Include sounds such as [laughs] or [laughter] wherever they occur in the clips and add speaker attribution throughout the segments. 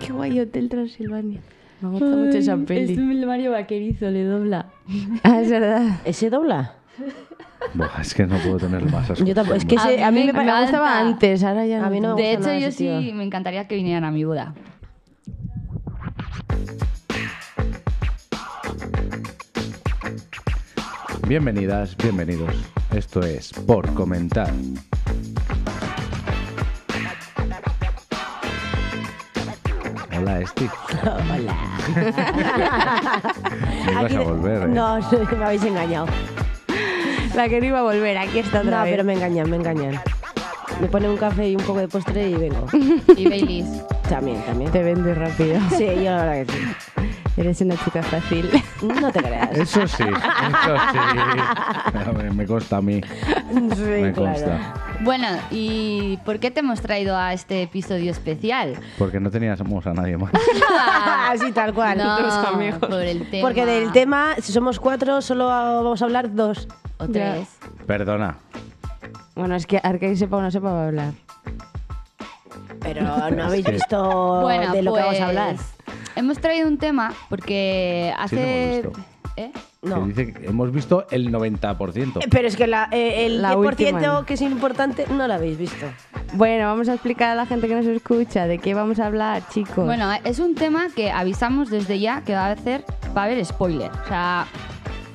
Speaker 1: qué guay Hotel Transilvania. Me gusta mucho esa
Speaker 2: Ay,
Speaker 1: peli.
Speaker 2: Es el Mario Vaquerizo, le dobla.
Speaker 1: Ah, es verdad.
Speaker 3: ¿Ese dobla?
Speaker 4: Buah, es que no puedo tener más asco.
Speaker 3: Yo tampoco- es que
Speaker 2: A
Speaker 3: ese-
Speaker 2: mí
Speaker 3: a mí me,
Speaker 2: me
Speaker 3: parece...
Speaker 2: encanta.
Speaker 1: gustaba antes, ahora ya
Speaker 3: A mí no
Speaker 1: tanto.
Speaker 3: me
Speaker 2: de
Speaker 3: gusta
Speaker 2: hecho,
Speaker 3: nada
Speaker 2: yo
Speaker 3: ese tío.
Speaker 2: sí me encantaría que vinieran a mi
Speaker 3: [laughs]
Speaker 2: boda.
Speaker 4: Bienvenidas, bienvenidos. Esto es Por Comentar. Hola, Esti. Me ibas
Speaker 3: Aquí de-
Speaker 4: a volver, ¿eh?
Speaker 3: No, [laughs] me habéis engañado.
Speaker 1: La que no iba a volver, aquí está otra
Speaker 3: no,
Speaker 1: vez.
Speaker 3: pero me engañan, me engañan. Me ponen un café y un poco de postre y vengo.
Speaker 2: Y Baileys.
Speaker 3: [laughs] También, también.
Speaker 1: Te vende rápido. [laughs]
Speaker 3: Sí, yo la verdad que sí.
Speaker 1: Eres una chica
Speaker 2: [laughs]
Speaker 1: fácil.
Speaker 3: No te creas.
Speaker 4: Eso sí, eso sí. A ver, me consta a mí.
Speaker 3: Sí,
Speaker 4: me
Speaker 3: claro.
Speaker 4: consta.
Speaker 2: Bueno, ¿y por qué te hemos traído a este episodio especial?
Speaker 4: Porque no teníamos a nadie más.
Speaker 3: [laughs] Así tal cual.
Speaker 2: No, por el tema.
Speaker 3: Porque del tema, si somos cuatro, solo vamos a hablar dos.
Speaker 2: O tres.
Speaker 4: Perdona.
Speaker 1: Bueno, es que Arkay sepa o no sepa va a hablar.
Speaker 3: Pero [laughs] no habéis
Speaker 4: Sí.
Speaker 3: visto
Speaker 2: Bueno,
Speaker 3: de lo que vamos
Speaker 2: pues,
Speaker 3: a hablar.
Speaker 2: Hemos traído un tema porque hace.
Speaker 4: lo hemos visto.
Speaker 2: ¿Eh?
Speaker 3: No.
Speaker 4: Que dice que hemos visto el 90%.
Speaker 3: Pero es que la- eh, el
Speaker 1: La
Speaker 3: 10%
Speaker 1: última.
Speaker 3: que es importante no lo habéis visto.
Speaker 1: Bueno, vamos a explicar a la gente que nos escucha de qué vamos a hablar, chicos.
Speaker 2: Bueno, es un tema que avisamos desde ya que va a hacer, va a haber spoiler. O sea,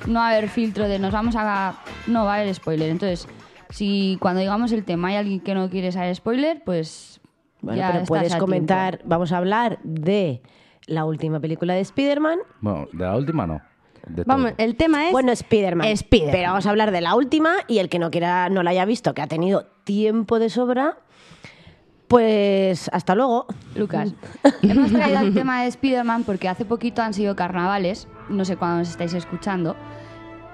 Speaker 2: no va a haber filtro de nos vamos a. No va a haber spoiler. Entonces, si cuando digamos el tema hay alguien que no quiere saber spoiler, pues.
Speaker 3: Bueno,
Speaker 2: ya
Speaker 3: pero
Speaker 2: estás
Speaker 3: puedes
Speaker 2: a
Speaker 3: comentar.
Speaker 2: tiempo.
Speaker 3: Vamos a hablar de la última película de Spider-Man.
Speaker 4: Bueno, de la última no. De
Speaker 1: vamos,
Speaker 3: eh,
Speaker 4: todo.
Speaker 1: el tema es...
Speaker 3: Bueno, Spider-Man.
Speaker 1: Spiderman.
Speaker 3: Pero vamos a hablar de la última y el que no quiera, no la haya visto, que ha tenido tiempo de sobra, pues hasta luego.
Speaker 2: Lucas, [laughs] hemos traído el tema de Spider-Man porque hace poquito han sido carnavales, no sé cuándo nos estáis escuchando,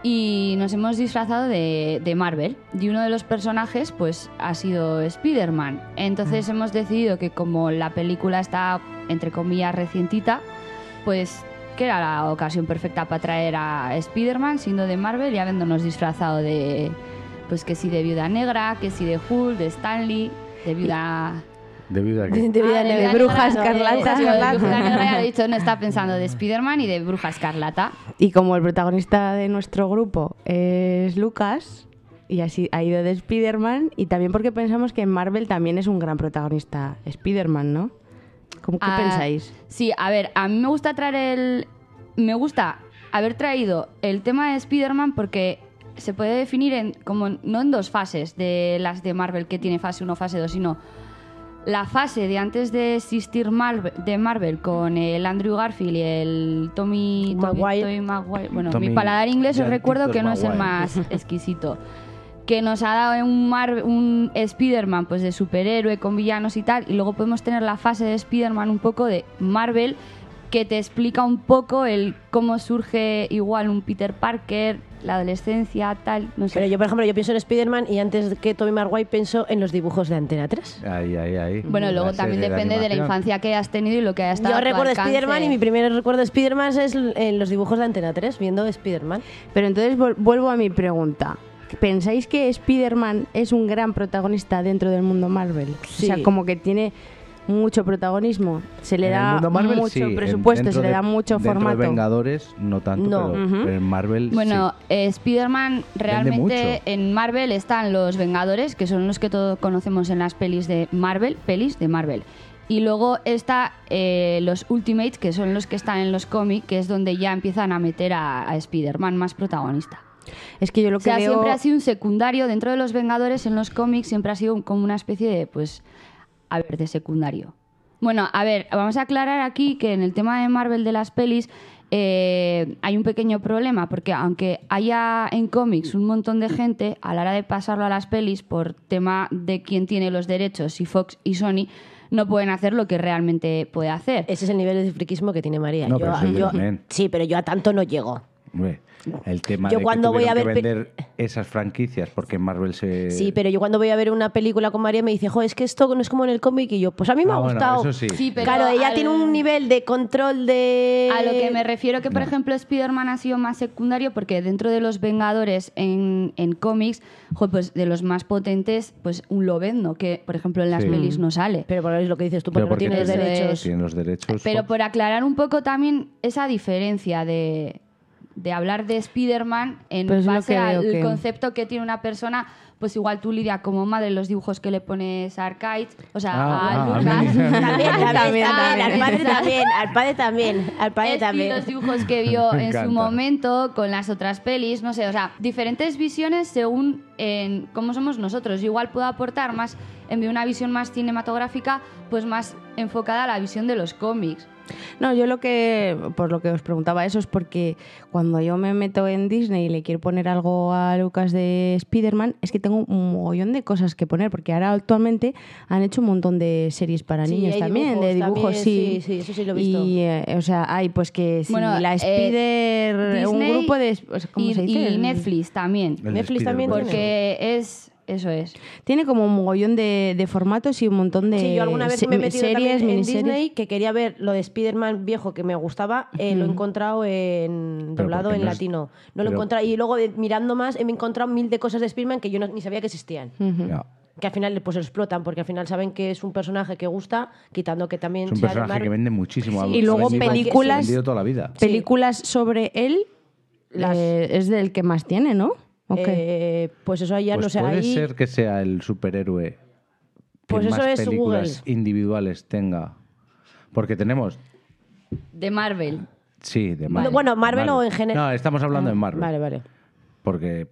Speaker 2: y nos hemos disfrazado de, de Marvel. Y uno de los personajes, pues, ha sido Spider-Man. Entonces hemos decidido que como la película está, entre comillas, recientita, pues que era la ocasión perfecta para traer a Spider-Man siendo de Marvel y habiéndonos disfrazado de, pues que sí, de Viuda Negra, que sí, de Hulk, de Stanley, de Viuda...
Speaker 4: Debido
Speaker 3: [laughs]
Speaker 4: a que...
Speaker 3: De vida
Speaker 2: Ah, Negra,
Speaker 3: negra.
Speaker 1: Bruja
Speaker 2: no, de-
Speaker 1: Escarlata.
Speaker 2: claro,
Speaker 1: Escarlata.
Speaker 2: de Bruja Negra, ya lo he dicho, no está pensando de Spider-Man y de Bruja Escarlata.
Speaker 1: Y como el protagonista de nuestro grupo es Lucas, y así ha ido de Spider-Man, y también porque pensamos que en Marvel también es un gran protagonista Spider-Man, ¿no? ¿Cómo, ¿Qué
Speaker 2: Ah,
Speaker 1: pensáis?
Speaker 2: Sí, a ver, a mí me gusta traer el... Me gusta haber traído el tema de Spider-Man porque se puede definir en, como en- no en dos fases de las de Marvel que tiene fase 1, fase 2, sino la fase de antes de existir Marvel, de Marvel con el Andrew Garfield y el Tommy Tommy-
Speaker 3: Maguire.
Speaker 2: Tommy Maguire. Bueno,
Speaker 4: Tommy
Speaker 2: mi paladar inglés os
Speaker 4: Jartito
Speaker 2: recuerdo que no es el
Speaker 4: Maguire. [laughs]
Speaker 2: más exquisito. que nos ha dado un, Mar- un Spider-Man pues de superhéroe con villanos y tal, y luego podemos tener la fase de Spider-Man un poco de Marvel que te explica un poco el cómo surge igual un Peter Parker, la adolescencia, tal, no
Speaker 3: [laughs] Pero
Speaker 2: sé.
Speaker 3: yo, por ejemplo, yo pienso en Spider-Man y antes que Tommy Maguire pienso en los dibujos de Antena 3.
Speaker 4: Ahí, ahí, ahí.
Speaker 2: Bueno, luego
Speaker 4: La
Speaker 2: también
Speaker 4: serie
Speaker 2: depende de la
Speaker 4: animación.
Speaker 2: infancia que hayas tenido y lo que hayas estado
Speaker 3: Yo
Speaker 2: a tu
Speaker 3: recuerdo
Speaker 2: alcance.
Speaker 3: Spider-Man y mi primer recuerdo de Spider-Man es l- en los dibujos de Antena 3, viendo Spider-Man.
Speaker 1: Pero entonces vol- vuelvo a mi pregunta. ¿Pensáis que Spider-Man es un gran protagonista dentro del mundo Marvel?
Speaker 3: Sí.
Speaker 1: O sea, como que tiene mucho protagonismo, se le
Speaker 4: En el
Speaker 1: da
Speaker 4: mundo Marvel, sí.
Speaker 1: mucho
Speaker 4: En-
Speaker 1: presupuesto,
Speaker 4: dentro
Speaker 1: se le
Speaker 4: de-
Speaker 1: da mucho
Speaker 4: dentro de
Speaker 1: formato.
Speaker 4: Vengadores no tanto,
Speaker 3: No.
Speaker 4: pero,
Speaker 1: Ujú.
Speaker 4: pero en Marvel
Speaker 2: Bueno,
Speaker 4: sí.
Speaker 2: eh, Spider-Man realmente
Speaker 4: mucho.
Speaker 2: en Marvel están los Vengadores, que son los que todos conocemos en las pelis de Marvel, pelis de Marvel. Y luego está eh, los Ultimates, que son los que están en los cómics, que es donde ya empiezan a meter a, a Spider-Man más protagonista.
Speaker 1: Es que yo lo
Speaker 2: O
Speaker 1: que
Speaker 2: sea,
Speaker 1: veo-
Speaker 2: siempre ha sido un secundario dentro de los Vengadores en los cómics, siempre ha sido un- como una especie de, pues, a ver, de secundario. Bueno, a ver, vamos a aclarar aquí que en el tema de Marvel de las pelis eh, hay un pequeño problema, porque aunque haya en cómics un montón de gente, a la hora de pasarlo a las pelis, por tema de quién tiene los derechos, si Fox y Sony, no pueden hacer lo que realmente puede hacer.
Speaker 3: Ese es el nivel de friquismo que tiene María.
Speaker 4: No,
Speaker 3: yo,
Speaker 4: pero eso es
Speaker 3: yo-
Speaker 4: X-Men.
Speaker 3: sí, pero yo a tanto no llego.
Speaker 4: Hombre, El tema
Speaker 3: Yo
Speaker 4: de
Speaker 3: cuando
Speaker 4: que
Speaker 3: voy a
Speaker 4: tuvieron que
Speaker 3: ver pe-
Speaker 4: vender esas franquicias porque Marvel se...
Speaker 3: Sí, pero yo cuando voy a ver una película con María me dice, jo, es que esto no es como en el cómic. Y yo, pues a mí me
Speaker 4: Ah,
Speaker 3: ha
Speaker 4: bueno,
Speaker 3: gustado.
Speaker 4: eso sí.
Speaker 2: Sí, pero
Speaker 3: claro, ella
Speaker 2: al-
Speaker 3: tiene un nivel de control de...
Speaker 2: A lo que me refiero que, por
Speaker 4: No.
Speaker 2: ejemplo, Spider-Man ha sido más secundario porque dentro de los Vengadores en, en cómics, jo, pues de los más potentes, pues un Lobezno, que por ejemplo en las
Speaker 4: Sí.
Speaker 2: pelis no sale.
Speaker 3: Pero por eso es lo que dices tú,
Speaker 4: Pero
Speaker 3: porque, no
Speaker 4: [laughs]
Speaker 3: tienes
Speaker 2: tiene-
Speaker 3: derechos.
Speaker 4: Tienen los derechos.
Speaker 2: Pero por aclarar un poco también esa diferencia de, de hablar de Spider-Man en
Speaker 1: Pero es lo
Speaker 2: base
Speaker 1: que veo
Speaker 2: al
Speaker 1: que-
Speaker 2: concepto que tiene una persona, pues igual tú, Lidia, como madre, los dibujos que le pones a Arcade, o sea,
Speaker 4: Ah, ah,
Speaker 2: a
Speaker 4: a
Speaker 2: Lucas.
Speaker 4: mí.
Speaker 3: También, también,
Speaker 1: También,
Speaker 3: también,
Speaker 1: también.
Speaker 3: [laughs] al padre también, al padre también, al padre
Speaker 2: Es que los
Speaker 3: también.
Speaker 2: dibujos que vio
Speaker 4: [laughs] Me
Speaker 2: en su
Speaker 4: encanta.
Speaker 2: momento con las otras pelis, no sé, o sea, diferentes visiones según en cómo somos nosotros. Yo igual puedo aportar más en una visión más cinematográfica, pues más enfocada a la visión de los cómics.
Speaker 1: No, yo lo que, por lo que os preguntaba eso es porque cuando yo me meto en Disney y le quiero poner algo a Lucas de Spider-Man, es que tengo un mogollón de cosas que poner, porque ahora actualmente han hecho un montón de series para
Speaker 3: Sí,
Speaker 1: niños
Speaker 3: hay
Speaker 1: también, de
Speaker 3: dibujos
Speaker 1: dibujos,
Speaker 3: también,
Speaker 1: sí.
Speaker 3: sí, sí, eso sí lo he visto.
Speaker 1: Y, eh, o sea, hay pues que si
Speaker 2: Bueno,
Speaker 1: la
Speaker 2: eh,
Speaker 1: Spider, un
Speaker 2: Disney
Speaker 1: grupo de, o sea, ¿cómo
Speaker 2: y,
Speaker 1: se dice?
Speaker 2: y
Speaker 1: El-
Speaker 2: Netflix también.
Speaker 4: El
Speaker 3: Netflix también
Speaker 4: Spider-Verse.
Speaker 3: tiene.
Speaker 2: Porque es. Eso es.
Speaker 1: Tiene como un mogollón de, de formatos y un montón de
Speaker 3: Sí, yo alguna vez
Speaker 1: se-
Speaker 3: me he metido
Speaker 1: series,
Speaker 3: también en
Speaker 1: miniseries.
Speaker 3: Disney que quería ver lo de Spider-Man viejo que me gustaba, eh, lo he encontrado en
Speaker 4: Pero
Speaker 3: doblado
Speaker 4: porque
Speaker 3: en
Speaker 4: no es-
Speaker 3: latino. No lo
Speaker 4: pero-
Speaker 3: encontré y luego eh, mirando más he encontrado mil de cosas de Spider-Man que yo no- ni sabía que existían.
Speaker 4: Ya.
Speaker 3: Que al final pues lo explotan porque al final saben que es un personaje que gusta, quitando que también
Speaker 4: Es un
Speaker 3: sea de
Speaker 4: personaje
Speaker 3: Marvel.
Speaker 4: que vende muchísimo.
Speaker 1: Y luego películas-
Speaker 4: Ha vendido toda la vida.
Speaker 1: películas sobre él
Speaker 3: Las-
Speaker 1: eh, es del que más tiene, ¿no? ¿O qué?
Speaker 3: Eh, pues eso ahí ya
Speaker 4: Pues
Speaker 3: no sé,
Speaker 4: puede
Speaker 3: ahí
Speaker 4: ser que sea el superhéroe que
Speaker 3: Pues eso
Speaker 4: más
Speaker 3: es
Speaker 4: películas individuales tenga. Porque tenemos,
Speaker 2: De Marvel.
Speaker 4: sí, de Marvel.
Speaker 3: bueno,
Speaker 4: de
Speaker 3: Marvel o en general.
Speaker 4: No, estamos hablando de Marvel.
Speaker 3: Vale, vale.
Speaker 4: Porque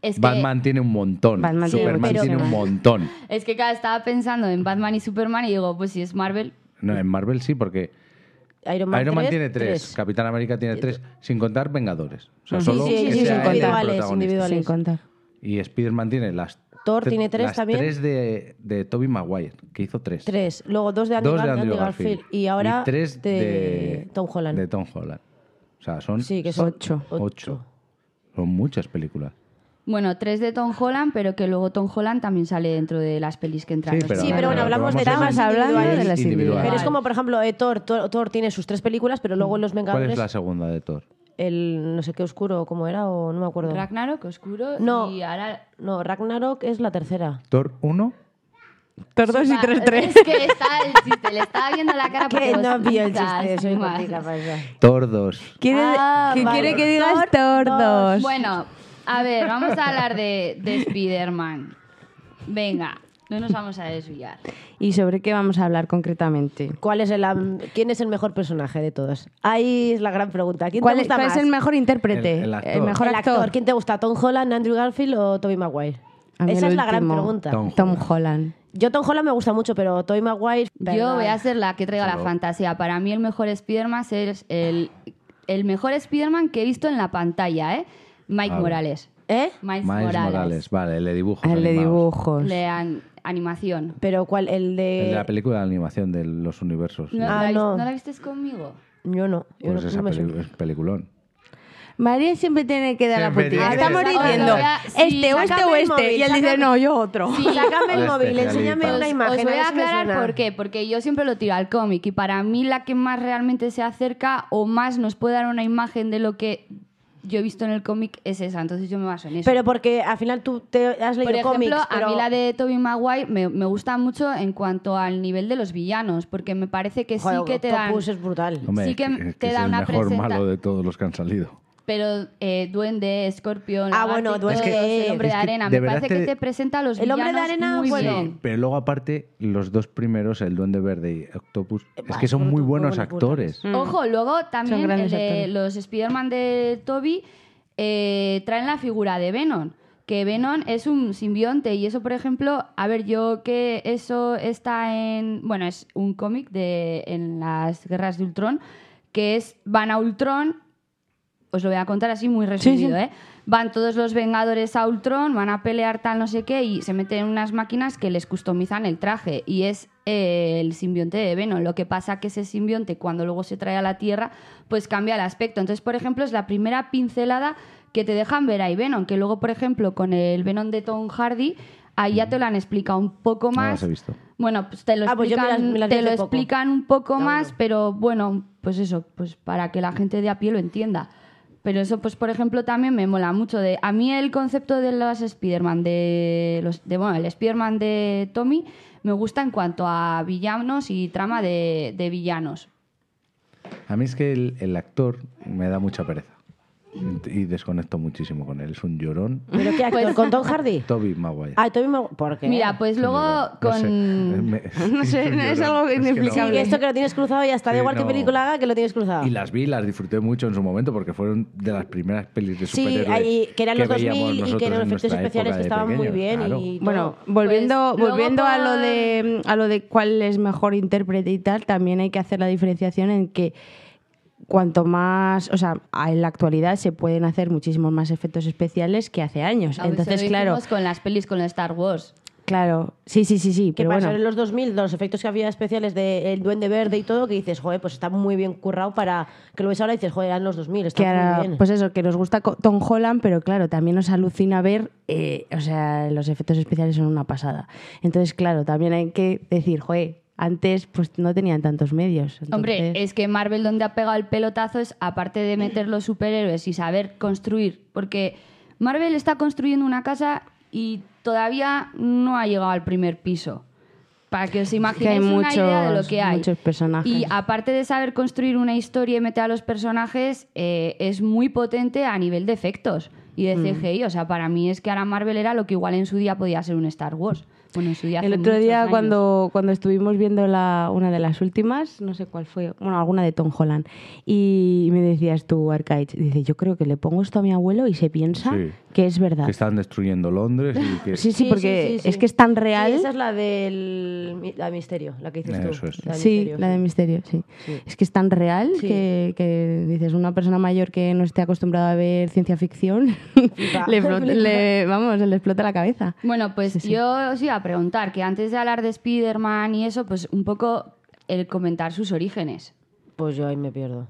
Speaker 2: Es que-
Speaker 4: Batman tiene un montón.
Speaker 1: Batman
Speaker 2: tiene
Speaker 4: Superman
Speaker 2: muchísimo.
Speaker 4: tiene un montón.
Speaker 2: Es que cada estaba pensando en Batman y Superman y digo, pues si es Marvel,
Speaker 4: No, en Marvel sí, porque
Speaker 3: Iron Man,
Speaker 4: Iron Man
Speaker 3: tres,
Speaker 4: tiene tres, Capitán América tiene tres, sin contar Vengadores. O sea,
Speaker 1: Sí,
Speaker 4: solo
Speaker 1: sí,
Speaker 4: que
Speaker 1: sí, sí,
Speaker 4: sea
Speaker 1: sin
Speaker 4: él el
Speaker 1: contar.
Speaker 4: protagonista.
Speaker 3: Individuales, individuales.
Speaker 1: Sin contar.
Speaker 4: Y Spider-Man tiene las.
Speaker 3: Thor
Speaker 4: tre-
Speaker 3: tiene tres
Speaker 4: las
Speaker 3: también.
Speaker 4: Tres de, de Tobey Maguire, que hizo tres.
Speaker 3: Tres. Luego dos de Andy,
Speaker 4: Dos
Speaker 3: Gar-
Speaker 4: de Andrew
Speaker 3: Andy
Speaker 4: Garfield.
Speaker 3: Garfield. Y ahora
Speaker 4: tres
Speaker 3: de,
Speaker 4: de,
Speaker 3: Tom Holland.
Speaker 4: De Tom Holland. O sea, son,
Speaker 3: Sí, que son
Speaker 1: Ocho.
Speaker 4: ocho. Son muchas películas.
Speaker 2: Bueno, tres de Tom Holland, pero que luego Tom Holland también sale dentro de las pelis que entran.
Speaker 4: pero-
Speaker 3: Sí, pero bueno,
Speaker 4: Ah,
Speaker 3: hablamos de
Speaker 4: pero vamos
Speaker 3: temas
Speaker 1: a-
Speaker 3: hablando
Speaker 1: hablando de las
Speaker 4: Individual.
Speaker 3: Pero es
Speaker 2: individuales.
Speaker 3: como, por ejemplo, eh, Thor, Thor. Thor tiene sus tres películas, pero luego en Los
Speaker 4: ¿Cuál
Speaker 3: Vengadores,
Speaker 4: es la segunda de Thor?
Speaker 3: el no sé qué oscuro, como era? O no me acuerdo.
Speaker 2: Ragnarok, Oscuro
Speaker 3: No.
Speaker 2: y ahora...
Speaker 3: no, Ragnarok es la tercera.
Speaker 4: ¿Thor 1?
Speaker 1: Tor dos y tres, tres.
Speaker 2: Es que está el chiste, le estaba viendo la
Speaker 1: Ah,
Speaker 2: cara porque
Speaker 3: [laughs] Que
Speaker 1: pues,
Speaker 2: vos
Speaker 3: no vio el
Speaker 2: pisas
Speaker 3: chiste, soy pues,
Speaker 2: más.
Speaker 3: contigo, vaya.
Speaker 4: Thor 2.
Speaker 1: [laughs] Quiere,
Speaker 3: Ah,
Speaker 1: que
Speaker 3: vale.
Speaker 1: quiere que digas
Speaker 3: Thor
Speaker 1: tordos.
Speaker 2: Bueno, a ver, vamos a hablar de, de Spider-Man. Venga, no nos vamos a desviar.
Speaker 1: ¿Y sobre qué vamos a hablar concretamente?
Speaker 3: ¿Cuál es el, am- ¿Quién es el mejor personaje de todos? Ahí es la gran pregunta. ¿Quién
Speaker 1: ¿Cuál,
Speaker 3: te
Speaker 1: es-
Speaker 3: gusta
Speaker 1: cuál
Speaker 3: más?
Speaker 1: es el mejor intérprete?
Speaker 4: El- el actor.
Speaker 1: mejor
Speaker 3: El actor?
Speaker 1: actor.
Speaker 3: ¿Quién te gusta? ¿Tom Holland, Andrew Garfield o Tobey Maguire?
Speaker 1: A mí
Speaker 3: Esa
Speaker 1: el
Speaker 3: es la gran
Speaker 1: último.
Speaker 3: pregunta.
Speaker 4: Tom
Speaker 1: Tom Holland.
Speaker 3: Yo Tom Holland me gusta mucho, pero Tobey Maguire...
Speaker 2: Yo
Speaker 3: ¿verdad?
Speaker 2: voy a ser la que traiga la
Speaker 4: Solo.
Speaker 2: fantasía. Para mí el mejor Spider-Man es el, el mejor Spider-Man que he visto en la pantalla, ¿eh? Mike
Speaker 4: A ver.
Speaker 2: Morales.
Speaker 3: ¿Eh?
Speaker 2: Miles,
Speaker 4: Miles Morales. Vale, el de dibujos.
Speaker 1: El de
Speaker 4: animados.
Speaker 1: dibujos.
Speaker 2: de an- animación.
Speaker 3: Pero ¿cuál? El
Speaker 4: El
Speaker 3: de...
Speaker 4: de la película de animación de los universos.
Speaker 2: ¿No,
Speaker 3: Ah,
Speaker 2: la, vis-
Speaker 3: no.
Speaker 2: ¿no la vistes conmigo?
Speaker 3: Yo no. Yo
Speaker 4: Pues
Speaker 3: no,
Speaker 4: esa
Speaker 3: no me
Speaker 4: peli-
Speaker 3: suena.
Speaker 4: es peliculón.
Speaker 1: María siempre tiene que dar
Speaker 4: Siempre
Speaker 1: la puntilla.
Speaker 4: tiene que
Speaker 1: Estamos
Speaker 4: dar.
Speaker 1: diciendo,
Speaker 2: Os voy a- sí,
Speaker 1: este o este
Speaker 3: sácame
Speaker 1: o
Speaker 3: el
Speaker 1: este.
Speaker 3: móvil,
Speaker 1: y él dice,
Speaker 3: sácame-
Speaker 1: no, yo otro.
Speaker 3: Sácame el
Speaker 4: Este,
Speaker 3: móvil,
Speaker 4: Felipe.
Speaker 3: enséñame
Speaker 4: Os-
Speaker 3: una
Speaker 4: os
Speaker 3: imagen.
Speaker 2: Os voy
Speaker 3: ver
Speaker 2: a
Speaker 3: si me
Speaker 2: aclarar
Speaker 3: suena.
Speaker 2: por qué, porque yo siempre lo tiro al cómic y para mí la que más realmente se acerca o más nos puede dar una imagen de lo que yo he visto en el cómic es esa, entonces yo me baso en eso.
Speaker 3: Pero porque al final tú te has
Speaker 2: Por
Speaker 3: leído
Speaker 2: ejemplo,
Speaker 3: cómics, pero...
Speaker 2: a mí la de Tobey Maguire me, me gusta mucho en cuanto al nivel de los villanos, porque me parece que
Speaker 3: Joder,
Speaker 2: sí que te dan...
Speaker 3: Octopus es brutal.
Speaker 4: Hombre,
Speaker 2: Sí que
Speaker 4: es
Speaker 2: te
Speaker 4: es
Speaker 2: da
Speaker 4: el
Speaker 2: una
Speaker 4: mejor
Speaker 2: presenta-
Speaker 4: malo de todos los que han salido.
Speaker 2: Pero eh, Duende, Escorpión,
Speaker 3: Ah, bueno,
Speaker 2: Lagarto,
Speaker 3: Duende es-
Speaker 2: el Hombre
Speaker 4: es
Speaker 2: de
Speaker 4: que
Speaker 2: Arena,
Speaker 4: de
Speaker 2: me
Speaker 4: verdad
Speaker 2: parece que
Speaker 4: te-
Speaker 2: te presenta a los
Speaker 3: El Hombre de
Speaker 2: villanos
Speaker 3: Arena,
Speaker 2: muy
Speaker 3: bueno,
Speaker 2: bien.
Speaker 4: Pero luego, aparte, los dos primeros, el Duende Verde y Octopus, es
Speaker 3: bah,
Speaker 4: que son
Speaker 3: son
Speaker 4: muy
Speaker 3: muy
Speaker 4: buenos
Speaker 3: buenos
Speaker 4: actores.
Speaker 3: Mm.
Speaker 2: Ojo, luego también
Speaker 1: grandes
Speaker 2: el de
Speaker 1: actores.
Speaker 2: los Spider-Man de Toby eh, traen la figura de Venom. Que Venom es un simbionte y eso, por ejemplo, a ver, yo que eso está en... Bueno, es un cómic de en las guerras de Ultron, que es van a Ultron os lo voy a contar así muy resumido,
Speaker 1: sí.
Speaker 2: ¿eh? Van todos los Vengadores a Ultron, van a pelear tal no sé qué y se meten en unas máquinas que les customizan el traje y es eh, el simbionte de Venom. Lo que pasa que ese simbionte cuando luego se trae a la Tierra pues cambia el aspecto. Entonces, por ejemplo, es la primera pincelada que te dejan ver ahí Venom, que luego, por ejemplo, con el Venom de Tom Hardy, ahí ya te lo han explicado un poco
Speaker 4: Mm. No
Speaker 2: más.
Speaker 4: las he visto.
Speaker 2: Bueno, pues te lo
Speaker 3: Ah, pues yo me
Speaker 2: explican,
Speaker 3: las- me las vi
Speaker 2: te lo
Speaker 3: hace poco.
Speaker 2: explican un poco
Speaker 3: Ah,
Speaker 2: más,
Speaker 3: bueno.
Speaker 2: pero bueno, pues eso, pues para que la gente de a pie lo entienda. Pero eso, pues por ejemplo, también me mola mucho. De, a mí el concepto de los Spider-Man, de, los, de, bueno, el Spider-Man de Tommy, me gusta en cuanto a villanos y trama de, de villanos.
Speaker 4: A mí es que el, el actor me da mucha pereza. Y desconecto muchísimo con él. Es un llorón.
Speaker 3: ¿Pero qué actor? ¿Con Tom Hardy?
Speaker 4: Toby Maguire.
Speaker 3: Ay, Tommy Maguire. ¿Por qué?
Speaker 2: Pues Mira, pues luego
Speaker 4: No
Speaker 2: con...
Speaker 4: sé, Eh, me-
Speaker 3: [laughs]
Speaker 4: [laughs]
Speaker 1: No sé,
Speaker 4: es un
Speaker 1: es
Speaker 4: llorón,
Speaker 1: algo
Speaker 4: es que no.
Speaker 3: Sí,
Speaker 1: inexplicable.
Speaker 3: que esto que lo tienes cruzado ya está. Da
Speaker 4: Sí,
Speaker 3: igual
Speaker 4: no.
Speaker 3: qué película haga que lo tienes cruzado.
Speaker 4: Y las vi, las disfruté mucho en su momento porque fueron de las primeras pelis de
Speaker 3: Sí,
Speaker 4: superhéroes
Speaker 3: ahí- que eran los
Speaker 4: veíamos
Speaker 3: 2000 y que
Speaker 4: nosotros
Speaker 3: eran
Speaker 4: en
Speaker 3: efectos
Speaker 4: nuestra
Speaker 3: especiales
Speaker 4: época
Speaker 3: que
Speaker 4: de
Speaker 3: estaban muy bien
Speaker 4: claro.
Speaker 3: y-
Speaker 1: Bueno,
Speaker 3: Pues,
Speaker 1: volviendo,
Speaker 2: luego
Speaker 1: volviendo a lo
Speaker 2: por-
Speaker 1: de a lo de cuál es mejor intérprete y tal, también hay que hacer la diferenciación en que cuanto más, o sea, a- en la actualidad se pueden hacer muchísimos más efectos especiales que hace años.
Speaker 2: aunque se
Speaker 1: Entonces,
Speaker 2: lo
Speaker 1: claro,
Speaker 2: hicimos con las pelis, con Star Wars.
Speaker 1: claro, sí, sí, sí, sí,
Speaker 3: que
Speaker 1: pero
Speaker 3: pasó
Speaker 1: bueno.
Speaker 3: en los 2000, de los efectos que había especiales de El Duende Verde y todo, que dices, joder, pues está muy bien currado para que lo ves ahora y dices, joder, eran los 2000, está
Speaker 1: que
Speaker 3: muy
Speaker 1: ahora,
Speaker 3: bien.
Speaker 1: pues eso, que nos gusta co- Tom Holland, pero claro, también nos alucina ver, eh, o sea, los efectos especiales son una pasada. Entonces, claro, también hay que decir, joder, antes pues no tenían tantos medios.
Speaker 2: Hombre,
Speaker 1: entonces-
Speaker 2: es que Marvel donde ha pegado el pelotazo es, aparte de meter los superhéroes y saber construir, porque Marvel está construyendo una casa y todavía no ha llegado al primer piso. Para que os imaginéis
Speaker 1: hay
Speaker 2: una idea de lo
Speaker 1: muchos-
Speaker 2: que hay.
Speaker 1: muchos personajes.
Speaker 2: Y aparte de saber construir una historia y meter a los personajes, eh, es muy potente a nivel de efectos y
Speaker 1: Mm.
Speaker 2: de CGI. O sea, para mí es que ahora Marvel era lo que igual en su día podía ser un Star Wars. Bueno, en su día
Speaker 1: El
Speaker 2: hace
Speaker 1: otro
Speaker 2: muchos
Speaker 1: día
Speaker 2: años.
Speaker 1: cuando, cuando estuvimos viendo la, una de las últimas, no sé cuál fue, bueno, alguna de Tom Holland, y me decías tú, Arcaich, dice, yo creo que le pongo esto a mi abuelo y se piensa
Speaker 4: Sí.
Speaker 1: que es verdad.
Speaker 4: Que están destruyendo Londres y que...
Speaker 1: Sí, sí,
Speaker 3: Sí,
Speaker 1: porque
Speaker 3: sí, sí,
Speaker 1: es
Speaker 3: sí.
Speaker 1: que es tan
Speaker 3: Sí,
Speaker 1: real.
Speaker 3: esa es la del la de misterio, la que dices tú.
Speaker 4: Eh, Eso es.
Speaker 3: La de
Speaker 1: Sí,
Speaker 3: Misterio,
Speaker 1: la de
Speaker 3: sí.
Speaker 1: misterio, sí.
Speaker 3: Sí.
Speaker 1: Es que es tan real
Speaker 3: Sí.
Speaker 1: que, que dices, una persona mayor que no esté acostumbrada a ver ciencia ficción, [laughs]
Speaker 2: [laughs]
Speaker 1: le, flota- le- vamos, le explota la cabeza.
Speaker 2: Bueno, pues
Speaker 1: Sí, sí.
Speaker 2: yo os iba a preguntar que antes de hablar de Spider-Man y eso, pues un poco el comentar sus orígenes.
Speaker 3: Pues yo ahí me pierdo.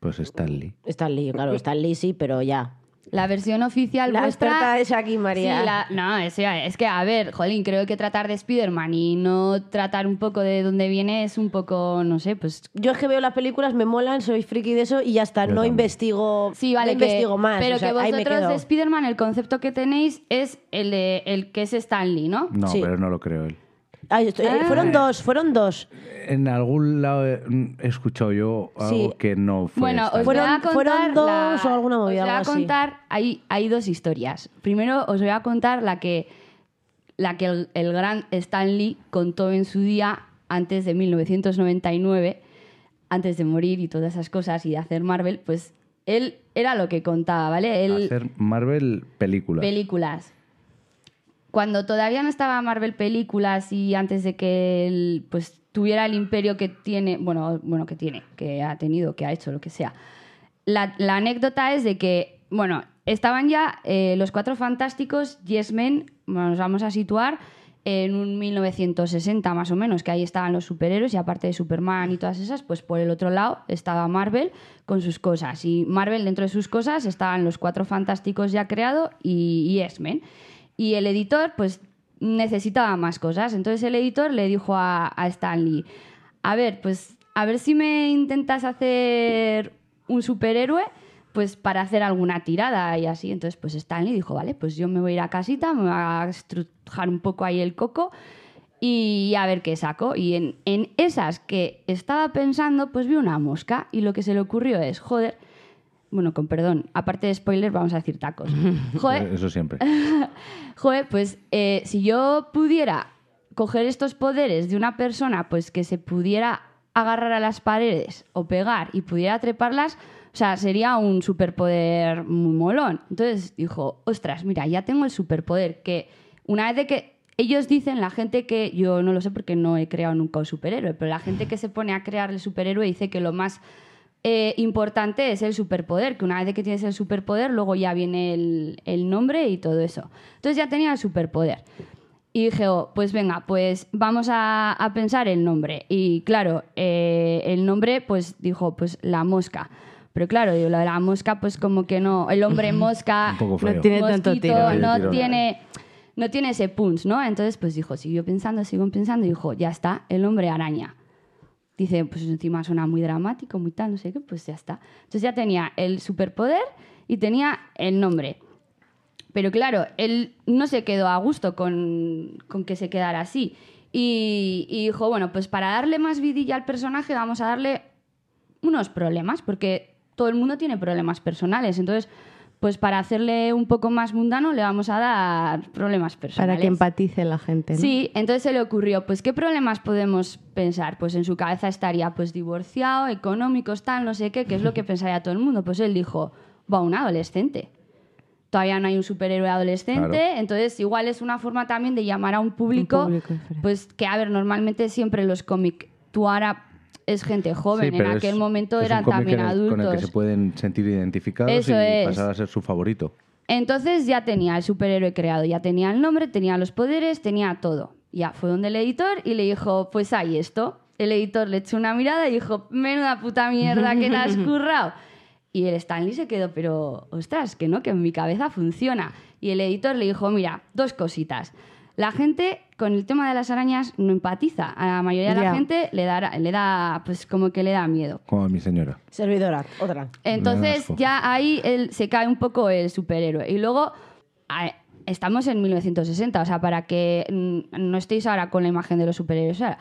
Speaker 4: Pues Stanley.
Speaker 3: Stan Lee,
Speaker 1: [laughs]
Speaker 3: claro, Stan Lee sí, pero ya.
Speaker 2: La versión oficial
Speaker 3: La
Speaker 2: vuestra...
Speaker 3: experta es aquí, María.
Speaker 2: Sí, la- No, es, es que, a ver, jolín, creo que tratar de Spider-Man y no tratar un poco de dónde viene es un poco, no sé, pues...
Speaker 3: Yo es que veo las películas, me molan, soy friki de eso y ya está,
Speaker 4: Yo
Speaker 3: no
Speaker 4: también.
Speaker 3: investigo,
Speaker 2: Sí, vale,
Speaker 3: no
Speaker 2: que-
Speaker 3: investigo más.
Speaker 2: Pero
Speaker 3: o sea,
Speaker 2: que
Speaker 3: ahí me
Speaker 2: vosotros
Speaker 3: quedo.
Speaker 2: de Spider-Man el concepto que tenéis es el, de, el que es Stanley, ¿no?
Speaker 4: No,
Speaker 3: Sí.
Speaker 4: pero no lo creo él.
Speaker 3: Ay, estoy-
Speaker 2: Ah.
Speaker 3: eh, Fueron dos, fueron dos.
Speaker 4: En algún lado he mm, he escuchado yo algo
Speaker 3: Sí.
Speaker 4: que no fue
Speaker 2: Bueno, os
Speaker 4: Stanley.
Speaker 2: voy
Speaker 3: Fueron-
Speaker 2: a contar la-
Speaker 3: fueron dos o alguna movida,
Speaker 2: Os voy a
Speaker 3: algo así.
Speaker 2: contar, hay, hay dos historias. Primero os voy a contar la que, la que el, el gran Stanley contó en su día antes de 1999, antes de morir y todas esas cosas y de hacer Marvel, pues él era lo que contaba, ¿vale? Él,
Speaker 4: Hacer Marvel películas.
Speaker 2: películas. Cuando todavía no estaba Marvel películas y antes de que él pues tuviera el imperio que tiene, bueno, bueno, que tiene, que ha tenido, que ha hecho, lo que sea. La, la anécdota es de que, bueno, estaban ya eh, los cuatro fantásticos, Yes Men, bueno, nos vamos a situar en un 1960 más o menos, que ahí estaban los superhéroes y aparte de Superman y todas esas, pues por el otro lado estaba Marvel con sus cosas. Y Marvel dentro de sus cosas estaban los cuatro fantásticos ya creado y, y Yes Men. Y el editor pues necesitaba más cosas. Entonces el editor le dijo a, a Stan Lee, a ver, pues a ver si me intentas hacer un superhéroe pues para hacer alguna tirada y así. Entonces, pues Stanley dijo, vale, pues yo me voy a ir a casita, me voy a estrujar un poco ahí el coco y a ver qué saco. Y en, en esas que estaba pensando, pues vi una mosca y lo que se le ocurrió es, joder, bueno, con perdón, aparte de spoiler, vamos a decir tacos. Joder,
Speaker 4: Eh, Eso siempre.
Speaker 2: Joder, pues eh, si yo pudiera coger estos poderes de una persona, pues que se pudiera agarrar a las paredes o pegar y pudiera treparlas, o sea, sería un superpoder muy molón. Entonces dijo, ostras, mira, ya tengo el superpoder que una vez de que ellos dicen, la gente que, yo no lo sé porque no he creado nunca un superhéroe, pero la gente que se pone a crear el superhéroe dice que lo más eh, importante es el superpoder, que una vez que tienes el superpoder, luego ya viene el, el nombre y todo eso. Entonces ya tenía el superpoder. Y dije, oh, pues venga, pues vamos a, a pensar el nombre. Y claro, eh, el nombre, pues dijo, pues la mosca. Pero claro, digo, lo de la mosca, pues como que no. El hombre mosca
Speaker 4: [laughs] Un poco
Speaker 1: No
Speaker 4: feo.
Speaker 1: tiene tanto
Speaker 2: mosquito,
Speaker 1: tiro. ¿eh?
Speaker 4: No
Speaker 2: No
Speaker 4: tiene tiro.
Speaker 2: tiene, no tiene ese punch, ¿no? Entonces, pues dijo, siguió pensando, siguió pensando y dijo, ya está, el hombre araña. Dice, pues encima suena muy dramático, muy tal, no sé qué, pues ya está. Entonces ya tenía el superpoder y tenía el nombre. Pero claro, él no se quedó a gusto con, con que se quedara así. Y, y dijo, bueno, pues para darle más vidilla al personaje vamos a darle unos problemas, porque todo el mundo tiene problemas personales. Entonces, pues para hacerle un poco más mundano le vamos a dar problemas personales.
Speaker 1: Para que empatice la gente. ¿no?
Speaker 2: Sí, entonces se le ocurrió, pues qué problemas podemos pensar. Pues en su cabeza estaría, pues divorciado, económicos, tal, no sé qué, que es
Speaker 4: [laughs]
Speaker 2: lo que pensaría todo el mundo. Pues él dijo, va un adolescente. Todavía no hay un superhéroe adolescente,
Speaker 4: Claro.
Speaker 2: entonces igual es una forma también de llamar a un público,
Speaker 1: Un público diferente.
Speaker 2: pues que a ver, normalmente siempre los cómics, tú ahora es gente [laughs] joven,
Speaker 4: Sí,
Speaker 2: en
Speaker 4: pero es-
Speaker 2: aquel momento
Speaker 4: es un
Speaker 2: eran
Speaker 4: cómic
Speaker 2: también
Speaker 4: en el-
Speaker 2: adultos.
Speaker 4: Con el que se pueden sentir identificados
Speaker 2: Eso
Speaker 4: y
Speaker 2: es.
Speaker 4: pasar a ser su favorito.
Speaker 2: Entonces ya tenía el superhéroe creado, ya tenía el nombre, tenía los poderes, tenía todo. Ya fue donde el editor y le dijo, pues hay esto. El editor le echó una mirada y dijo, menuda puta mierda que te has currado. Y el Stanley se quedó, pero ostras, que no, que en mi cabeza funciona. Y el editor le dijo, mira, dos cositas. La gente con el tema de las arañas no empatiza. A la mayoría de la
Speaker 1: Ya.
Speaker 2: gente le da, le da, pues como que le da miedo.
Speaker 4: Como a mi señora.
Speaker 3: Servidora, otra.
Speaker 2: Entonces
Speaker 4: asco.
Speaker 2: ya ahí el- se cae un poco el superhéroe. Y luego a- estamos en 1960, o sea, para que mm, no estéis ahora con la imagen de los superhéroes. ahora.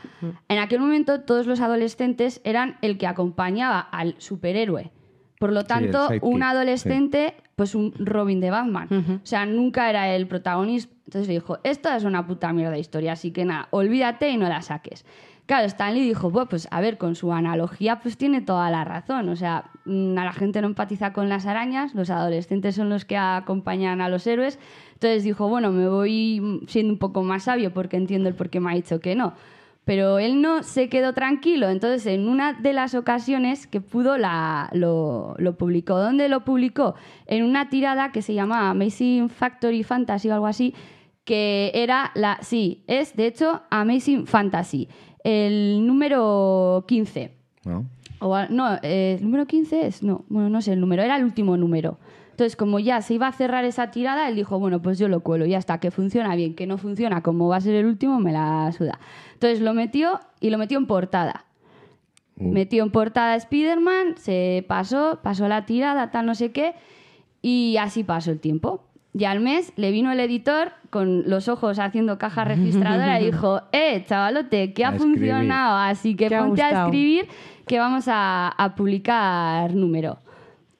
Speaker 2: En aquel momento todos los adolescentes eran el que acompañaba al superhéroe. Por lo
Speaker 4: el
Speaker 2: tanto,
Speaker 4: sidekick,
Speaker 2: un
Speaker 4: sí.
Speaker 2: adolescente, pues un Robin de Batman. O sea, nunca era el protagonista. Entonces le dijo, esto es una puta mierda de historia, así que nada, olvídate y no la saques. Claro, Stanley dijo, "Buah, pues a ver, con su analogía pues tiene toda la razón. O sea, mm, a la gente no empatiza con las arañas, los adolescentes son los que acompañan a los héroes. Entonces dijo, bueno, me voy mm, siendo un poco más sabio porque entiendo el por qué me ha dicho que no. Pero él no se quedó tranquilo. Entonces, en una de las ocasiones que pudo, la, lo, lo publicó. ¿Dónde lo publicó? En una tirada que se llamaba Amazing Factory Fantasy o algo así, que era la. Sí, es de hecho Amazing Fantasy, el número 15.
Speaker 4: ¿no?
Speaker 2: O a- no, eh, el número 15 es, no, bueno, no sé el número, era el último número. Entonces, como ya se iba a cerrar esa tirada, él dijo, bueno, pues yo lo cuelo, ya está, que funciona bien, que no funciona, como va a ser el último, me la suda. Entonces lo metió y lo metió en portada.
Speaker 4: Uh.
Speaker 2: Metió en portada a Spider-Man, se pasó, pasó la tirada, tal no sé qué, y así pasó el tiempo. Y al mes le vino el editor con los ojos haciendo caja registradora y
Speaker 4: [laughs]
Speaker 2: dijo, eh, chavalote, que
Speaker 4: A
Speaker 2: ha
Speaker 4: escribir.
Speaker 2: funcionado, así que
Speaker 1: Te ha
Speaker 2: ponte a
Speaker 1: gustado.
Speaker 2: escribir que vamos a, a publicar número.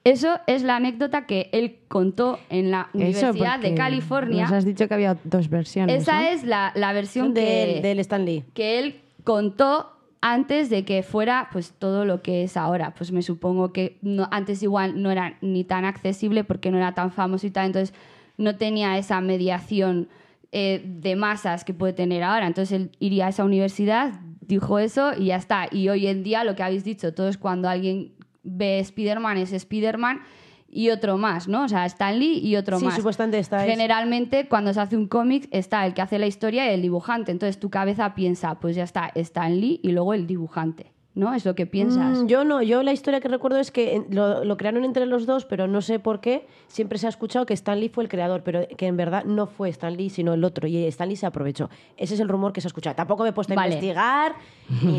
Speaker 2: Eso es la anécdota que él contó en la
Speaker 1: Eso,
Speaker 2: Universidad de
Speaker 1: porque
Speaker 2: California.
Speaker 1: Nos has dicho que había dos versiones.
Speaker 2: Esa
Speaker 1: ¿no?
Speaker 2: es la, la versión que,
Speaker 3: Del, del Stan Lee.
Speaker 2: que él contó antes de que fuera pues todo lo que es ahora. Pues me supongo que no- antes igual no era ni tan accesible porque no era tan famoso y tal, entonces no tenía esa mediación eh, de masas que puede tener ahora. Entonces él iría a esa universidad, dijo eso y ya está. Y hoy en día lo que habéis dicho todos cuando alguien ve Spider-Man es Spider-Man y otro más, ¿no? O sea, Stan Lee y otro
Speaker 3: Sí,
Speaker 2: más.
Speaker 3: supuestamente está es-
Speaker 2: Generalmente, cuando se hace un cómic, está el que hace la historia y el dibujante. Entonces, tu cabeza piensa, pues ya está, Stan Lee y luego el dibujante, ¿no? Es lo que piensas.
Speaker 3: Mm, yo no, yo la historia que recuerdo es que en- lo, lo crearon entre los dos, pero no sé por qué. Siempre se ha escuchado que Stan Lee fue el creador, pero que en verdad no fue Stan Lee, sino el otro. Y Stan Lee se aprovechó. Ese es el rumor que se ha escuchado. Tampoco me he puesto a
Speaker 2: Vale.
Speaker 3: investigar ni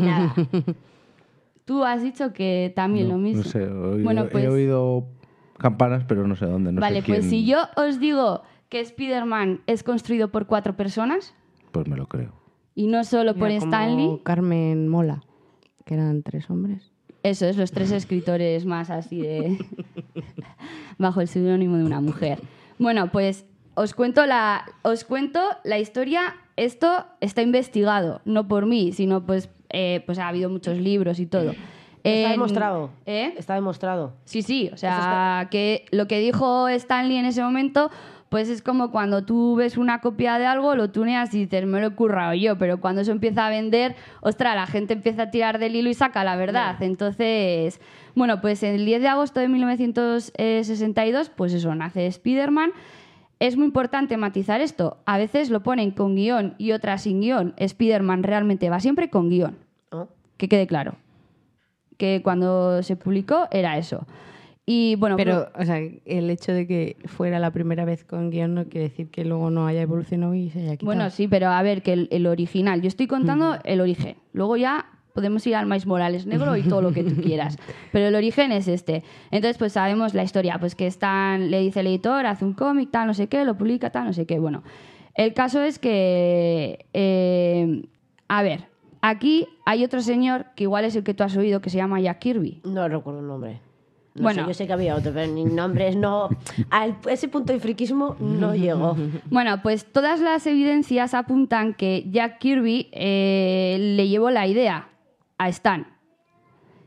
Speaker 2: [laughs]
Speaker 3: nada.
Speaker 2: Tú has dicho que también
Speaker 4: No,
Speaker 2: lo mismo.
Speaker 4: No sé, he oído,
Speaker 2: bueno,
Speaker 4: he
Speaker 2: pues,
Speaker 4: oído campanas, pero no sé dónde. No sé
Speaker 2: vale, pues
Speaker 4: quién-
Speaker 2: si yo os digo que Spider-Man es construido por cuatro personas
Speaker 4: Pues me lo creo.
Speaker 2: y no solo por
Speaker 1: Mira, como
Speaker 2: Stan Lee,
Speaker 1: Carmen Mola, que eran tres hombres.
Speaker 2: Eso es, los tres escritores más así de. [laughs] bajo el seudónimo de una mujer. Bueno, pues os cuento, la, os cuento la historia. Esto está investigado, no por mí, sino pues, eh, pues ha habido muchos libros y todo. En-
Speaker 3: Está demostrado.
Speaker 2: ¿Eh?
Speaker 3: Está demostrado.
Speaker 2: Sí, sí, o sea, que lo que dijo Stanley en ese momento, Pues es como cuando tú ves una copia de algo, lo tuneas y dices, me lo he currado yo, pero cuando eso empieza a vender, ostras, la gente empieza a tirar del hilo y saca la verdad. Entonces, bueno, pues el 10 de agosto de 1962, pues eso, nace Spider-Man. Es muy importante matizar esto. A veces lo ponen con guión y otras sin guión. Spider-Man realmente va siempre con guión.
Speaker 3: Ah.
Speaker 2: Que quede claro. Que cuando se publicó era eso. Y bueno,
Speaker 1: Pero, o sea, el hecho de que fuera la primera vez con guión no quiere decir que luego no haya evolucionado y se haya quitado.
Speaker 2: Bueno, sí, pero a ver, que el, el original. Yo estoy contando el origen. Luego ya podemos ir al maíz Morales negro y todo lo que tú quieras. Pero el origen es este. Entonces, pues sabemos la historia. Pues que están, le dice el editor, hace un cómic, tal, no sé qué, lo publica, tal, no sé qué. Bueno, el caso es que. eh, a ver, aquí hay otro señor que igual es el que tú has oído que se llama Jack Kirby.
Speaker 3: No recuerdo el nombre. No
Speaker 2: Bueno.
Speaker 3: sé, yo sé que había otro, pero ni nombres no. A el- ese punto de friquismo no
Speaker 1: [laughs]
Speaker 3: llegó.
Speaker 2: [laughs] Bueno, pues todas las evidencias apuntan que Jack Kirby eh, le llevó la idea a Stan.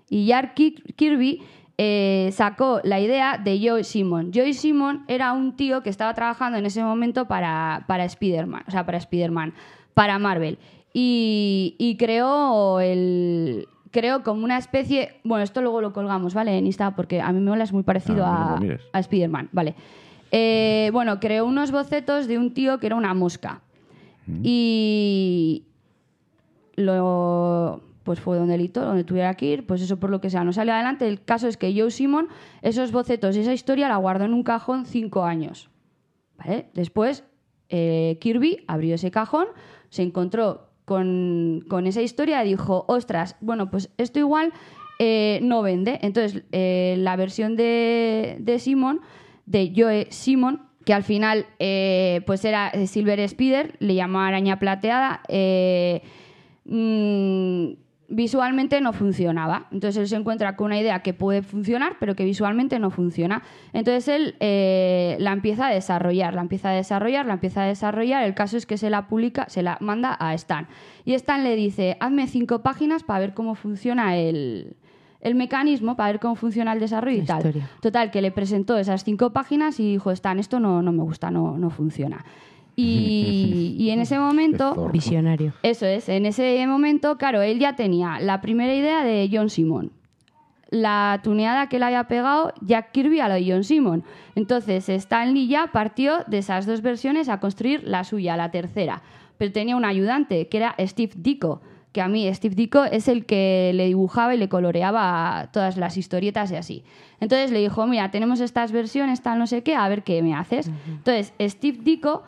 Speaker 2: Y Jack Ki- Kirby eh, sacó la idea de Joe Simon. Joe Simon era un tío que estaba trabajando en ese momento para, para Spider-Man, o sea, para Spider-Man, para Marvel. Y, y creó el. Creo como una especie. Bueno, esto luego lo colgamos, ¿vale? En Insta, porque a mí me mola, es muy parecido
Speaker 4: Ah, no
Speaker 2: a,
Speaker 4: lo mires.
Speaker 2: a Spider-Man, vale. Eh, bueno, creó unos bocetos de un tío que era una mosca.
Speaker 4: Mm.
Speaker 2: Y, lo pues fue donde el hito, donde tuviera que ir, pues eso por lo que sea, no salió adelante. El caso es que Joe Simon esos bocetos y esa historia la guardó en un cajón cinco años. ¿vale? Después eh, Kirby abrió ese cajón, se encontró con, con esa historia y dijo, ostras, bueno, pues esto igual eh, no vende. Entonces eh, la versión de, de Simon, de Joe Simon, que al final eh, pues era eh, Silver Spider, le llamaba araña plateada, eh, mm, visualmente no funcionaba. Entonces él se encuentra con una idea que puede funcionar, pero que visualmente no funciona. Entonces él eh, la empieza a desarrollar, la empieza a desarrollar, la empieza a desarrollar. El caso es que se la publica, se la manda a Stan. Y Stan le dice, hazme cinco páginas para ver cómo funciona el, el mecanismo, para ver cómo funciona el desarrollo y
Speaker 1: La
Speaker 2: tal.
Speaker 1: historia.
Speaker 2: Total, que le presentó esas cinco páginas y dijo, Stan, esto no, no me gusta, no, no funciona. Y, y en ese momento...
Speaker 4: zorro.
Speaker 1: Visionario.
Speaker 2: Eso es, en ese momento, claro, él ya tenía la primera idea de John Simon. La tuneada que le había pegado Jack Kirby a la de John Simon. Entonces, Stan Lee ya partió de esas dos versiones a construir la suya, la tercera. Pero tenía un ayudante, que era Steve Dico. Que a mí, Steve Dico es el que le dibujaba y le coloreaba todas las historietas y así. Entonces le dijo: Mira, tenemos estas versiones, tal, no sé qué, a ver qué me haces. Entonces, Steve Dico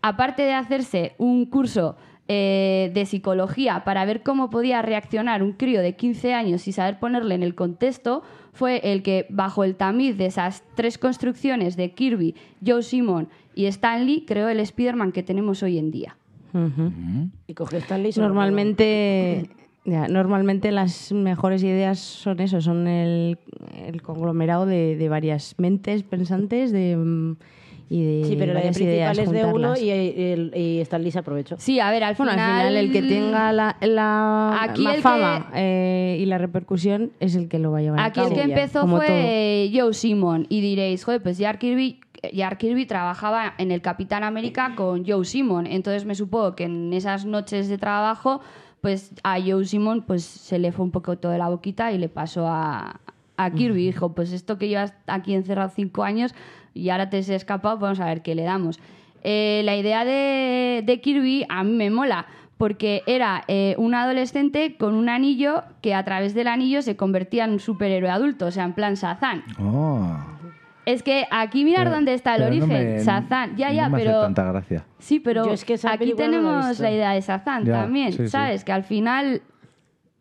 Speaker 2: aparte de hacerse un curso eh, de psicología para ver cómo podía reaccionar un crío de 15 años y saber ponerle en el contexto, fue el que, bajo el tamiz de esas tres construcciones de Kirby, Joe Simon y Stan Lee, creó el Spider-Man que tenemos hoy en día.
Speaker 1: Ujú.
Speaker 3: Y cogió Stanley y se lo
Speaker 1: Normalmente, ya, normalmente las mejores ideas son eso, son el, el conglomerado de, de varias mentes pensantes de, mm, y de
Speaker 3: robó. Sí, pero la de
Speaker 1: varias ideas
Speaker 3: principal es de uno
Speaker 1: juntarlas.
Speaker 3: y, el- y Stanley se aprovechó.
Speaker 2: Sí, a ver, al
Speaker 1: Bueno,
Speaker 2: final...
Speaker 1: al final el que tenga la, la
Speaker 2: Aquí
Speaker 1: más
Speaker 2: el que-
Speaker 1: fama eh, y la repercusión es el que lo va a llevar a
Speaker 2: Aquí el
Speaker 1: cabo.
Speaker 2: que empezó
Speaker 1: Como
Speaker 2: fue
Speaker 1: todo.
Speaker 2: eh, Joe Simon y diréis, joder, pues Jar Kirby, Jar Kirby trabajaba en el Capitán América con Joe Simon, entonces me supongo que en esas noches de trabajo, pues a Joe Simon pues se le fue un poco todo de la boquita y le pasó a, a Kirby, dijo, pues esto que llevas aquí encerrado cinco años y ahora te se ha escapado, vamos a ver qué le damos. Eh, la idea de, de Kirby a mí me mola, porque era eh, un adolescente con un anillo que a través del anillo se convertía en un superhéroe adulto, o sea, en plan Sazán.
Speaker 4: Oh.
Speaker 2: Es que aquí mirar
Speaker 4: Pero-
Speaker 2: dónde está el
Speaker 4: pero no
Speaker 2: origen,
Speaker 4: me-
Speaker 2: Sazán. Ya,
Speaker 4: no
Speaker 2: ya,
Speaker 4: me hace
Speaker 2: pero...
Speaker 4: tanta gracia.
Speaker 2: Sí, pero
Speaker 3: Yo es que esa
Speaker 2: aquí
Speaker 3: película no la he
Speaker 2: tenemos
Speaker 3: visto.
Speaker 2: la, idea de Sazán
Speaker 4: Ya,
Speaker 2: también,
Speaker 4: sí, sí.
Speaker 2: ¿sabes? Que al final,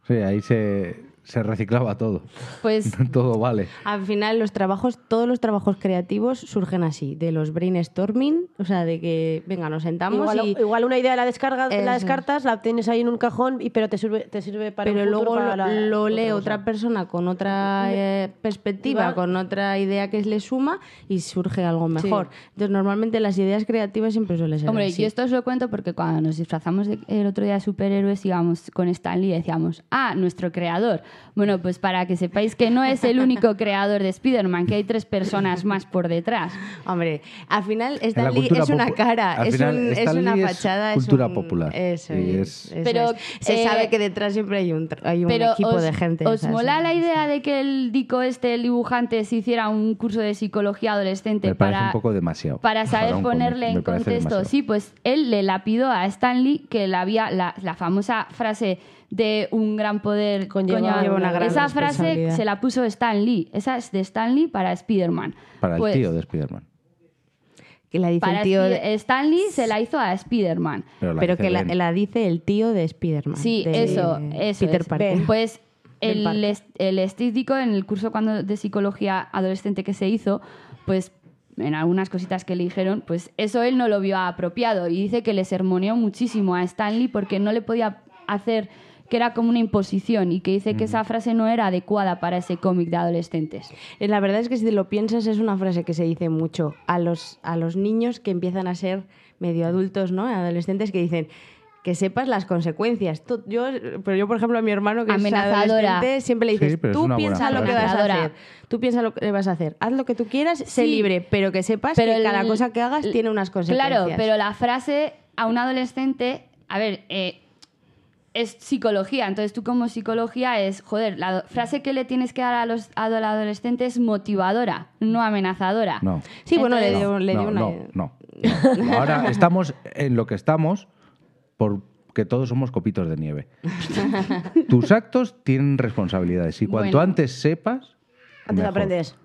Speaker 4: Sí, ahí se, se reciclaba todo. [laughs]
Speaker 2: pues...
Speaker 4: todo vale.
Speaker 1: Al final, los trabajos, todos los trabajos creativos surgen así, de los brainstorming, o sea, de que, venga, nos sentamos
Speaker 3: Igual,
Speaker 1: y...
Speaker 3: igual una idea la descarga,
Speaker 1: Eso
Speaker 3: la
Speaker 1: es.
Speaker 3: descartas, la tienes ahí en un cajón, y, pero te sirve, te sirve para
Speaker 1: pero
Speaker 3: un futuro,
Speaker 1: luego lo,
Speaker 3: para la-
Speaker 1: lo
Speaker 3: otra
Speaker 1: lee
Speaker 3: cosa.
Speaker 1: otra persona con otra eh, perspectiva,
Speaker 3: va-
Speaker 1: con otra idea que le suma y surge algo mejor. Entonces, normalmente las ideas creativas siempre suelen ser
Speaker 2: Hombre,
Speaker 1: así.
Speaker 2: yo esto os lo cuento porque cuando nos disfrazamos de- el otro día de superhéroes íbamos con Stanley y decíamos, ah, nuestro creador. Bueno, pues para que sepáis que no es el único [laughs] creador de Spider-Man, que hay tres personas más por detrás.
Speaker 1: Hombre, al final
Speaker 4: En la
Speaker 1: Stan Lee
Speaker 4: cultura
Speaker 1: es una
Speaker 4: popu-
Speaker 1: cara,
Speaker 4: al
Speaker 1: es,
Speaker 4: final,
Speaker 1: un- es
Speaker 4: Stan
Speaker 1: una
Speaker 4: Lee es
Speaker 1: fachada.
Speaker 4: cultura
Speaker 1: un-
Speaker 4: popular.
Speaker 1: Eso
Speaker 4: Y
Speaker 1: es,
Speaker 4: es-
Speaker 1: eso
Speaker 2: Pero,
Speaker 1: es. Se
Speaker 2: eh,
Speaker 1: sabe que detrás siempre hay un, tr- hay un
Speaker 2: Pero
Speaker 1: equipo
Speaker 2: os,
Speaker 1: de gente. o
Speaker 2: ¿Os
Speaker 1: sea,
Speaker 2: mola
Speaker 1: sí.
Speaker 2: la idea de que el dico este, el dibujante, se hiciera un curso de psicología adolescente
Speaker 4: Me parece
Speaker 2: para,
Speaker 4: un poco demasiado.
Speaker 2: para saber
Speaker 4: un cómic,
Speaker 2: ponerle
Speaker 4: me
Speaker 2: en
Speaker 4: parece
Speaker 2: contexto?
Speaker 4: demasiado.
Speaker 2: Sí, pues él le lapidó a Stanley que la había la, la famosa frase de un gran poder
Speaker 3: Conlleva una gran
Speaker 2: Esa frase
Speaker 1: responsabilidad.
Speaker 2: se la puso Stan Lee. Esa es de Stan Lee para Spider-Man.
Speaker 4: Para
Speaker 2: Pues,
Speaker 4: el tío de Spider-Man.
Speaker 1: Que la dice
Speaker 2: para
Speaker 1: el tío.
Speaker 2: Spi-
Speaker 1: de-
Speaker 2: Stan Lee se la hizo a Spider-Man.
Speaker 4: Pero, la
Speaker 1: pero
Speaker 4: dice
Speaker 1: que la,
Speaker 4: Ben.
Speaker 1: la dice el tío de Spider-Man.
Speaker 2: Sí,
Speaker 1: de
Speaker 2: eso, eso.
Speaker 1: Peter
Speaker 2: es.
Speaker 1: Parker.
Speaker 3: Ben.
Speaker 2: Pues
Speaker 3: Ben
Speaker 2: el,
Speaker 3: Parker.
Speaker 2: est- el Steve Ditko en el curso cuando de psicología adolescente que se hizo, pues en algunas cositas que le dijeron, pues eso él no lo vio apropiado y dice que le sermoneó muchísimo a Stanley porque no le podía hacer que era como una imposición y que dice
Speaker 1: Mm.
Speaker 2: que esa frase no era adecuada para ese cómic de adolescentes.
Speaker 1: Eh, La verdad es que si te lo piensas es una frase que se dice mucho a los, a los niños que empiezan a ser medio adultos, ¿no? Adolescentes que dicen que sepas las consecuencias. Tú- yo, pero yo, por ejemplo, a mi hermano que es
Speaker 2: Amenazadora.
Speaker 1: adolescente siempre le dices,
Speaker 4: Sí, pero es
Speaker 1: tú
Speaker 4: una buena
Speaker 1: piensa lo que
Speaker 2: frase.
Speaker 1: vas a
Speaker 2: Amenazadora.
Speaker 1: hacer. Tú piensa lo que vas a hacer. Haz lo que tú quieras, sé
Speaker 2: Sí,
Speaker 1: libre, pero que sepas
Speaker 2: pero
Speaker 1: que
Speaker 2: el-
Speaker 1: cada cosa que hagas
Speaker 2: l-
Speaker 1: tiene unas consecuencias.
Speaker 2: Claro, pero la frase a un adolescente, a ver, eh, es psicología. Entonces tú como psicología es, joder, la do- frase que le tienes que dar a los a la adolescente es motivadora, no amenazadora.
Speaker 4: No.
Speaker 1: Sí, bueno, le
Speaker 2: Entonces-
Speaker 1: dio, le
Speaker 4: no,
Speaker 1: dio una...
Speaker 4: no, no,
Speaker 1: [laughs]
Speaker 4: no. Ahora estamos en lo que estamos porque todos somos copitos
Speaker 1: [laughs]
Speaker 4: de nieve. Tus actos tienen responsabilidades y cuanto
Speaker 2: Bueno.
Speaker 4: antes sepas,
Speaker 3: Antes
Speaker 4: mejor.
Speaker 3: aprendes.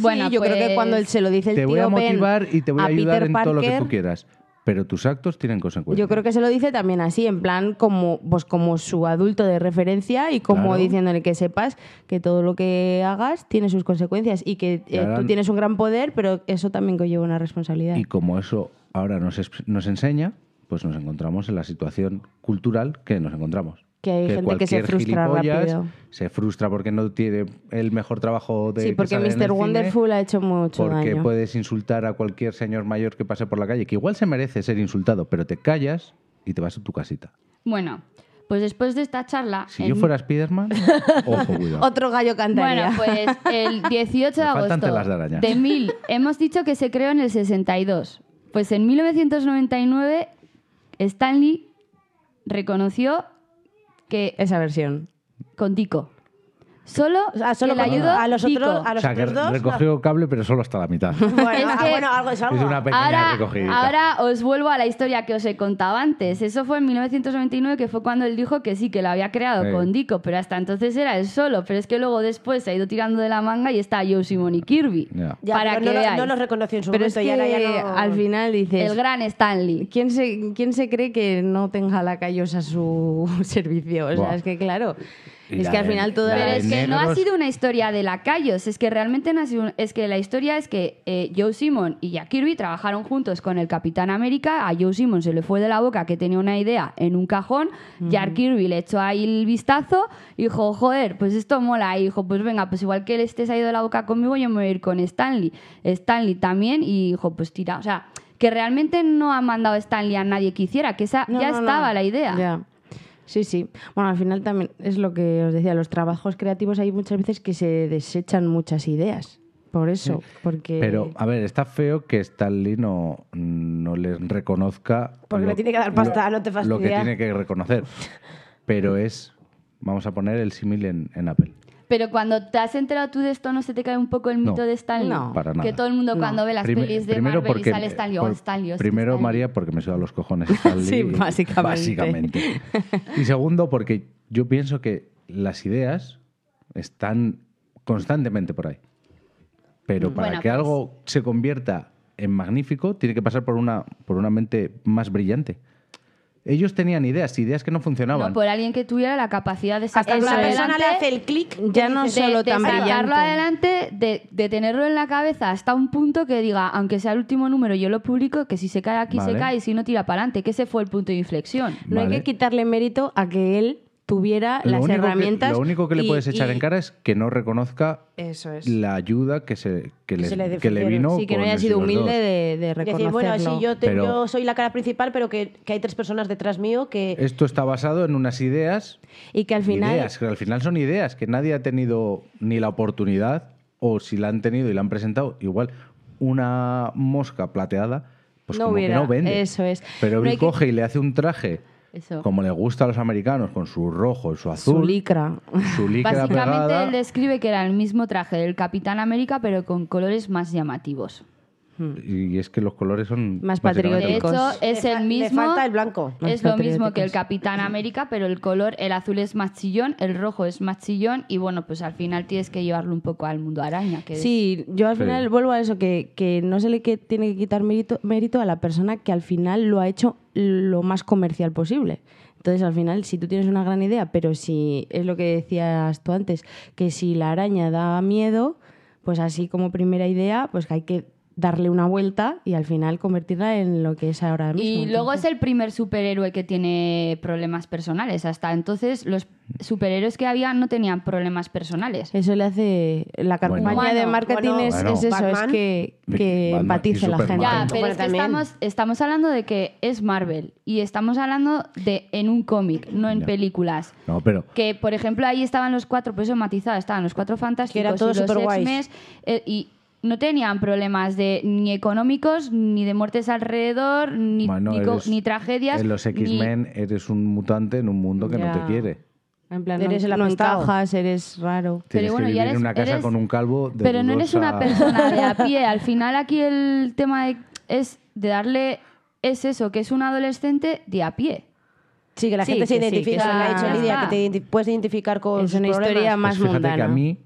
Speaker 1: Bueno,
Speaker 2: Bueno,
Speaker 1: yo creo que
Speaker 2: pues-
Speaker 1: cuando él se lo dice el
Speaker 4: Te
Speaker 1: tío
Speaker 4: voy a
Speaker 1: Ben
Speaker 4: motivar y te voy a, ayudar
Speaker 1: Peter
Speaker 4: en todo lo que
Speaker 1: Parker,
Speaker 4: tú quieras, pero tus actos tienen consecuencias.
Speaker 1: Yo creo que se lo dice también así, en plan como, pues como su adulto de referencia y como
Speaker 4: Claro.
Speaker 1: diciéndole que sepas que todo lo que hagas tiene sus consecuencias y que eh,
Speaker 4: Claro.
Speaker 1: tú tienes un gran poder, pero eso también conlleva una responsabilidad.
Speaker 4: Y como eso ahora nos, es- nos enseña, pues nos encontramos en la situación cultural que nos encontramos.
Speaker 1: Que hay gente que se
Speaker 4: cualquier
Speaker 1: frustra
Speaker 4: gilipollas
Speaker 1: rápido.
Speaker 4: Se frustra porque no tiene el mejor trabajo de
Speaker 1: sí,
Speaker 4: que
Speaker 1: porque
Speaker 4: sale en el
Speaker 1: Mr.
Speaker 4: cine,
Speaker 1: Wonderful ha hecho mucho
Speaker 4: Porque
Speaker 1: daño.
Speaker 4: puedes insultar a cualquier señor mayor que pase por la calle, que igual se merece ser insultado, pero te callas y te vas a tu casita.
Speaker 2: Bueno, pues después de esta charla...
Speaker 4: Si
Speaker 2: el-
Speaker 4: yo fuera
Speaker 1: [laughs]
Speaker 4: Spiderman, ojo, cuidado.
Speaker 1: Otro gallo cantaría.
Speaker 2: Bueno, pues el 18 de
Speaker 4: Me faltan
Speaker 2: agosto
Speaker 4: telas de araña.
Speaker 2: de mil, hemos dicho que se creó en el 62. Pues en 1999 Stanley reconoció que
Speaker 1: [laughs] Esa versión.
Speaker 2: con Dico. Solo,
Speaker 3: O sea, solo
Speaker 2: que le
Speaker 3: con-
Speaker 2: ayudó
Speaker 3: a los
Speaker 2: Dico.
Speaker 3: otros, a
Speaker 4: O
Speaker 3: los
Speaker 4: sea, que
Speaker 3: otros dos.
Speaker 4: recogió cable, pero solo hasta la
Speaker 1: [laughs]
Speaker 4: mitad.
Speaker 3: no. [laughs] Bueno,
Speaker 2: Es
Speaker 3: ah,
Speaker 2: que-
Speaker 3: bueno, algo es algo.
Speaker 4: Hizo una pequeña
Speaker 2: Ahora,
Speaker 4: recogidita.
Speaker 2: ahora os vuelvo a la historia que os he contado antes. Eso fue en 1999, que fue cuando él dijo que sí, que lo había creado
Speaker 4: Eh.
Speaker 2: con Dico, pero hasta entonces era él solo. Pero es que luego después se ha ido tirando de la manga y está Joe Simon y Kirby.
Speaker 4: Ya.
Speaker 3: Ya,
Speaker 2: para
Speaker 3: pero
Speaker 2: que
Speaker 3: no, lo-
Speaker 2: veáis.
Speaker 3: no los reconoció en su
Speaker 1: Pero es
Speaker 3: momento y
Speaker 1: que
Speaker 3: ahora ya no...
Speaker 1: al final dices...
Speaker 2: El gran Stanley.
Speaker 1: ¿Quién se, ¿Quién se cree que no tenga lacayos a su [laughs] servicio? O sea,
Speaker 4: Buah.
Speaker 1: es que claro,
Speaker 4: Y
Speaker 1: es
Speaker 4: la
Speaker 1: que al
Speaker 4: de-
Speaker 1: final todo
Speaker 4: la
Speaker 2: Pero
Speaker 4: de
Speaker 2: es que no ha
Speaker 4: negros-
Speaker 2: sido una historia de lacayos, es que realmente no ha sido. un- Es que la historia es que eh, Joe Simon y Jack Kirby trabajaron juntos con el Capitán América. A Joe Simon se le fue de la boca que tenía una idea en un cajón. Jack Kirby le echó ahí el vistazo y dijo: Joder, pues esto mola. Y dijo: Pues venga, pues igual que él esté se ha ido de la boca conmigo, yo me voy a ir con Stanley. Stanley también, y dijo: Pues tira. O sea, que realmente no ha mandado Stanley a nadie que hiciera, que esa
Speaker 1: No,
Speaker 2: ya
Speaker 1: no, no.
Speaker 2: estaba la idea.
Speaker 1: Ya. Sí, sí. Bueno, al final también es lo que os decía, los trabajos creativos hay muchas veces que se desechan muchas ideas. Por eso, porque...
Speaker 3: Eh,
Speaker 4: Pero, a ver, está feo que Stanley no, no les reconozca.
Speaker 3: Porque le tiene que dar pasta, no te
Speaker 4: Lo que
Speaker 3: fastidia.
Speaker 4: tiene que reconocer. Pero
Speaker 3: Mm.
Speaker 4: es. Vamos a poner el símil en, en Apple.
Speaker 2: Pero cuando te has enterado tú de esto, ¿no se te cae un poco el
Speaker 4: No,
Speaker 2: mito de Stanley?
Speaker 1: no.
Speaker 4: para nada.
Speaker 2: Que todo el mundo
Speaker 1: No.
Speaker 2: cuando ve las
Speaker 4: Prime-
Speaker 2: pelis de
Speaker 4: primero
Speaker 2: Marvel
Speaker 4: porque,
Speaker 2: y sale Stanley, oh,
Speaker 4: por-
Speaker 2: Stanley, hostia,
Speaker 4: primero
Speaker 2: Stanley.
Speaker 4: María porque me suda los cojones Stanley.
Speaker 1: Sí, básicamente.
Speaker 4: Básicamente. Y segundo porque yo pienso que las ideas están constantemente por ahí. Pero para
Speaker 2: Bueno,
Speaker 4: que
Speaker 2: pues.
Speaker 4: algo se convierta en magnífico tiene que pasar por una por una mente más brillante. Ellos tenían ideas, ideas que no funcionaban.
Speaker 2: No,
Speaker 1: pues,
Speaker 2: por alguien que tuviera la capacidad de
Speaker 3: Hasta que
Speaker 2: sacarlo
Speaker 3: una persona
Speaker 2: adelante,
Speaker 3: le hace el clic...
Speaker 1: ya no
Speaker 2: de-
Speaker 1: solo
Speaker 2: de
Speaker 1: tan
Speaker 2: sacarlo
Speaker 1: brillante.
Speaker 2: adelante, de, de tenerlo en la cabeza hasta un punto que diga, aunque sea el último número, yo lo publico, que si se cae aquí,
Speaker 4: Vale.
Speaker 2: se cae, y si no, tira para adelante. Que ese fue el punto de inflexión.
Speaker 1: No hay
Speaker 4: Vale.
Speaker 1: que quitarle mérito a que él tuviera
Speaker 4: Lo
Speaker 1: las
Speaker 4: único que-
Speaker 1: herramientas.
Speaker 4: lo único que le
Speaker 1: y-
Speaker 4: puedes echar
Speaker 1: y-
Speaker 4: en cara es que no reconozca
Speaker 1: Eso es.
Speaker 4: la ayuda que, se, que, le,
Speaker 3: se le
Speaker 4: que le
Speaker 3: ofrecieron.
Speaker 4: vino.
Speaker 1: sí, que no
Speaker 4: con
Speaker 1: haya
Speaker 4: el
Speaker 1: sido
Speaker 4: Cyber
Speaker 1: humilde
Speaker 4: 2.
Speaker 1: de, de
Speaker 3: Decir,
Speaker 1: reconocerlo.
Speaker 3: bueno, si yo, te-
Speaker 4: Pero-
Speaker 3: yo soy la cara principal, pero que, que hay tres personas detrás mío que...
Speaker 4: Esto está basado en unas ideas,
Speaker 1: y que al final...
Speaker 4: ideas, que al final son ideas que nadie ha tenido ni la oportunidad, o si la han tenido y la han presentado, igual una mosca plateada, pues
Speaker 1: No
Speaker 4: como
Speaker 1: hubiera,
Speaker 4: que no vende.
Speaker 1: eso es.
Speaker 4: Pero
Speaker 1: No
Speaker 4: él
Speaker 1: hay que-
Speaker 4: coge y le hace un traje,
Speaker 2: Eso.
Speaker 4: como le gusta a los americanos, con su rojo y su azul,
Speaker 1: Su licra. [laughs]
Speaker 4: su licra
Speaker 2: Básicamente
Speaker 4: pegada.
Speaker 2: él describe que era el mismo traje del Capitán América, pero con colores más llamativos.
Speaker 4: Y es que los colores son
Speaker 1: Más
Speaker 4: básicamente
Speaker 2: De
Speaker 1: patrióticos.
Speaker 2: hecho,
Speaker 1: Chicos.
Speaker 2: es
Speaker 3: Le fa-
Speaker 2: el mismo.
Speaker 3: Le falta el blanco.
Speaker 1: Más
Speaker 2: Es lo mismo
Speaker 1: patrióticos.
Speaker 2: que el Capitán América, pero el color, el azul es más chillón, el rojo es más chillón y bueno, pues al final tienes que llevarlo un poco al mundo araña. Que es-
Speaker 1: Sí, yo al
Speaker 4: Sí.
Speaker 1: final vuelvo a eso, que, que no se le que tiene que quitar mérito, mérito a la persona que al final lo ha hecho lo más comercial posible. Entonces, al final, si tú tienes una gran idea, pero si es lo que decías tú antes, que si la araña da miedo, pues así como primera idea, pues que hay que darle una vuelta y al final convertirla en lo que es ahora mismo.
Speaker 2: Y luego
Speaker 1: Entonces,
Speaker 2: es el primer superhéroe que tiene problemas personales. Hasta entonces los superhéroes que había no tenían problemas personales.
Speaker 1: Eso le hace... La
Speaker 4: Bueno.
Speaker 1: campaña de
Speaker 2: Bueno,
Speaker 1: marketing
Speaker 3: bueno,
Speaker 1: es,
Speaker 4: Bueno.
Speaker 1: es eso,
Speaker 3: Batman.
Speaker 1: es que, que
Speaker 4: Batman y
Speaker 1: empatice la gente.
Speaker 4: Superman.
Speaker 2: Ya,
Speaker 4: Bueno,
Speaker 2: pero es que
Speaker 3: también.
Speaker 2: estamos, estamos hablando de que es Marvel y estamos hablando de en un cómic, no en
Speaker 4: Ya.
Speaker 2: películas.
Speaker 4: No, pero
Speaker 2: Que, por ejemplo, ahí estaban los cuatro, pues eso matizado, estaban los cuatro fantásticos
Speaker 3: Que eran todos
Speaker 2: y los
Speaker 3: superguays.
Speaker 2: X-Men, eh, y no tenían problemas de ni económicos, ni de muertes alrededor, ni,
Speaker 4: Bueno,
Speaker 2: ni, co-
Speaker 4: eres-
Speaker 2: ni tragedias.
Speaker 4: En los
Speaker 2: ni-
Speaker 4: X-Men eres un mutante en un mundo que no
Speaker 1: Ya.
Speaker 4: te quiere.
Speaker 1: En plan,
Speaker 3: Eres
Speaker 1: no,
Speaker 3: el
Speaker 1: no
Speaker 3: apestado.
Speaker 1: encajas, eres raro.
Speaker 2: Pero
Speaker 4: Tienes
Speaker 2: bueno,
Speaker 4: que
Speaker 2: ya
Speaker 4: vivir
Speaker 2: eres-
Speaker 4: en una casa
Speaker 2: eres-
Speaker 4: con un calvo de
Speaker 2: Pero no eres una
Speaker 4: dudosa- [laughs]
Speaker 2: persona de a pie. Al final aquí el tema de- es de darle... Es eso, que es un adolescente de a pie.
Speaker 3: Sí, que la
Speaker 1: Sí,
Speaker 3: gente se
Speaker 1: que sí,
Speaker 3: identifica.
Speaker 1: que
Speaker 3: lo que ha
Speaker 1: está-
Speaker 3: dicho Lidia,
Speaker 2: Ya
Speaker 3: que
Speaker 2: está.
Speaker 3: te identi- puedes identificar con
Speaker 1: Es
Speaker 3: sus
Speaker 1: una
Speaker 3: problemas.
Speaker 1: historia más
Speaker 4: Pues fíjate
Speaker 1: mundana.
Speaker 4: que a mí,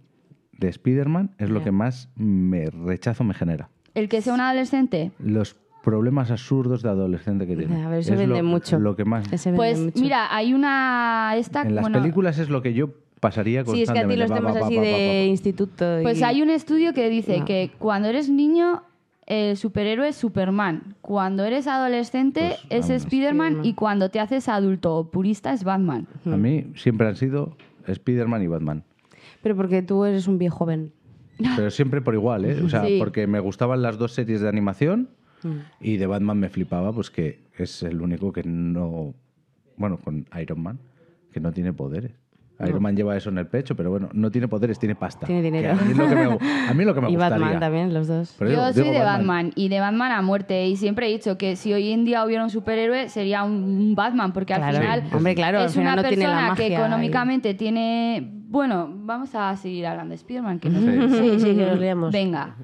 Speaker 4: de Spider-Man, es lo que más me rechazo me genera.
Speaker 2: El que sea un adolescente
Speaker 4: Los problemas absurdos de adolescente que tiene.
Speaker 1: Ya, a ver, eso
Speaker 4: Es
Speaker 1: vende
Speaker 4: lo,
Speaker 1: mucho.
Speaker 4: Lo que más...
Speaker 1: Ese vende
Speaker 2: Pues
Speaker 1: mucho.
Speaker 2: mira, hay una esta
Speaker 4: En las
Speaker 2: bueno,
Speaker 4: películas es lo que yo pasaría
Speaker 1: Sí, es que a
Speaker 4: constantemente.
Speaker 1: ti los
Speaker 4: Va,
Speaker 1: temas
Speaker 4: va, va,
Speaker 1: así
Speaker 4: va, va,
Speaker 1: de
Speaker 4: va.
Speaker 1: instituto. y-
Speaker 2: Pues hay un estudio que dice
Speaker 1: No.
Speaker 2: que cuando eres niño el superhéroe es Superman, cuando eres adolescente
Speaker 4: Pues,
Speaker 2: es
Speaker 4: vámonos.
Speaker 2: Spiderman y cuando te haces adulto o purista es Batman.
Speaker 4: A mí siempre han sido Spider-Man y Batman.
Speaker 1: Pero porque tú eres un viejo joven. [laughs]
Speaker 4: Pero siempre por igual, ¿eh? O sea,
Speaker 2: Sí.
Speaker 4: porque me gustaban las dos series de animación
Speaker 1: Mm.
Speaker 4: y de Batman me flipaba, pues que es el único que no. Bueno, con Iron Man, que no tiene poderes. Iron Man lleva eso en el pecho, pero bueno, no tiene poderes, tiene pasta.
Speaker 1: Tiene dinero.
Speaker 4: Que A mí es lo que me,
Speaker 1: [laughs]
Speaker 4: gu- a mí es lo que me
Speaker 1: y
Speaker 4: gustaría.
Speaker 1: Batman también, los dos.
Speaker 4: Pero
Speaker 2: Yo
Speaker 4: digo-
Speaker 2: soy
Speaker 4: digo
Speaker 2: de Batman. y de Batman a muerte y siempre he dicho que si hoy en día hubiera un superhéroe sería un- un Batman porque al
Speaker 1: Claro.
Speaker 2: final
Speaker 4: Sí.
Speaker 1: Hombre, claro, al
Speaker 2: es
Speaker 1: final
Speaker 2: una
Speaker 1: no tiene la
Speaker 2: persona
Speaker 1: magia.
Speaker 2: que
Speaker 1: y-
Speaker 2: económicamente tiene bueno, vamos a seguir hablando de Spiderman que no
Speaker 4: Sí.
Speaker 1: [laughs]
Speaker 3: Sí, sí,
Speaker 2: [laughs]
Speaker 3: que nos liamos.
Speaker 2: Venga.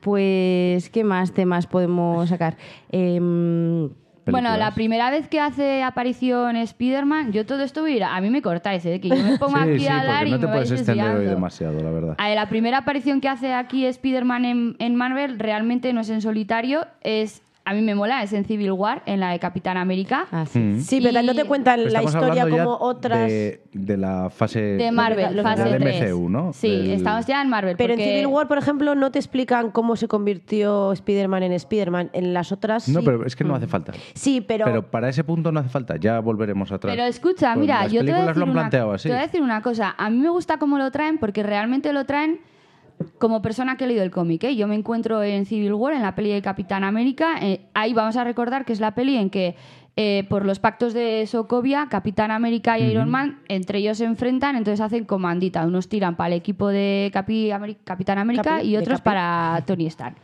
Speaker 1: Pues, ¿qué más temas podemos sacar? Em,
Speaker 2: Bueno, la
Speaker 4: Películas.
Speaker 2: primera vez que hace aparición Spider-Man, yo todo esto voy a ir. A mí me cortáis, ¿eh? Que yo me pongo
Speaker 4: [laughs] Sí,
Speaker 2: aquí
Speaker 4: sí,
Speaker 2: a
Speaker 4: porque
Speaker 2: hablar
Speaker 4: no
Speaker 2: y
Speaker 4: te
Speaker 2: me
Speaker 4: puedes
Speaker 2: vais
Speaker 4: extender hoy
Speaker 2: desviando.
Speaker 4: demasiado, la verdad.
Speaker 2: A ver, la primera aparición que hace aquí Spider-Man en, en Marvel realmente no es en solitario, es. A mí me mola, es en Civil War, en la de Capitán América.
Speaker 1: ah, sí.
Speaker 4: Mm.
Speaker 3: Sí, pero
Speaker 2: Y-
Speaker 3: no te cuentan la
Speaker 4: Pues Estamos hablando
Speaker 3: historia
Speaker 4: ya
Speaker 3: como otras.
Speaker 4: De, de la fase.
Speaker 2: De Marvel,
Speaker 3: los-
Speaker 2: fase
Speaker 4: del
Speaker 2: 3.
Speaker 4: MCU, ¿no?
Speaker 2: Sí,
Speaker 4: Del-
Speaker 2: estamos ya en Marvel.
Speaker 3: Pero
Speaker 2: porque-
Speaker 3: en Civil War, por ejemplo, no te explican cómo se convirtió Spider-Man en Spider-Man. En las otras.
Speaker 4: No,
Speaker 3: sí.
Speaker 4: pero es que no hace falta.
Speaker 3: Sí, pero.
Speaker 4: Pero para ese punto no hace falta, ya volveremos atrás.
Speaker 2: Pero escucha,
Speaker 4: Con
Speaker 2: mira,
Speaker 4: las
Speaker 2: yo te voy, a
Speaker 4: películas
Speaker 2: decir
Speaker 4: lo han
Speaker 2: una-
Speaker 4: planteado así.
Speaker 2: te voy a decir una cosa. A mí me gusta cómo lo traen porque realmente lo traen como persona que he leído el cómic. ¿eh? Yo me encuentro en Civil War, en la peli de Capitán América. eh, ahí vamos a recordar que es la peli en que eh, por los pactos de Sokovia, Capitán América y Iron Man, entre ellos se enfrentan, entonces hacen comandita. Unos tiran para el equipo de Capi- Ameri- Capitán América
Speaker 3: Capi,
Speaker 2: y
Speaker 3: de
Speaker 2: otros
Speaker 3: Capi.
Speaker 2: para Tony Stark.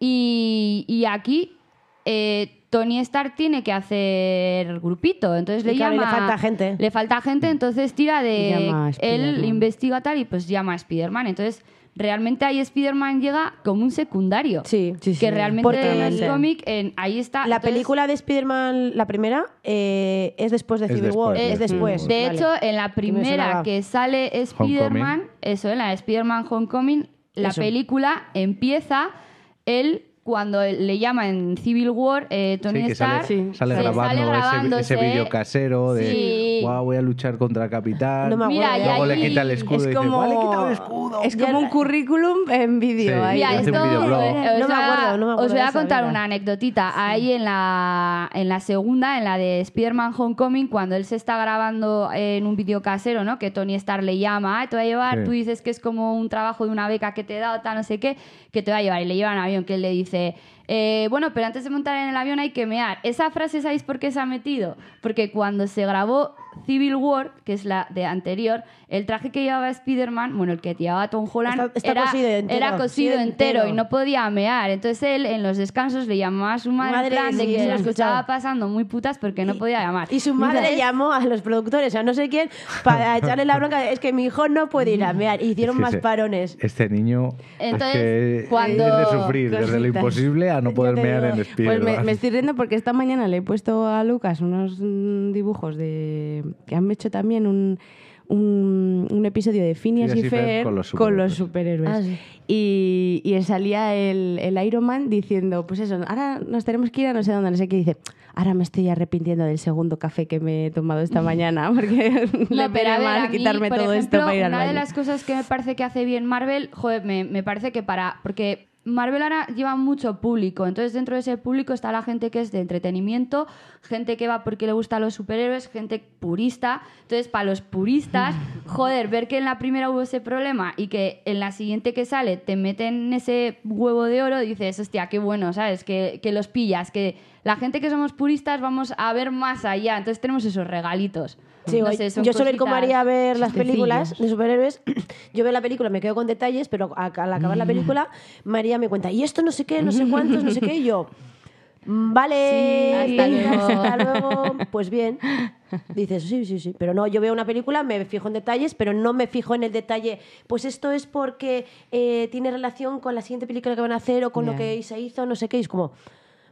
Speaker 2: Y, y aquí eh, Tony Stark tiene que hacer grupito. Entonces le
Speaker 3: Y claro, y le
Speaker 2: llama.
Speaker 3: falta gente.
Speaker 2: Le falta gente, entonces tira
Speaker 1: Y llama a
Speaker 2: de. Él
Speaker 1: Spiderman.
Speaker 2: investiga tal y pues llama a Spider-Man. Entonces realmente ahí Spider-Man llega como un secundario.
Speaker 3: Sí.
Speaker 1: Sí, sí.
Speaker 2: Que realmente
Speaker 3: Porque
Speaker 2: el
Speaker 1: totalmente.
Speaker 2: cómic, en- ahí está.
Speaker 1: Ah,
Speaker 3: La
Speaker 2: Entonces,
Speaker 3: película de Spider-Man, la primera, eh, es después de
Speaker 4: Es
Speaker 3: Civil
Speaker 4: después
Speaker 3: War.
Speaker 4: de
Speaker 3: Es
Speaker 4: Civil
Speaker 3: después.
Speaker 4: War.
Speaker 2: De
Speaker 3: Vale.
Speaker 2: hecho, en la
Speaker 3: me
Speaker 2: primera
Speaker 3: sonaba.
Speaker 2: que sale Spider-Man, eso, en la de Spider-Man Homecoming, la
Speaker 3: Eso.
Speaker 2: película empieza él cuando le llama en Civil War, eh, Tony
Speaker 4: Sí, que
Speaker 2: Stark
Speaker 4: sale,
Speaker 1: Sí.
Speaker 4: sale
Speaker 2: se
Speaker 4: grabando ese-
Speaker 2: grabándose.
Speaker 4: ese, vídeo casero de
Speaker 2: Sí.
Speaker 4: "Guau, voy a luchar contra Capitán.
Speaker 3: No me acuerdo.
Speaker 2: Mira, y
Speaker 4: Luego le
Speaker 2: ahí
Speaker 4: quita el escudo y
Speaker 1: Es
Speaker 4: dice, "Guau, le he quitado
Speaker 1: como,
Speaker 4: el escudo.
Speaker 1: es como un currículum en vídeo.
Speaker 4: Sí.
Speaker 1: ahí.
Speaker 2: Mira,
Speaker 4: hace un
Speaker 2: esto
Speaker 4: videoblog.
Speaker 2: os- os
Speaker 3: No me
Speaker 2: voy a-
Speaker 3: acuerdo, no me acuerdo
Speaker 2: Os voy
Speaker 3: de
Speaker 2: a
Speaker 3: esa
Speaker 2: contar
Speaker 3: vida.
Speaker 2: una anecdotita. Ahí en la, en la segunda, en la de Spider-Man Homecoming, cuando él se está grabando en un vídeo casero, ¿no? Que Tony Stark le llama, "Ah, te va a llevar,
Speaker 4: Sí.
Speaker 2: tú dices que es como un trabajo de una beca que te he dado, tal, no sé qué, que te va a llevar. Y le llevan avión, que él le dice... eh, bueno, pero antes de montar en el avión hay que mear. Esa frase, ¿sabéis por qué se ha metido? Porque cuando se grabó Civil War, que es la de anterior, el traje que llevaba Spider-Man, bueno, el que llevaba Tom Holland,
Speaker 3: Está- está
Speaker 2: era,
Speaker 3: cosido entero,
Speaker 2: era cosido
Speaker 3: sí,
Speaker 2: entero,
Speaker 3: entero.
Speaker 2: y no podía mear. Entonces él en los descansos le llamaba a su madre, en
Speaker 3: Madre,
Speaker 2: plan de
Speaker 3: sí,
Speaker 2: que
Speaker 3: eso
Speaker 2: se
Speaker 3: lo he
Speaker 2: las
Speaker 3: escuchado.
Speaker 2: estaba pasando muy putas porque no podía llamar.
Speaker 3: Y su madre
Speaker 2: Entonces,
Speaker 3: llamó a los productores, a no sé quién,
Speaker 4: [laughs]
Speaker 3: para echarle la bronca. de, Es que mi hijo no puede ir a mear. Y hicieron
Speaker 4: Es que
Speaker 3: más
Speaker 4: se-
Speaker 3: parones.
Speaker 4: Este niño
Speaker 2: Entonces,
Speaker 4: es que
Speaker 2: cuando-
Speaker 4: es de sufrir, desde lo
Speaker 1: Cositas.
Speaker 4: imposible a no poder
Speaker 3: te
Speaker 4: mear
Speaker 3: digo.
Speaker 4: en
Speaker 1: Pues
Speaker 4: Spiderman.
Speaker 1: me, me estoy riendo porque esta mañana le he puesto a Lucas unos mm, dibujos de que han hecho también un, un, un episodio de Phineas y Fer con los superhéroes.
Speaker 3: Ah, sí.
Speaker 1: y, y él salía el, el Iron Man diciendo, pues eso, ahora nos tenemos que ir a no sé dónde, no sé qué. Y dice, ahora me estoy arrepintiendo del segundo café que me he tomado
Speaker 2: [laughs]
Speaker 1: esta mañana porque [laughs]
Speaker 2: no,
Speaker 1: le
Speaker 2: pero a
Speaker 1: pena
Speaker 2: ver, a
Speaker 1: mal
Speaker 2: mí,
Speaker 1: quitarme
Speaker 2: por
Speaker 1: todo esto
Speaker 2: ejemplo,
Speaker 1: para ir al
Speaker 2: Una
Speaker 1: baño.
Speaker 2: de las cosas que me parece que hace bien Marvel, joder, me, me parece que para. Porque Marvel ahora lleva mucho público, entonces dentro de ese público está la gente que es de entretenimiento, gente que va porque le gustan los superhéroes, gente purista. Entonces, para los puristas, joder, ver que en la primera hubo ese problema y que en la siguiente que sale te meten ese huevo de oro, dices, hostia, qué bueno, ¿sabes? Que, que los pillas, que la gente que somos puristas vamos a ver más allá, entonces tenemos esos regalitos.
Speaker 3: Sí,
Speaker 2: No
Speaker 3: oye,
Speaker 2: sé, son
Speaker 3: yo suelo ir con
Speaker 2: cositas.
Speaker 3: María a ver las
Speaker 1: chistecillos.
Speaker 3: películas de superhéroes. [clears throat] Yo veo la película, me quedo con detalles, pero a- al acabar la película, María me cuenta, y esto no sé qué, no sé cuántos, no sé qué, y yo. "Mm, Vale,
Speaker 2: Sí, hasta
Speaker 3: venga,
Speaker 2: luego".
Speaker 3: [laughs] hasta luego. Pues bien. Dices, sí, sí, sí. Pero no, yo veo una película, me fijo en detalles, pero no me fijo en el detalle. Pues esto es porque eh, tiene relación con la siguiente película que van a hacer o con
Speaker 1: Ya.
Speaker 3: lo que se hizo, no sé qué. Y es como,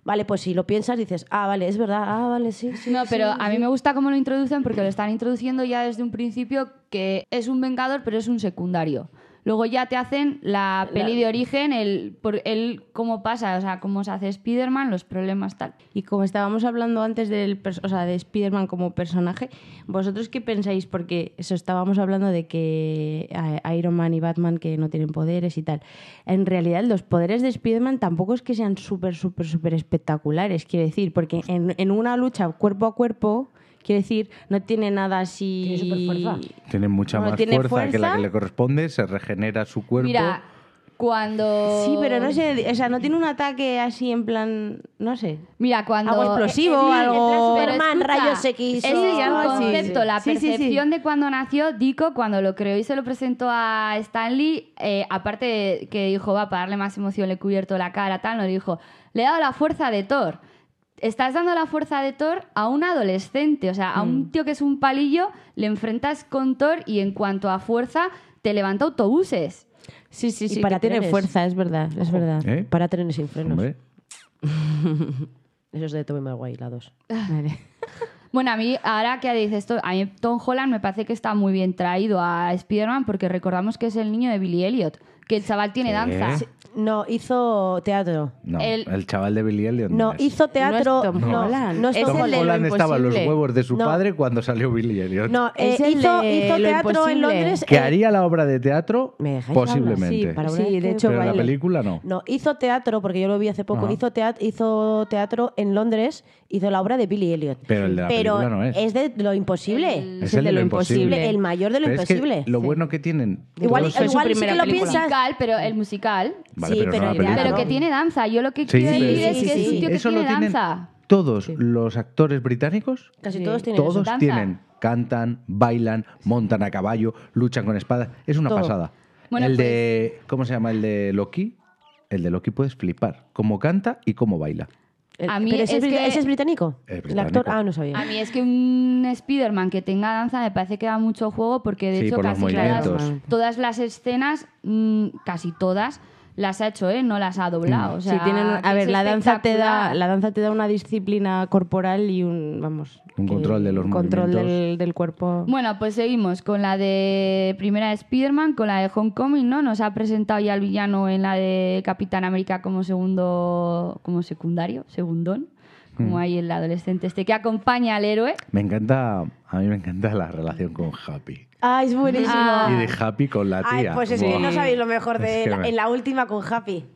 Speaker 3: vale, pues si lo piensas, dices, ah, vale, es verdad, ah, vale, sí, sí.
Speaker 2: No,
Speaker 3: sí,
Speaker 2: pero a
Speaker 3: sí".
Speaker 2: mí me gusta cómo lo introducen porque lo están introduciendo ya desde un principio que es un vengador, pero es un secundario. Luego ya te hacen la peli de origen, el, por, el cómo pasa, o sea, cómo se hace Spider-Man, los problemas tal.
Speaker 1: Y como estábamos hablando antes del, pers- o sea, de Spider-Man como personaje, ¿vosotros qué pensáis? Porque eso estábamos hablando de que eh, Iron Man y Batman que no tienen poderes y tal. En realidad los poderes de Spider-Man tampoco es que sean súper, súper, súper espectaculares, quiero decir, porque en, en una lucha cuerpo a cuerpo, quiero decir, no tiene nada así...
Speaker 3: Tiene superfuerza.
Speaker 4: Tiene mucha
Speaker 1: Bueno,
Speaker 4: más
Speaker 1: tiene
Speaker 4: fuerza, que la
Speaker 1: fuerza.
Speaker 4: que le corresponde, se regenera su cuerpo.
Speaker 2: Mira, cuando...
Speaker 1: Sí, pero no sé, o sea, no tiene un ataque así en plan, no sé.
Speaker 2: Mira, cuando...
Speaker 1: Algo explosivo,
Speaker 2: Sí, en plan
Speaker 1: algo-
Speaker 2: Superman,
Speaker 3: Pero escucha,
Speaker 2: rayos X.
Speaker 3: ese
Speaker 2: Ese es el
Speaker 3: algo así.
Speaker 2: concepto, la
Speaker 1: Sí, sí, sí.
Speaker 2: percepción de cuando nació Dico, cuando lo creó y se lo presentó a Stanley, eh, aparte de que dijo, va, para darle más emoción le he cubierto la cara, tal, no dijo, le he dado la fuerza de Thor. Estás dando la fuerza de Thor a un adolescente, o sea, a un tío que es un palillo, le enfrentas con Thor y en cuanto a fuerza, te levanta autobuses.
Speaker 1: Sí, sí,
Speaker 3: Y
Speaker 1: sí,
Speaker 3: para
Speaker 1: que tiene
Speaker 3: trenes.
Speaker 1: fuerza, es verdad, es verdad.
Speaker 4: ¿Eh?
Speaker 3: Para trenes sin frenos.
Speaker 4: Hombre,
Speaker 3: Eso es de Tobey Maguire, la 2.
Speaker 1: Vale.
Speaker 2: Bueno, a mí, ahora que dices esto, a mí Tom Holland me parece que está muy bien traído a Spider-Man porque recordamos que es el niño de Billy Elliot, que el chaval tiene
Speaker 4: Sí.
Speaker 2: danza.
Speaker 4: Sí.
Speaker 3: No, hizo teatro.
Speaker 4: no, el...
Speaker 2: El-
Speaker 4: chaval de Billy Elliot.
Speaker 3: No,
Speaker 4: es.
Speaker 3: hizo
Speaker 1: No
Speaker 3: teatro.
Speaker 1: es Tom
Speaker 3: no,
Speaker 1: Holland.
Speaker 3: no es
Speaker 1: Es
Speaker 3: Tom
Speaker 4: Tom
Speaker 1: el de lo
Speaker 3: Holland.
Speaker 4: Holland estaba a los
Speaker 1: imposible.
Speaker 4: huevos de su
Speaker 3: No.
Speaker 4: padre cuando salió Billy Elliot.
Speaker 3: No, eh,
Speaker 1: Es el
Speaker 3: hizo,
Speaker 1: de
Speaker 3: hizo
Speaker 1: Lo
Speaker 3: teatro en
Speaker 1: Imposible.
Speaker 3: Londres.
Speaker 4: que
Speaker 3: eh,
Speaker 4: haría la obra de teatro,
Speaker 3: ¿Me dejáis hablar?
Speaker 4: posiblemente.
Speaker 3: Sí, para una
Speaker 1: Sí,
Speaker 3: vez
Speaker 1: de
Speaker 3: que-
Speaker 1: hecho,
Speaker 4: pero la
Speaker 1: baile.
Speaker 4: película no.
Speaker 3: No, hizo teatro, porque yo lo vi hace poco,
Speaker 4: Ajá.
Speaker 3: hizo, teatro, hizo teatro en Londres, hizo la obra de Billy Elliot.
Speaker 4: Pero el de la
Speaker 3: Pero
Speaker 4: película no es.
Speaker 3: de lo imposible.
Speaker 4: Es
Speaker 1: el
Speaker 4: el de lo imposible.
Speaker 3: El mayor de lo
Speaker 4: Pero es que
Speaker 3: imposible.
Speaker 4: lo bueno que tienen.
Speaker 3: Igual,
Speaker 4: todos
Speaker 1: Fue su
Speaker 3: igual sí
Speaker 1: primera
Speaker 3: que lo
Speaker 1: película.
Speaker 3: piensas.
Speaker 2: musical, pero el musical.
Speaker 4: Vale,
Speaker 3: sí,
Speaker 4: pero,
Speaker 3: pero
Speaker 4: no la
Speaker 3: en realidad
Speaker 4: película.
Speaker 2: Pero que tiene danza. Yo lo que quiero decir
Speaker 3: sí,
Speaker 2: es
Speaker 3: sí,
Speaker 2: que es
Speaker 3: sí.
Speaker 2: un tío que
Speaker 4: Eso
Speaker 2: tiene
Speaker 4: lo tienen
Speaker 2: danza.
Speaker 4: todos los actores británicos.
Speaker 3: Casi
Speaker 1: Sí.
Speaker 3: todos tienen
Speaker 4: Todos
Speaker 3: eso.
Speaker 2: danza.
Speaker 4: tienen, cantan, bailan, montan a caballo, luchan con espadas. Es una
Speaker 3: Todo.
Speaker 4: pasada.
Speaker 2: Bueno,
Speaker 4: el de, ¿cómo se llama? El de Loki. El de Loki puedes flipar. Cómo canta y cómo baila.
Speaker 3: El-
Speaker 2: A mí
Speaker 3: Eh, pero ese,
Speaker 2: es
Speaker 3: bri-
Speaker 2: que-
Speaker 3: ese es británico?
Speaker 4: Es
Speaker 3: El actor,
Speaker 4: británico.
Speaker 3: ah, no sabía.
Speaker 2: A mí es que un Spider-Man que tenga danza me parece que da mucho juego porque de
Speaker 4: Sí,
Speaker 2: hecho
Speaker 4: por los
Speaker 2: casi todas,
Speaker 4: movimientos.
Speaker 2: todas las escenas, mm, casi todas, las ha hecho, ¿eh? No las ha
Speaker 4: Mm.
Speaker 2: doblado. O sea,
Speaker 1: Sí, tienen-
Speaker 2: que
Speaker 1: a
Speaker 2: es
Speaker 1: ver, la danza te da,
Speaker 2: espectacular.
Speaker 1: la danza te da una disciplina corporal y un, vamos,
Speaker 4: Un control de los
Speaker 1: un control
Speaker 4: movimientos.
Speaker 1: del, del cuerpo.
Speaker 2: Bueno, pues seguimos con la de primera de Spider-Man, con la de Homecoming, ¿no? Nos ha presentado ya el villano en la de Capitán América como segundo, como secundario, segundón, como ahí el adolescente este que acompaña al héroe.
Speaker 4: Me encanta, a mí me encanta la relación con Happy.
Speaker 3: Ay, es buenísimo.
Speaker 4: Y de Happy con la tía.
Speaker 3: Ah. Ay, pues es
Speaker 4: como-
Speaker 3: que no sabéis lo mejor de
Speaker 4: Ah. Es que
Speaker 3: la-
Speaker 4: me-
Speaker 3: en la última con Happy.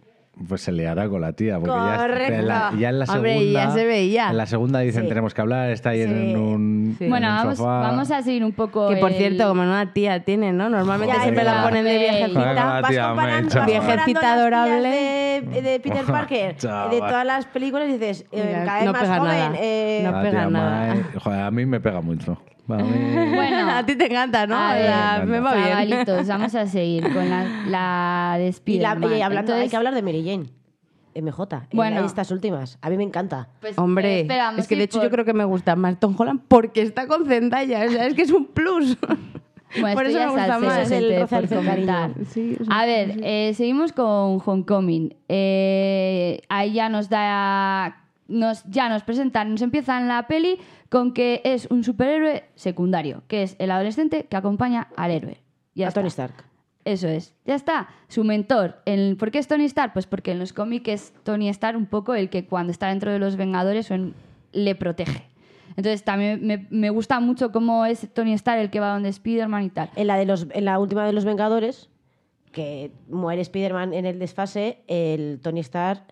Speaker 4: Pues se liará con la tía. Porque ya-
Speaker 3: Correcto.
Speaker 4: en la- Ya, en la segunda.
Speaker 1: Hombre, ya se veía.
Speaker 4: En la segunda dicen
Speaker 3: Sí.
Speaker 4: tenemos que hablar, está ahí
Speaker 3: Sí.
Speaker 4: en un.
Speaker 1: Sí.
Speaker 4: en
Speaker 2: Bueno,
Speaker 4: un
Speaker 2: vamos,
Speaker 4: sofá.
Speaker 2: vamos a seguir un poco.
Speaker 1: que por
Speaker 2: el-
Speaker 1: cierto, como una tía tiene, ¿no? Normalmente
Speaker 3: Ya,
Speaker 1: siempre
Speaker 4: es
Speaker 1: la
Speaker 4: verdad.
Speaker 1: ponen de
Speaker 4: Joder, con
Speaker 1: viejecita.
Speaker 4: la
Speaker 3: Vas
Speaker 4: tía, hombre,
Speaker 3: comparando, vas
Speaker 4: chaval.
Speaker 3: comparando
Speaker 1: Viejecita
Speaker 3: las tías
Speaker 1: adorable.
Speaker 3: De, de Peter Parker, eh,
Speaker 4: Chaval.
Speaker 3: de todas las películas, y dices, eh,
Speaker 1: Mira,
Speaker 3: cada vez
Speaker 1: no
Speaker 3: más
Speaker 1: pega
Speaker 3: joven.
Speaker 1: nada.
Speaker 3: eh,
Speaker 1: No.
Speaker 4: La
Speaker 1: pega
Speaker 4: tía
Speaker 1: nada.
Speaker 4: Mai- joder, a mí me pega mucho. A mí-
Speaker 2: [laughs] Bueno,
Speaker 1: [laughs] a ti te encanta, ¿no?
Speaker 2: A ver,
Speaker 1: La-
Speaker 4: me
Speaker 1: Ah, me va bien. [laughs]
Speaker 2: Chavalitos, vamos a seguir con la, la de
Speaker 3: y, la-
Speaker 2: Spider-Man.
Speaker 3: y hablando, hay
Speaker 2: Entonces,
Speaker 3: que hablar de Mary Jane. MJ,
Speaker 2: Bueno.
Speaker 3: bueno. en estas últimas. A mí me encanta.
Speaker 2: pues,
Speaker 1: Hombre,
Speaker 2: espera, vamos
Speaker 1: es que
Speaker 2: a
Speaker 1: de
Speaker 2: ir
Speaker 1: hecho
Speaker 2: por-
Speaker 1: yo creo que me gusta más Tom Holland porque está con Zendaya, o sea, es que es un [laughs] plus.
Speaker 2: Bueno,
Speaker 1: por
Speaker 2: esto
Speaker 1: eso
Speaker 2: ya
Speaker 1: me gusta
Speaker 2: salseo,
Speaker 1: más.
Speaker 3: Ese es el
Speaker 2: gente,
Speaker 3: roce
Speaker 2: por
Speaker 3: del cariño.
Speaker 2: comentar.
Speaker 1: Sí, es
Speaker 2: A ver, eh, seguimos con Homecoming. Eh, ahí ya nos da. Nos, ya nos presentan, nos empiezan la peli con que es un superhéroe secundario, que es el adolescente que acompaña al héroe. Ya
Speaker 3: a Tony
Speaker 2: está.
Speaker 3: Stark.
Speaker 2: Eso es, ya está. Su mentor. En- ¿Por qué es Tony Stark? Pues porque en los cómics es Tony Stark un poco el que cuando está dentro de los Vengadores o en- le protege. Entonces también me, me gusta mucho cómo es Tony Stark el que va donde Spider-Man y tal.
Speaker 3: En la, de los, en la última de los Vengadores, que muere Spider-Man en el desfase, el Tony Stark.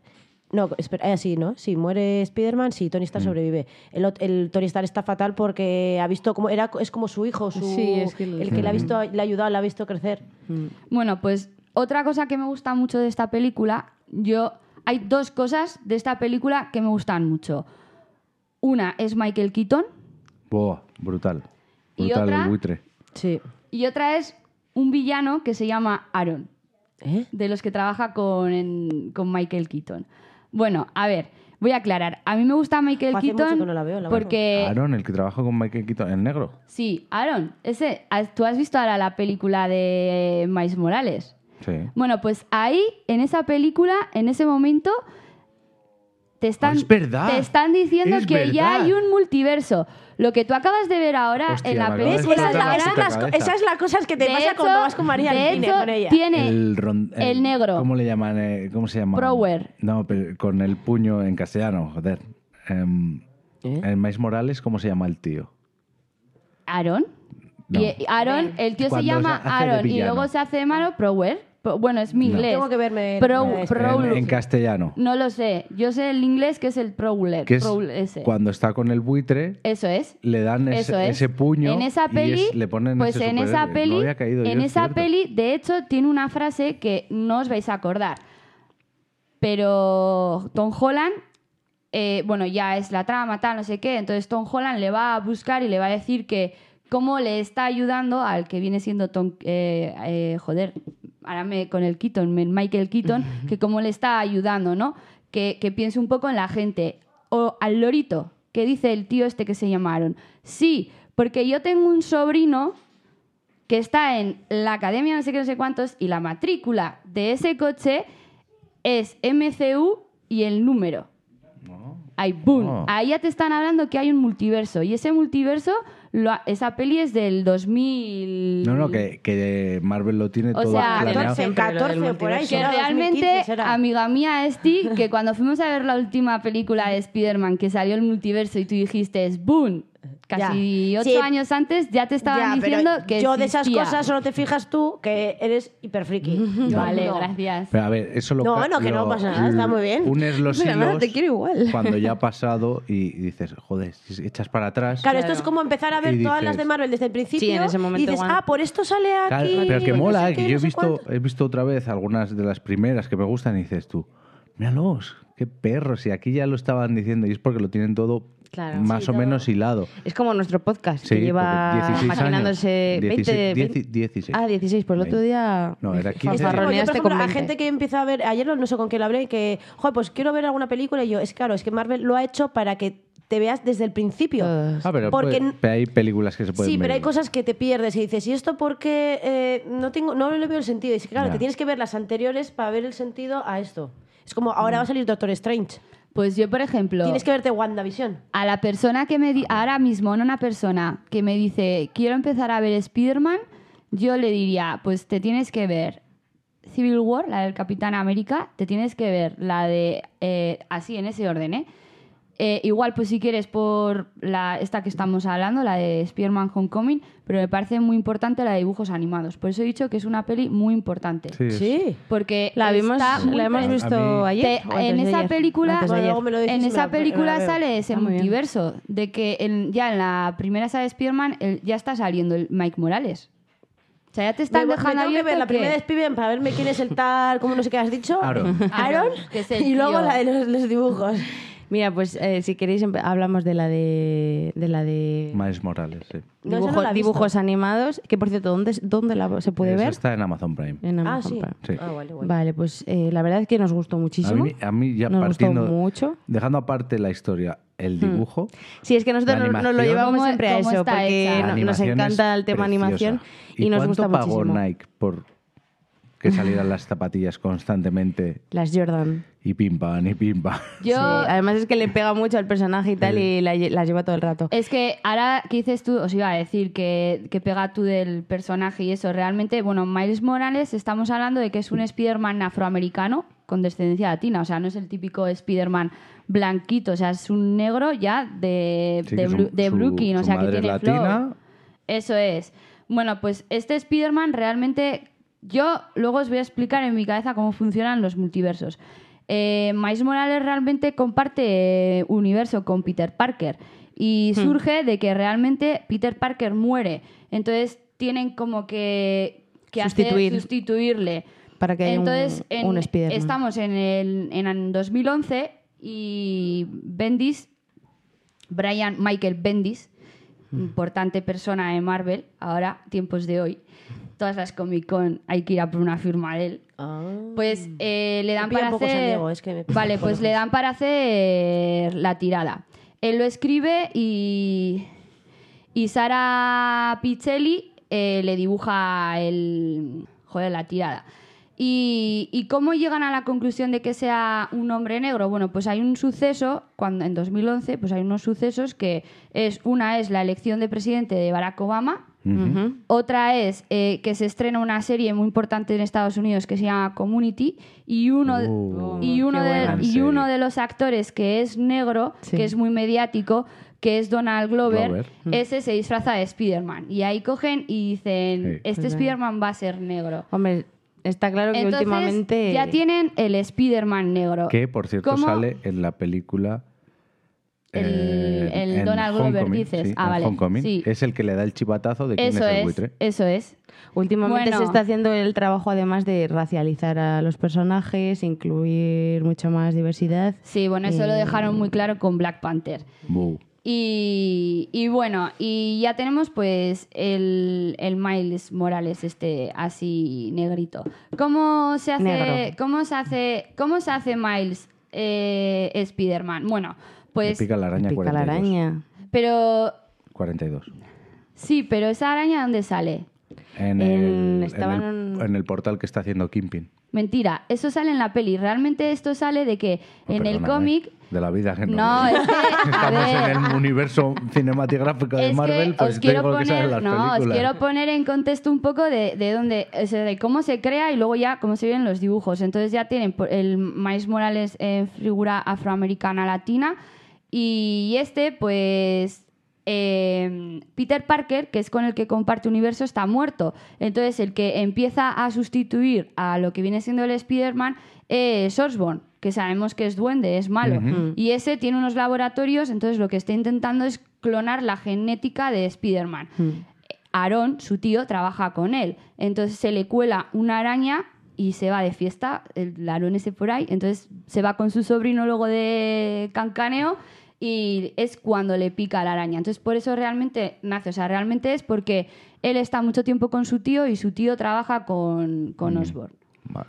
Speaker 3: No, espera, eh, sí, ¿no? Sí, muere Spider-Man, sí, Tony Stark sobrevive. El, ot- el Tony Stark está fatal porque ha visto como era es como su hijo, su-
Speaker 1: Sí, es que lo-
Speaker 3: el que Mm. le ha visto, le ha ayudado, le ha visto crecer.
Speaker 2: Bueno, pues otra cosa que me gusta mucho de esta película, yo hay dos cosas de esta película que me gustan mucho. Una es Michael Keaton
Speaker 4: Buah, brutal.
Speaker 2: Y
Speaker 4: Brutal
Speaker 2: otra-
Speaker 4: el buitre.
Speaker 3: Sí.
Speaker 2: y otra es un villano que se llama Aaron, de los que trabaja con, en- con Michael Keaton. Bueno, a ver, voy a aclarar. A mí me gusta Michael
Speaker 3: Hace mucho
Speaker 2: Keaton
Speaker 3: que no la veo, la verdad.
Speaker 2: porque
Speaker 4: Aaron, el que trabaja con Michael Keaton, el negro.
Speaker 2: sí, Aaron, ese tú has visto ahora la película de Miles Morales.
Speaker 4: Sí.
Speaker 2: Bueno, pues ahí, en esa película, en ese momento, te están,
Speaker 4: Ah, es verdad.
Speaker 2: te están diciendo
Speaker 4: Es
Speaker 2: que ya
Speaker 4: verdad.
Speaker 2: hay un multiverso. Lo que tú acabas de ver ahora
Speaker 4: Hostia,
Speaker 2: en
Speaker 4: me
Speaker 2: la
Speaker 4: acabas de
Speaker 2: película
Speaker 3: Esa
Speaker 4: explotar
Speaker 3: es,
Speaker 2: de
Speaker 3: la,
Speaker 4: la
Speaker 2: ahora,
Speaker 3: esa, es
Speaker 4: puta
Speaker 3: las, co-
Speaker 4: cabeza.
Speaker 3: esa es la cosa que te
Speaker 2: de
Speaker 3: pasa cuando
Speaker 2: hecho-
Speaker 3: vas con María
Speaker 2: de
Speaker 3: al cine
Speaker 2: hecho,
Speaker 3: con ella.
Speaker 2: Tiene el,
Speaker 4: ron-
Speaker 2: negro.
Speaker 4: ¿Cómo le llaman? eh, ¿Cómo se llama?
Speaker 2: Prower.
Speaker 4: No, pero con el puño en castellano, joder. Em,
Speaker 3: ¿Eh?
Speaker 4: El Mais Morales, ¿cómo se llama el tío?
Speaker 2: Aaron.
Speaker 4: No.
Speaker 2: Y Aaron, el tío se
Speaker 4: Cuando
Speaker 2: llama
Speaker 4: se hace de
Speaker 2: Aaron y
Speaker 4: villano.
Speaker 2: luego se hace malo Prower. Pro- Bueno, es mi
Speaker 4: No.
Speaker 2: inglés.
Speaker 3: Tengo que verme el-
Speaker 2: Pro-
Speaker 3: No,
Speaker 2: Prowler.
Speaker 4: en, en castellano.
Speaker 2: No lo sé. Yo sé el inglés que es el Prowler.
Speaker 4: Que es
Speaker 2: Prowler ese.
Speaker 4: cuando está con el buitre,
Speaker 2: Eso es.
Speaker 4: le dan ese,
Speaker 2: Eso es.
Speaker 4: ese puño
Speaker 2: En esa
Speaker 4: y
Speaker 2: peli,
Speaker 4: es- le ponen
Speaker 2: pues
Speaker 4: ese
Speaker 2: en esa
Speaker 4: superhéroe.
Speaker 2: peli,
Speaker 4: No había caído yo,
Speaker 2: en
Speaker 4: es
Speaker 2: esa
Speaker 4: cierto.
Speaker 2: peli, de hecho, tiene una frase que no os vais a acordar. Pero Tom Holland, eh, bueno, ya es la trama, tal, no sé qué. Entonces Tom Holland le va a buscar y le va a decir que cómo le está ayudando al que viene siendo Tom, eh, eh, joder, ahora me con el Keaton, me- Michael Keaton, que cómo le está ayudando, ¿no? Que, que piense un poco en la gente. O al lorito, que dice el tío este que se llamaron. Sí, porque yo tengo un sobrino que está en la academia no sé qué, no sé cuántos, y la matrícula de ese coche es MCU y el número. Ahí, boom.
Speaker 4: Oh.
Speaker 2: Ahí ya te están hablando que hay un multiverso. Y ese multiverso, lo ha- esa peli es del 2000.
Speaker 4: No, no, que, que Marvel lo tiene
Speaker 2: O
Speaker 4: todo
Speaker 2: sea,
Speaker 4: planeado.
Speaker 3: 14,
Speaker 1: Siempre lo del
Speaker 3: 14 por
Speaker 1: multiverso.
Speaker 3: ahí.
Speaker 2: Que
Speaker 3: será 2015
Speaker 2: realmente,
Speaker 3: será.
Speaker 2: amiga mía Esti, que cuando fuimos a ver la última película de Spider-Man que salió el multiverso y tú dijiste, boom, casi
Speaker 3: Ya.
Speaker 2: ocho
Speaker 3: Sí.
Speaker 2: antes antes ya te
Speaker 3: Ya,
Speaker 2: estaban
Speaker 3: pero
Speaker 2: diciendo que
Speaker 3: yo de esas
Speaker 2: existía.
Speaker 3: cosas solo te fijas tú que eres hiperfriki.
Speaker 2: Vale,
Speaker 3: No.
Speaker 2: gracias.
Speaker 4: Pero a ver, eso lo
Speaker 3: No,
Speaker 4: ca-
Speaker 3: no, que no
Speaker 4: lo-
Speaker 3: pasa nada, está muy bien. [laughs]
Speaker 4: Unes los
Speaker 1: Mira, nada,
Speaker 4: hilos
Speaker 1: te quiero igual.
Speaker 4: cuando ya ha pasado y y dices, joder, si echas para atrás.
Speaker 3: Claro, esto es como empezar a ver
Speaker 4: Y
Speaker 3: todas
Speaker 4: dices-
Speaker 3: las de Marvel desde el principio.
Speaker 1: Sí, en ese momento
Speaker 3: Y dices,
Speaker 1: igual.
Speaker 3: ah, por esto sale
Speaker 4: Claro,
Speaker 3: aquí.
Speaker 4: pero que
Speaker 3: no sé
Speaker 4: mola, eh,
Speaker 3: qué,
Speaker 4: que
Speaker 3: no
Speaker 4: yo he
Speaker 3: sé
Speaker 4: visto,
Speaker 3: cuánto.
Speaker 4: he visto otra vez algunas de las primeras que me gustan y dices tú, míralos, qué perros, y aquí ya lo estaban diciendo y es porque lo tienen todo
Speaker 1: Claro.
Speaker 4: más o menos hilado.
Speaker 1: Es como nuestro podcast,
Speaker 4: Sí,
Speaker 1: que lleva
Speaker 4: porque 16
Speaker 1: imaginándose
Speaker 4: años.
Speaker 1: 20,
Speaker 4: 16,
Speaker 1: 20.
Speaker 4: 16.
Speaker 1: Ah, 16, pues el otro
Speaker 4: 20.
Speaker 1: día
Speaker 4: No, era 15.
Speaker 3: Es como yo, por
Speaker 1: fanfarroneaste
Speaker 3: ejemplo,
Speaker 1: con
Speaker 3: la
Speaker 1: 20.
Speaker 3: gente que empieza a ver, ayer no sé con qué lo hablé, que, joder, pues quiero ver alguna película y yo, es claro, es que Marvel lo ha hecho para que te veas desde el principio.
Speaker 1: Todos.
Speaker 4: Ah, pero
Speaker 3: Porque
Speaker 4: puede-
Speaker 3: n-
Speaker 4: pe- hay películas que se pueden
Speaker 3: Sí,
Speaker 4: ver.
Speaker 3: pero hay cosas que te pierdes y dices, ¿y esto porque no, tengo, no le veo el sentido? Y es que, claro,
Speaker 4: Ya.
Speaker 3: te tienes que ver las anteriores para ver el sentido a esto. Es como,
Speaker 4: Mm.
Speaker 3: ahora va a salir Doctor Strange.
Speaker 2: Pues yo, por ejemplo,
Speaker 3: Tienes que verte WandaVision.
Speaker 2: a la persona que me di- ahora mismo, no una persona que me dice, quiero empezar a ver Spider-Man, yo le diría, pues te tienes que ver Civil War, la del Capitán América, te tienes que ver la de, eh, así, en ese orden, ¿eh? Eh, igual, pues si quieres, por la, esta que estamos hablando, la de Spider-Man Homecoming, pero me parece muy importante la de dibujos animados. Por eso he dicho que es una peli muy importante.
Speaker 4: Sí. es-
Speaker 2: Porque
Speaker 1: La, vimos,
Speaker 2: está muy
Speaker 1: la hemos
Speaker 4: A- a
Speaker 1: visto
Speaker 4: mí-
Speaker 1: ayer.
Speaker 2: te-
Speaker 1: o antes
Speaker 2: en
Speaker 1: de
Speaker 2: esa
Speaker 1: ayer,
Speaker 2: película,
Speaker 1: antes de
Speaker 3: Bueno,
Speaker 1: ayer.
Speaker 3: luego me lo dices
Speaker 2: en
Speaker 3: y me
Speaker 2: esa
Speaker 3: la- me la
Speaker 2: película
Speaker 3: veo.
Speaker 2: sale ese
Speaker 1: Ah, muy bien.
Speaker 2: multiverso de que en- ya en la primera saga de Spider-Man el- ya está saliendo el Mike Morales. O sea, ya te están
Speaker 3: Me- me
Speaker 2: dejando
Speaker 3: tengo que
Speaker 2: abierto
Speaker 3: ver la
Speaker 2: que-
Speaker 3: primera de Spiderman para verme quién es el tal, cómo no sé qué has dicho.
Speaker 4: Aaron.
Speaker 3: [laughs] Aaron.
Speaker 2: [laughs] que es el
Speaker 3: Y luego
Speaker 2: tío.
Speaker 3: la de los, los dibujos.
Speaker 1: Mira, pues eh, si queréis empe- hablamos de la de, de la de
Speaker 4: Miles Morales, sí.
Speaker 3: No, esa no
Speaker 1: dibujo-
Speaker 3: la he visto.
Speaker 1: dibujos animados, que por cierto, ¿dónde, dónde la se puede
Speaker 4: Esa
Speaker 1: ver?
Speaker 4: Está en Amazon Prime.
Speaker 1: En
Speaker 3: Ah,
Speaker 1: Amazon
Speaker 3: sí.
Speaker 1: Prime.
Speaker 4: Sí.
Speaker 3: Ah, vale, guay.
Speaker 1: Vale, pues eh, la verdad es que nos gustó
Speaker 4: A
Speaker 1: muchísimo.
Speaker 4: mí, a mí ya
Speaker 1: nos
Speaker 4: partiendo.
Speaker 1: gustó mucho.
Speaker 4: Dejando aparte la historia, el dibujo.
Speaker 1: Sí, es que nosotros
Speaker 4: La
Speaker 1: no- nos lo
Speaker 4: animación.
Speaker 1: llevamos
Speaker 2: ¿Cómo-
Speaker 1: siempre a
Speaker 2: cómo
Speaker 1: eso,
Speaker 2: está
Speaker 1: porque
Speaker 2: hecha?
Speaker 1: no-
Speaker 4: la
Speaker 1: nos
Speaker 4: Ah, animación
Speaker 1: encanta
Speaker 4: es
Speaker 1: el tema
Speaker 4: preciosa.
Speaker 1: animación y,
Speaker 4: ¿Y
Speaker 1: nos
Speaker 4: cuánto
Speaker 1: gusta
Speaker 4: pagó
Speaker 1: muchísimo.
Speaker 4: Nike por que salieran las zapatillas constantemente
Speaker 1: Las Jordan.
Speaker 4: y pim pam y pim pam?
Speaker 1: Sí,
Speaker 2: Yo
Speaker 1: además es que le pega mucho al personaje y tal y la, lle- las lleva todo el rato.
Speaker 2: Es que ahora que dices tú, os iba a decir que, que pega tú del personaje y eso, realmente, bueno, Miles Morales estamos hablando de que es un Spider-Man afroamericano con descendencia latina, o sea, no es el típico Spider-Man blanquito, o sea, es un negro ya de,
Speaker 4: Sí,
Speaker 2: de,
Speaker 4: que su-
Speaker 2: Bru- de
Speaker 4: su-
Speaker 2: Brooklyn, o
Speaker 4: su
Speaker 2: sea, que
Speaker 4: madre es
Speaker 2: tiene
Speaker 4: latina.
Speaker 2: flow. Eso es. Bueno, pues este Spider-Man realmente. Yo luego os voy a explicar en mi cabeza cómo funcionan los multiversos. Eh, Miles Morales realmente comparte eh, universo con Peter Parker. Y surge de que realmente Peter Parker muere. Entonces tienen como que, que hacer-
Speaker 1: Sustituir.
Speaker 2: sustituirle.
Speaker 1: Para que haya un-
Speaker 2: Entonces, en-
Speaker 1: un Spider-Man.
Speaker 2: Estamos en el en el 2011 y Bendis Brian Michael Bendis,
Speaker 3: Mm.
Speaker 2: importante persona de Marvel, ahora, tiempos de hoy. Todas las Comic Con hay que ir a por una firma de él.
Speaker 3: Ah.
Speaker 2: Pues eh, le dan
Speaker 3: Mm. pilla
Speaker 2: para
Speaker 3: un poco San
Speaker 2: hacer.
Speaker 3: Diego, es que me pilla
Speaker 2: vale,
Speaker 3: un poco
Speaker 2: pues
Speaker 3: San
Speaker 2: le
Speaker 3: Diego.
Speaker 2: dan para hacer la tirada. Él lo escribe y. Y Sara Pichelli eh, le dibuja el. Joder, la tirada. Y, ¿Y cómo llegan a la conclusión de que sea un hombre negro? Bueno, pues hay un suceso, cuando en 2011, pues hay unos sucesos que es una es la elección de presidente de Barack Obama,
Speaker 1: Ujú.
Speaker 2: otra es eh, que se estrena una serie muy importante en Estados Unidos que se llama Community y uno,
Speaker 4: Oh,
Speaker 2: y uno,
Speaker 1: qué
Speaker 2: de,
Speaker 1: buena
Speaker 2: y uno
Speaker 4: serie.
Speaker 2: de los actores que es negro,
Speaker 1: Sí.
Speaker 2: que es muy mediático, que es Donald Glover, Mm.
Speaker 4: Glover.
Speaker 2: ese se disfraza de Spider-Man. Y ahí cogen y dicen,
Speaker 4: Sí.
Speaker 2: este Spider-Man va a ser negro.
Speaker 1: Hombre, está claro que
Speaker 2: Entonces
Speaker 1: últimamente...
Speaker 2: ya tienen el Spider-Man negro.
Speaker 4: Que, por cierto,
Speaker 2: ¿Cómo?
Speaker 4: sale en la película.
Speaker 2: El-
Speaker 4: eh,
Speaker 2: el
Speaker 4: en
Speaker 2: Donald Glover,
Speaker 4: Homecoming,
Speaker 2: dices.
Speaker 4: sí,
Speaker 2: Ah,
Speaker 4: en
Speaker 2: vale,
Speaker 4: Homecoming.
Speaker 2: sí.
Speaker 4: Es el que le da el chivatazo de quién
Speaker 2: Eso
Speaker 4: es el
Speaker 2: es,
Speaker 4: buitre.
Speaker 2: eso es.
Speaker 1: Últimamente
Speaker 2: Bueno.
Speaker 1: se está haciendo el trabajo además de racializar a los personajes, incluir mucha más diversidad.
Speaker 2: Sí, bueno, eso
Speaker 1: Eh,
Speaker 2: lo dejaron muy claro con Black Panther.
Speaker 4: Bu.
Speaker 2: Y, y bueno, y ya tenemos pues el, el Miles Morales, este así negrito. ¿Cómo se hace,
Speaker 1: Negro.
Speaker 2: ¿cómo se hace, cómo se hace Miles eh, Spider-Man? Bueno,
Speaker 4: Le
Speaker 2: pues,
Speaker 4: pica la araña
Speaker 1: Pica la
Speaker 4: 42.
Speaker 1: araña.
Speaker 2: pero
Speaker 4: 42.
Speaker 2: sí, pero esa araña, ¿dónde sale?
Speaker 4: En,
Speaker 1: En-
Speaker 4: el,
Speaker 1: estaban
Speaker 4: en,
Speaker 1: en-
Speaker 4: el, en el portal que está haciendo Kimpin.
Speaker 2: Mentira, eso sale en la peli. Realmente esto sale de que
Speaker 4: Oh,
Speaker 2: en el
Speaker 4: perdóname, [laughs]
Speaker 2: cómic...
Speaker 4: De la vida que
Speaker 2: No, es que, a
Speaker 4: Estamos
Speaker 2: ver,
Speaker 4: en el universo cinematográfico de
Speaker 2: Es
Speaker 4: Marvel,
Speaker 2: que
Speaker 4: pues
Speaker 2: os quiero
Speaker 4: tengo que saber
Speaker 2: poner,
Speaker 4: las
Speaker 2: no,
Speaker 4: películas.
Speaker 2: os quiero poner en contexto un poco de, de dónde, o sea, de cómo se crea y luego ya cómo se ven los dibujos. Entonces ya tienen por- el Miles Morales en figura afroamericana latina y este, pues eh, Peter Parker, que es con el que comparte universo, está muerto. Entonces el que empieza a sustituir a lo que viene siendo el Spider-Man es Osborn que sabemos que es duende, es malo. Y ese tiene unos laboratorios, entonces lo que está intentando es clonar la genética de Spider-Man. Aarón, su tío, trabaja con él. Entonces se le cuela una araña y se va de fiesta, el Aarón ese por ahí. Entonces se va con su sobrino luego de cancaneo y es cuando le pica la araña. Entonces por eso realmente nace. O sea, realmente es porque él está mucho tiempo con su tío y su tío trabaja con, con Osborn.
Speaker 4: Vale.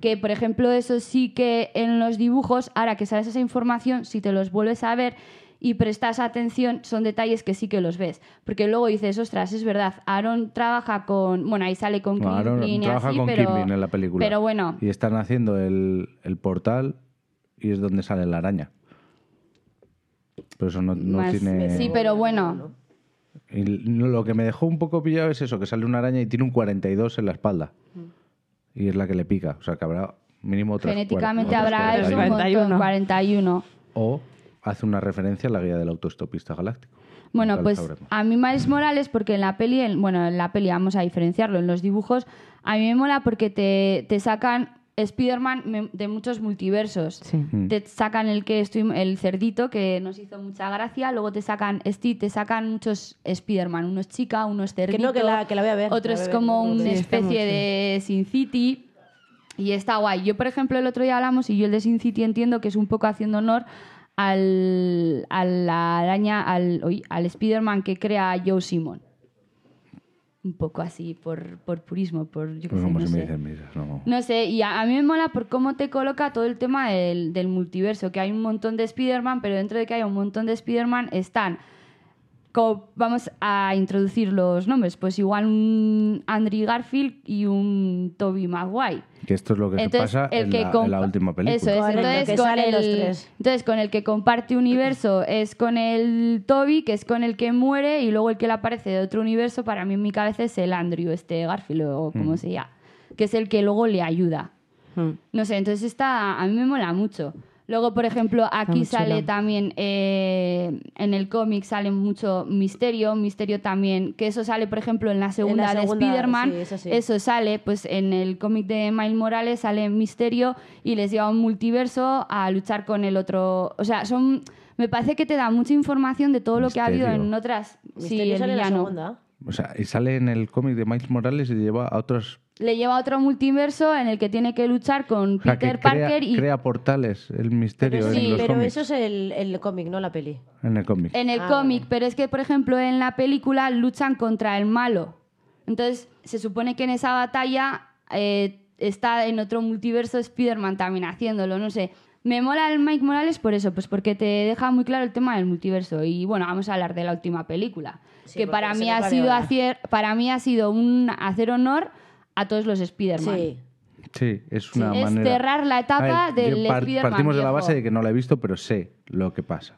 Speaker 2: Que, por ejemplo, eso sí que en los dibujos, ahora que sabes esa información, si te los vuelves a ver, y prestas atención, son detalles que sí que los ves. Porque luego dices, ostras, es verdad, Aaron trabaja con. Bueno, ahí sale con
Speaker 4: Bueno, Aaron
Speaker 2: Kirby y
Speaker 4: trabaja
Speaker 2: así,
Speaker 4: con
Speaker 2: pero.
Speaker 4: Kirby en la película.
Speaker 2: Pero bueno,
Speaker 4: Y están haciendo el, el portal y es donde sale la araña. Pero eso no, no
Speaker 2: más-
Speaker 4: tiene...
Speaker 2: sí, pero bueno.
Speaker 4: Y l- lo que me dejó un poco pillado es eso, que sale una araña y tiene un 42 en la espalda. Y es la que le pica. O sea, que habrá mínimo otras cuer-
Speaker 2: Mm. Genéticamente
Speaker 4: otras
Speaker 2: habrá
Speaker 4: cuerdas
Speaker 2: eso un
Speaker 4: ahí.
Speaker 1: 41.
Speaker 2: montón, 41.
Speaker 4: O hace una referencia a la guía del autoestopista galáctico. Nunca
Speaker 2: Bueno,
Speaker 4: lo
Speaker 2: pues
Speaker 4: sabremos.
Speaker 2: a mí Miles Morales, porque en la peli, en- bueno, en la peli vamos a diferenciarlo, en los dibujos, a mí me mola porque te, te sacan Spider-Man me- de muchos multiversos.
Speaker 1: Sí.
Speaker 2: Te sacan el que estoy, el cerdito, que nos hizo mucha gracia, luego te sacan Steve, te sacan muchos Spider-Man, unos chica, unos cerdito.
Speaker 3: no, que la- que la voy a ver,
Speaker 2: Otro
Speaker 3: la voy a
Speaker 2: es
Speaker 3: ver,
Speaker 2: como
Speaker 3: no lo
Speaker 2: una
Speaker 3: veo.
Speaker 1: Sí, está muy
Speaker 2: especie
Speaker 1: chulo.
Speaker 2: de Sin City. Y está guay. Yo, por ejemplo, el otro día hablamos y yo el de Sin City entiendo que es un poco haciendo honor al, a la araña, al, uy, al Spider-Man que crea Joe Simon. Un poco así, por, por purismo, por yo qué
Speaker 4: Pues
Speaker 2: sé,
Speaker 4: como
Speaker 2: no
Speaker 4: si me
Speaker 2: sé.
Speaker 4: dicen misas, no.
Speaker 2: No sé, y a, a mí me mola por cómo te coloca todo el tema del, del multiverso, que hay un montón de Spider-Man, pero dentro de que hay un montón de Spider-Man están, co- vamos a introducir los nombres, pues igual un Andrew Garfield y un Toby Maguire.
Speaker 4: Que esto es lo que se
Speaker 2: Entonces,
Speaker 4: pasa
Speaker 2: el
Speaker 4: en,
Speaker 2: que
Speaker 4: la,
Speaker 2: compa-
Speaker 4: en la última película.
Speaker 2: Eso es,
Speaker 3: Correcto,
Speaker 2: entonces,
Speaker 3: que
Speaker 2: con
Speaker 3: salen los
Speaker 2: el-
Speaker 3: tres.
Speaker 2: entonces con el que comparte universo es con el Toby, que es con el que muere, y luego el que le aparece de otro universo, para mí en mi cabeza es el Andrew, este Garfield o
Speaker 4: Mm.
Speaker 2: como se llama, que es el que luego le ayuda.
Speaker 1: Mm.
Speaker 2: No sé, entonces está, a mí me mola mucho. Luego, por ejemplo, aquí
Speaker 1: muy chula.
Speaker 2: sale también, eh, en el cómic sale mucho Misterio, Misterio también, que eso sale, por ejemplo, en la segunda,
Speaker 3: segunda,
Speaker 2: de Spider-Man,
Speaker 3: sí, eso sí.
Speaker 2: eso sale, pues en el cómic de Miles Morales sale Misterio y les lleva a un multiverso a luchar con el otro, o sea, son, me parece que te da mucha información de todo lo que ha habido
Speaker 4: Misterio.
Speaker 2: en otras, sí,
Speaker 3: Misterio
Speaker 2: el
Speaker 3: sale en la
Speaker 2: villano.
Speaker 3: segunda.
Speaker 4: O sea, y sale en el cómic de Miles Morales y lleva a otros...
Speaker 2: Le lleva a otro multiverso en el que tiene que luchar con
Speaker 4: o sea, que
Speaker 2: Peter
Speaker 4: crea,
Speaker 2: Parker y
Speaker 4: crea portales, el misterio
Speaker 3: Pero,
Speaker 4: en
Speaker 3: sí,
Speaker 4: los
Speaker 3: pero
Speaker 4: cómics.
Speaker 3: eso es el, el cómic, no la peli.
Speaker 4: En el cómic.
Speaker 2: En el
Speaker 3: Ah,
Speaker 2: cómic, pero es que, por ejemplo, en la película luchan contra el malo. Entonces, se supone que en esa batalla eh, está en otro multiverso Spider-Man también haciéndolo, no sé. Me mola el Mike Morales por eso, pues porque te deja muy claro el tema del multiverso. Y bueno, vamos a hablar de la última película,
Speaker 3: Sí,
Speaker 2: que
Speaker 3: porque
Speaker 2: para
Speaker 3: se
Speaker 2: mí,
Speaker 3: nos
Speaker 2: ha
Speaker 3: va de
Speaker 2: sido
Speaker 3: hora.
Speaker 2: hacer, para mí ha sido un hacer honor a todos los Spider-Man.
Speaker 3: Sí.
Speaker 4: Sí, es una
Speaker 2: es
Speaker 4: manera...
Speaker 2: cerrar la etapa
Speaker 4: A ver, yo
Speaker 2: del Spider-Man
Speaker 4: Partimos de la
Speaker 2: viejo.
Speaker 4: base de que no la he visto, pero sé lo que pasa.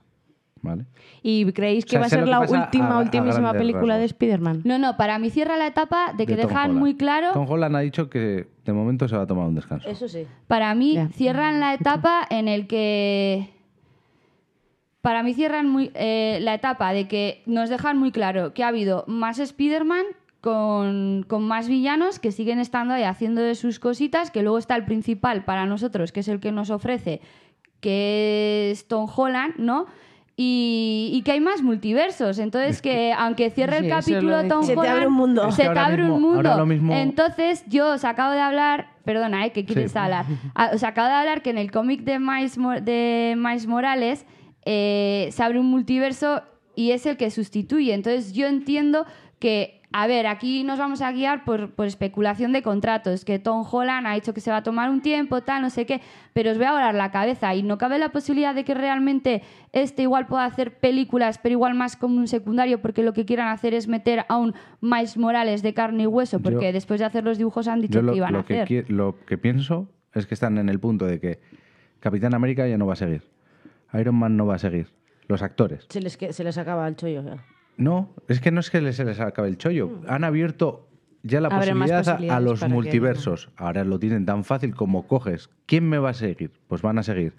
Speaker 4: ¿Vale?
Speaker 1: ¿Y creéis que
Speaker 4: O sea,
Speaker 1: va a
Speaker 4: sé
Speaker 1: ser
Speaker 4: lo que
Speaker 1: la
Speaker 4: pasa a-
Speaker 1: última,
Speaker 4: a
Speaker 1: ultimísima
Speaker 4: grandes
Speaker 1: película de
Speaker 4: rasgos.
Speaker 1: Spider-Man?
Speaker 2: No, no, para mí cierra la etapa de que
Speaker 4: Tom
Speaker 2: dejan
Speaker 4: Holland.
Speaker 2: muy claro...
Speaker 4: Tom Holland ha dicho que de momento se va a tomar un descanso.
Speaker 3: Eso sí.
Speaker 2: Para mí
Speaker 1: Ya.
Speaker 2: cierran la etapa en el que... Para mí cierran muy, eh, la etapa de que nos dejan muy claro que ha habido más Spider-Man con, con más villanos que siguen estando ahí haciendo de sus cositas, que luego está el principal para nosotros, que es el que nos ofrece, que es Tom Holland, ¿no? Y, y que hay más multiversos. Entonces, que aunque cierre el
Speaker 1: Sí, eso es lo
Speaker 2: capítulo
Speaker 1: de-
Speaker 2: Tom
Speaker 3: Se te
Speaker 2: Holland,
Speaker 3: abre un mundo.
Speaker 4: Es que
Speaker 2: se te
Speaker 4: ahora
Speaker 2: abre un
Speaker 4: mismo-
Speaker 2: mundo.
Speaker 4: ahora lo mismo-
Speaker 2: Entonces, yo os acabo de hablar, perdona, ¿eh? que quieres
Speaker 4: Sí.
Speaker 2: hablar. Ah, Os acabo de hablar que en el cómic de Miles, Mo- de Miles Morales eh, se abre un multiverso y es el que sustituye. Entonces, yo entiendo que. A ver, aquí nos vamos a guiar por, por especulación de contratos, que Tom Holland ha dicho que se va a tomar un tiempo, tal, no sé qué, pero os voy a volar la cabeza y no cabe la posibilidad de que realmente este igual pueda hacer películas, pero igual más como un secundario, porque lo que quieran hacer es meter a un Miles Morales de carne y hueso, porque
Speaker 4: Yo-
Speaker 2: después de hacer los dibujos han dicho
Speaker 4: Yo lo,
Speaker 2: que iban a
Speaker 4: lo que
Speaker 2: hacer.
Speaker 4: qui- lo que pienso es que están en el punto de que Capitán América ya no va a seguir. Iron Man no va a seguir. Los actores.
Speaker 3: Se les, que- se les acaba el chollo. ya.
Speaker 4: No, es que no es que les- se les acabe el chollo.
Speaker 2: Mm.
Speaker 4: Han abierto ya la
Speaker 1: Abre más
Speaker 4: posibilidad a- a,
Speaker 1: posibilidades
Speaker 4: los
Speaker 1: para que-
Speaker 4: multiversos. Ahora lo tienen tan fácil como coges. ¿Quién me va a seguir? Pues van a seguir.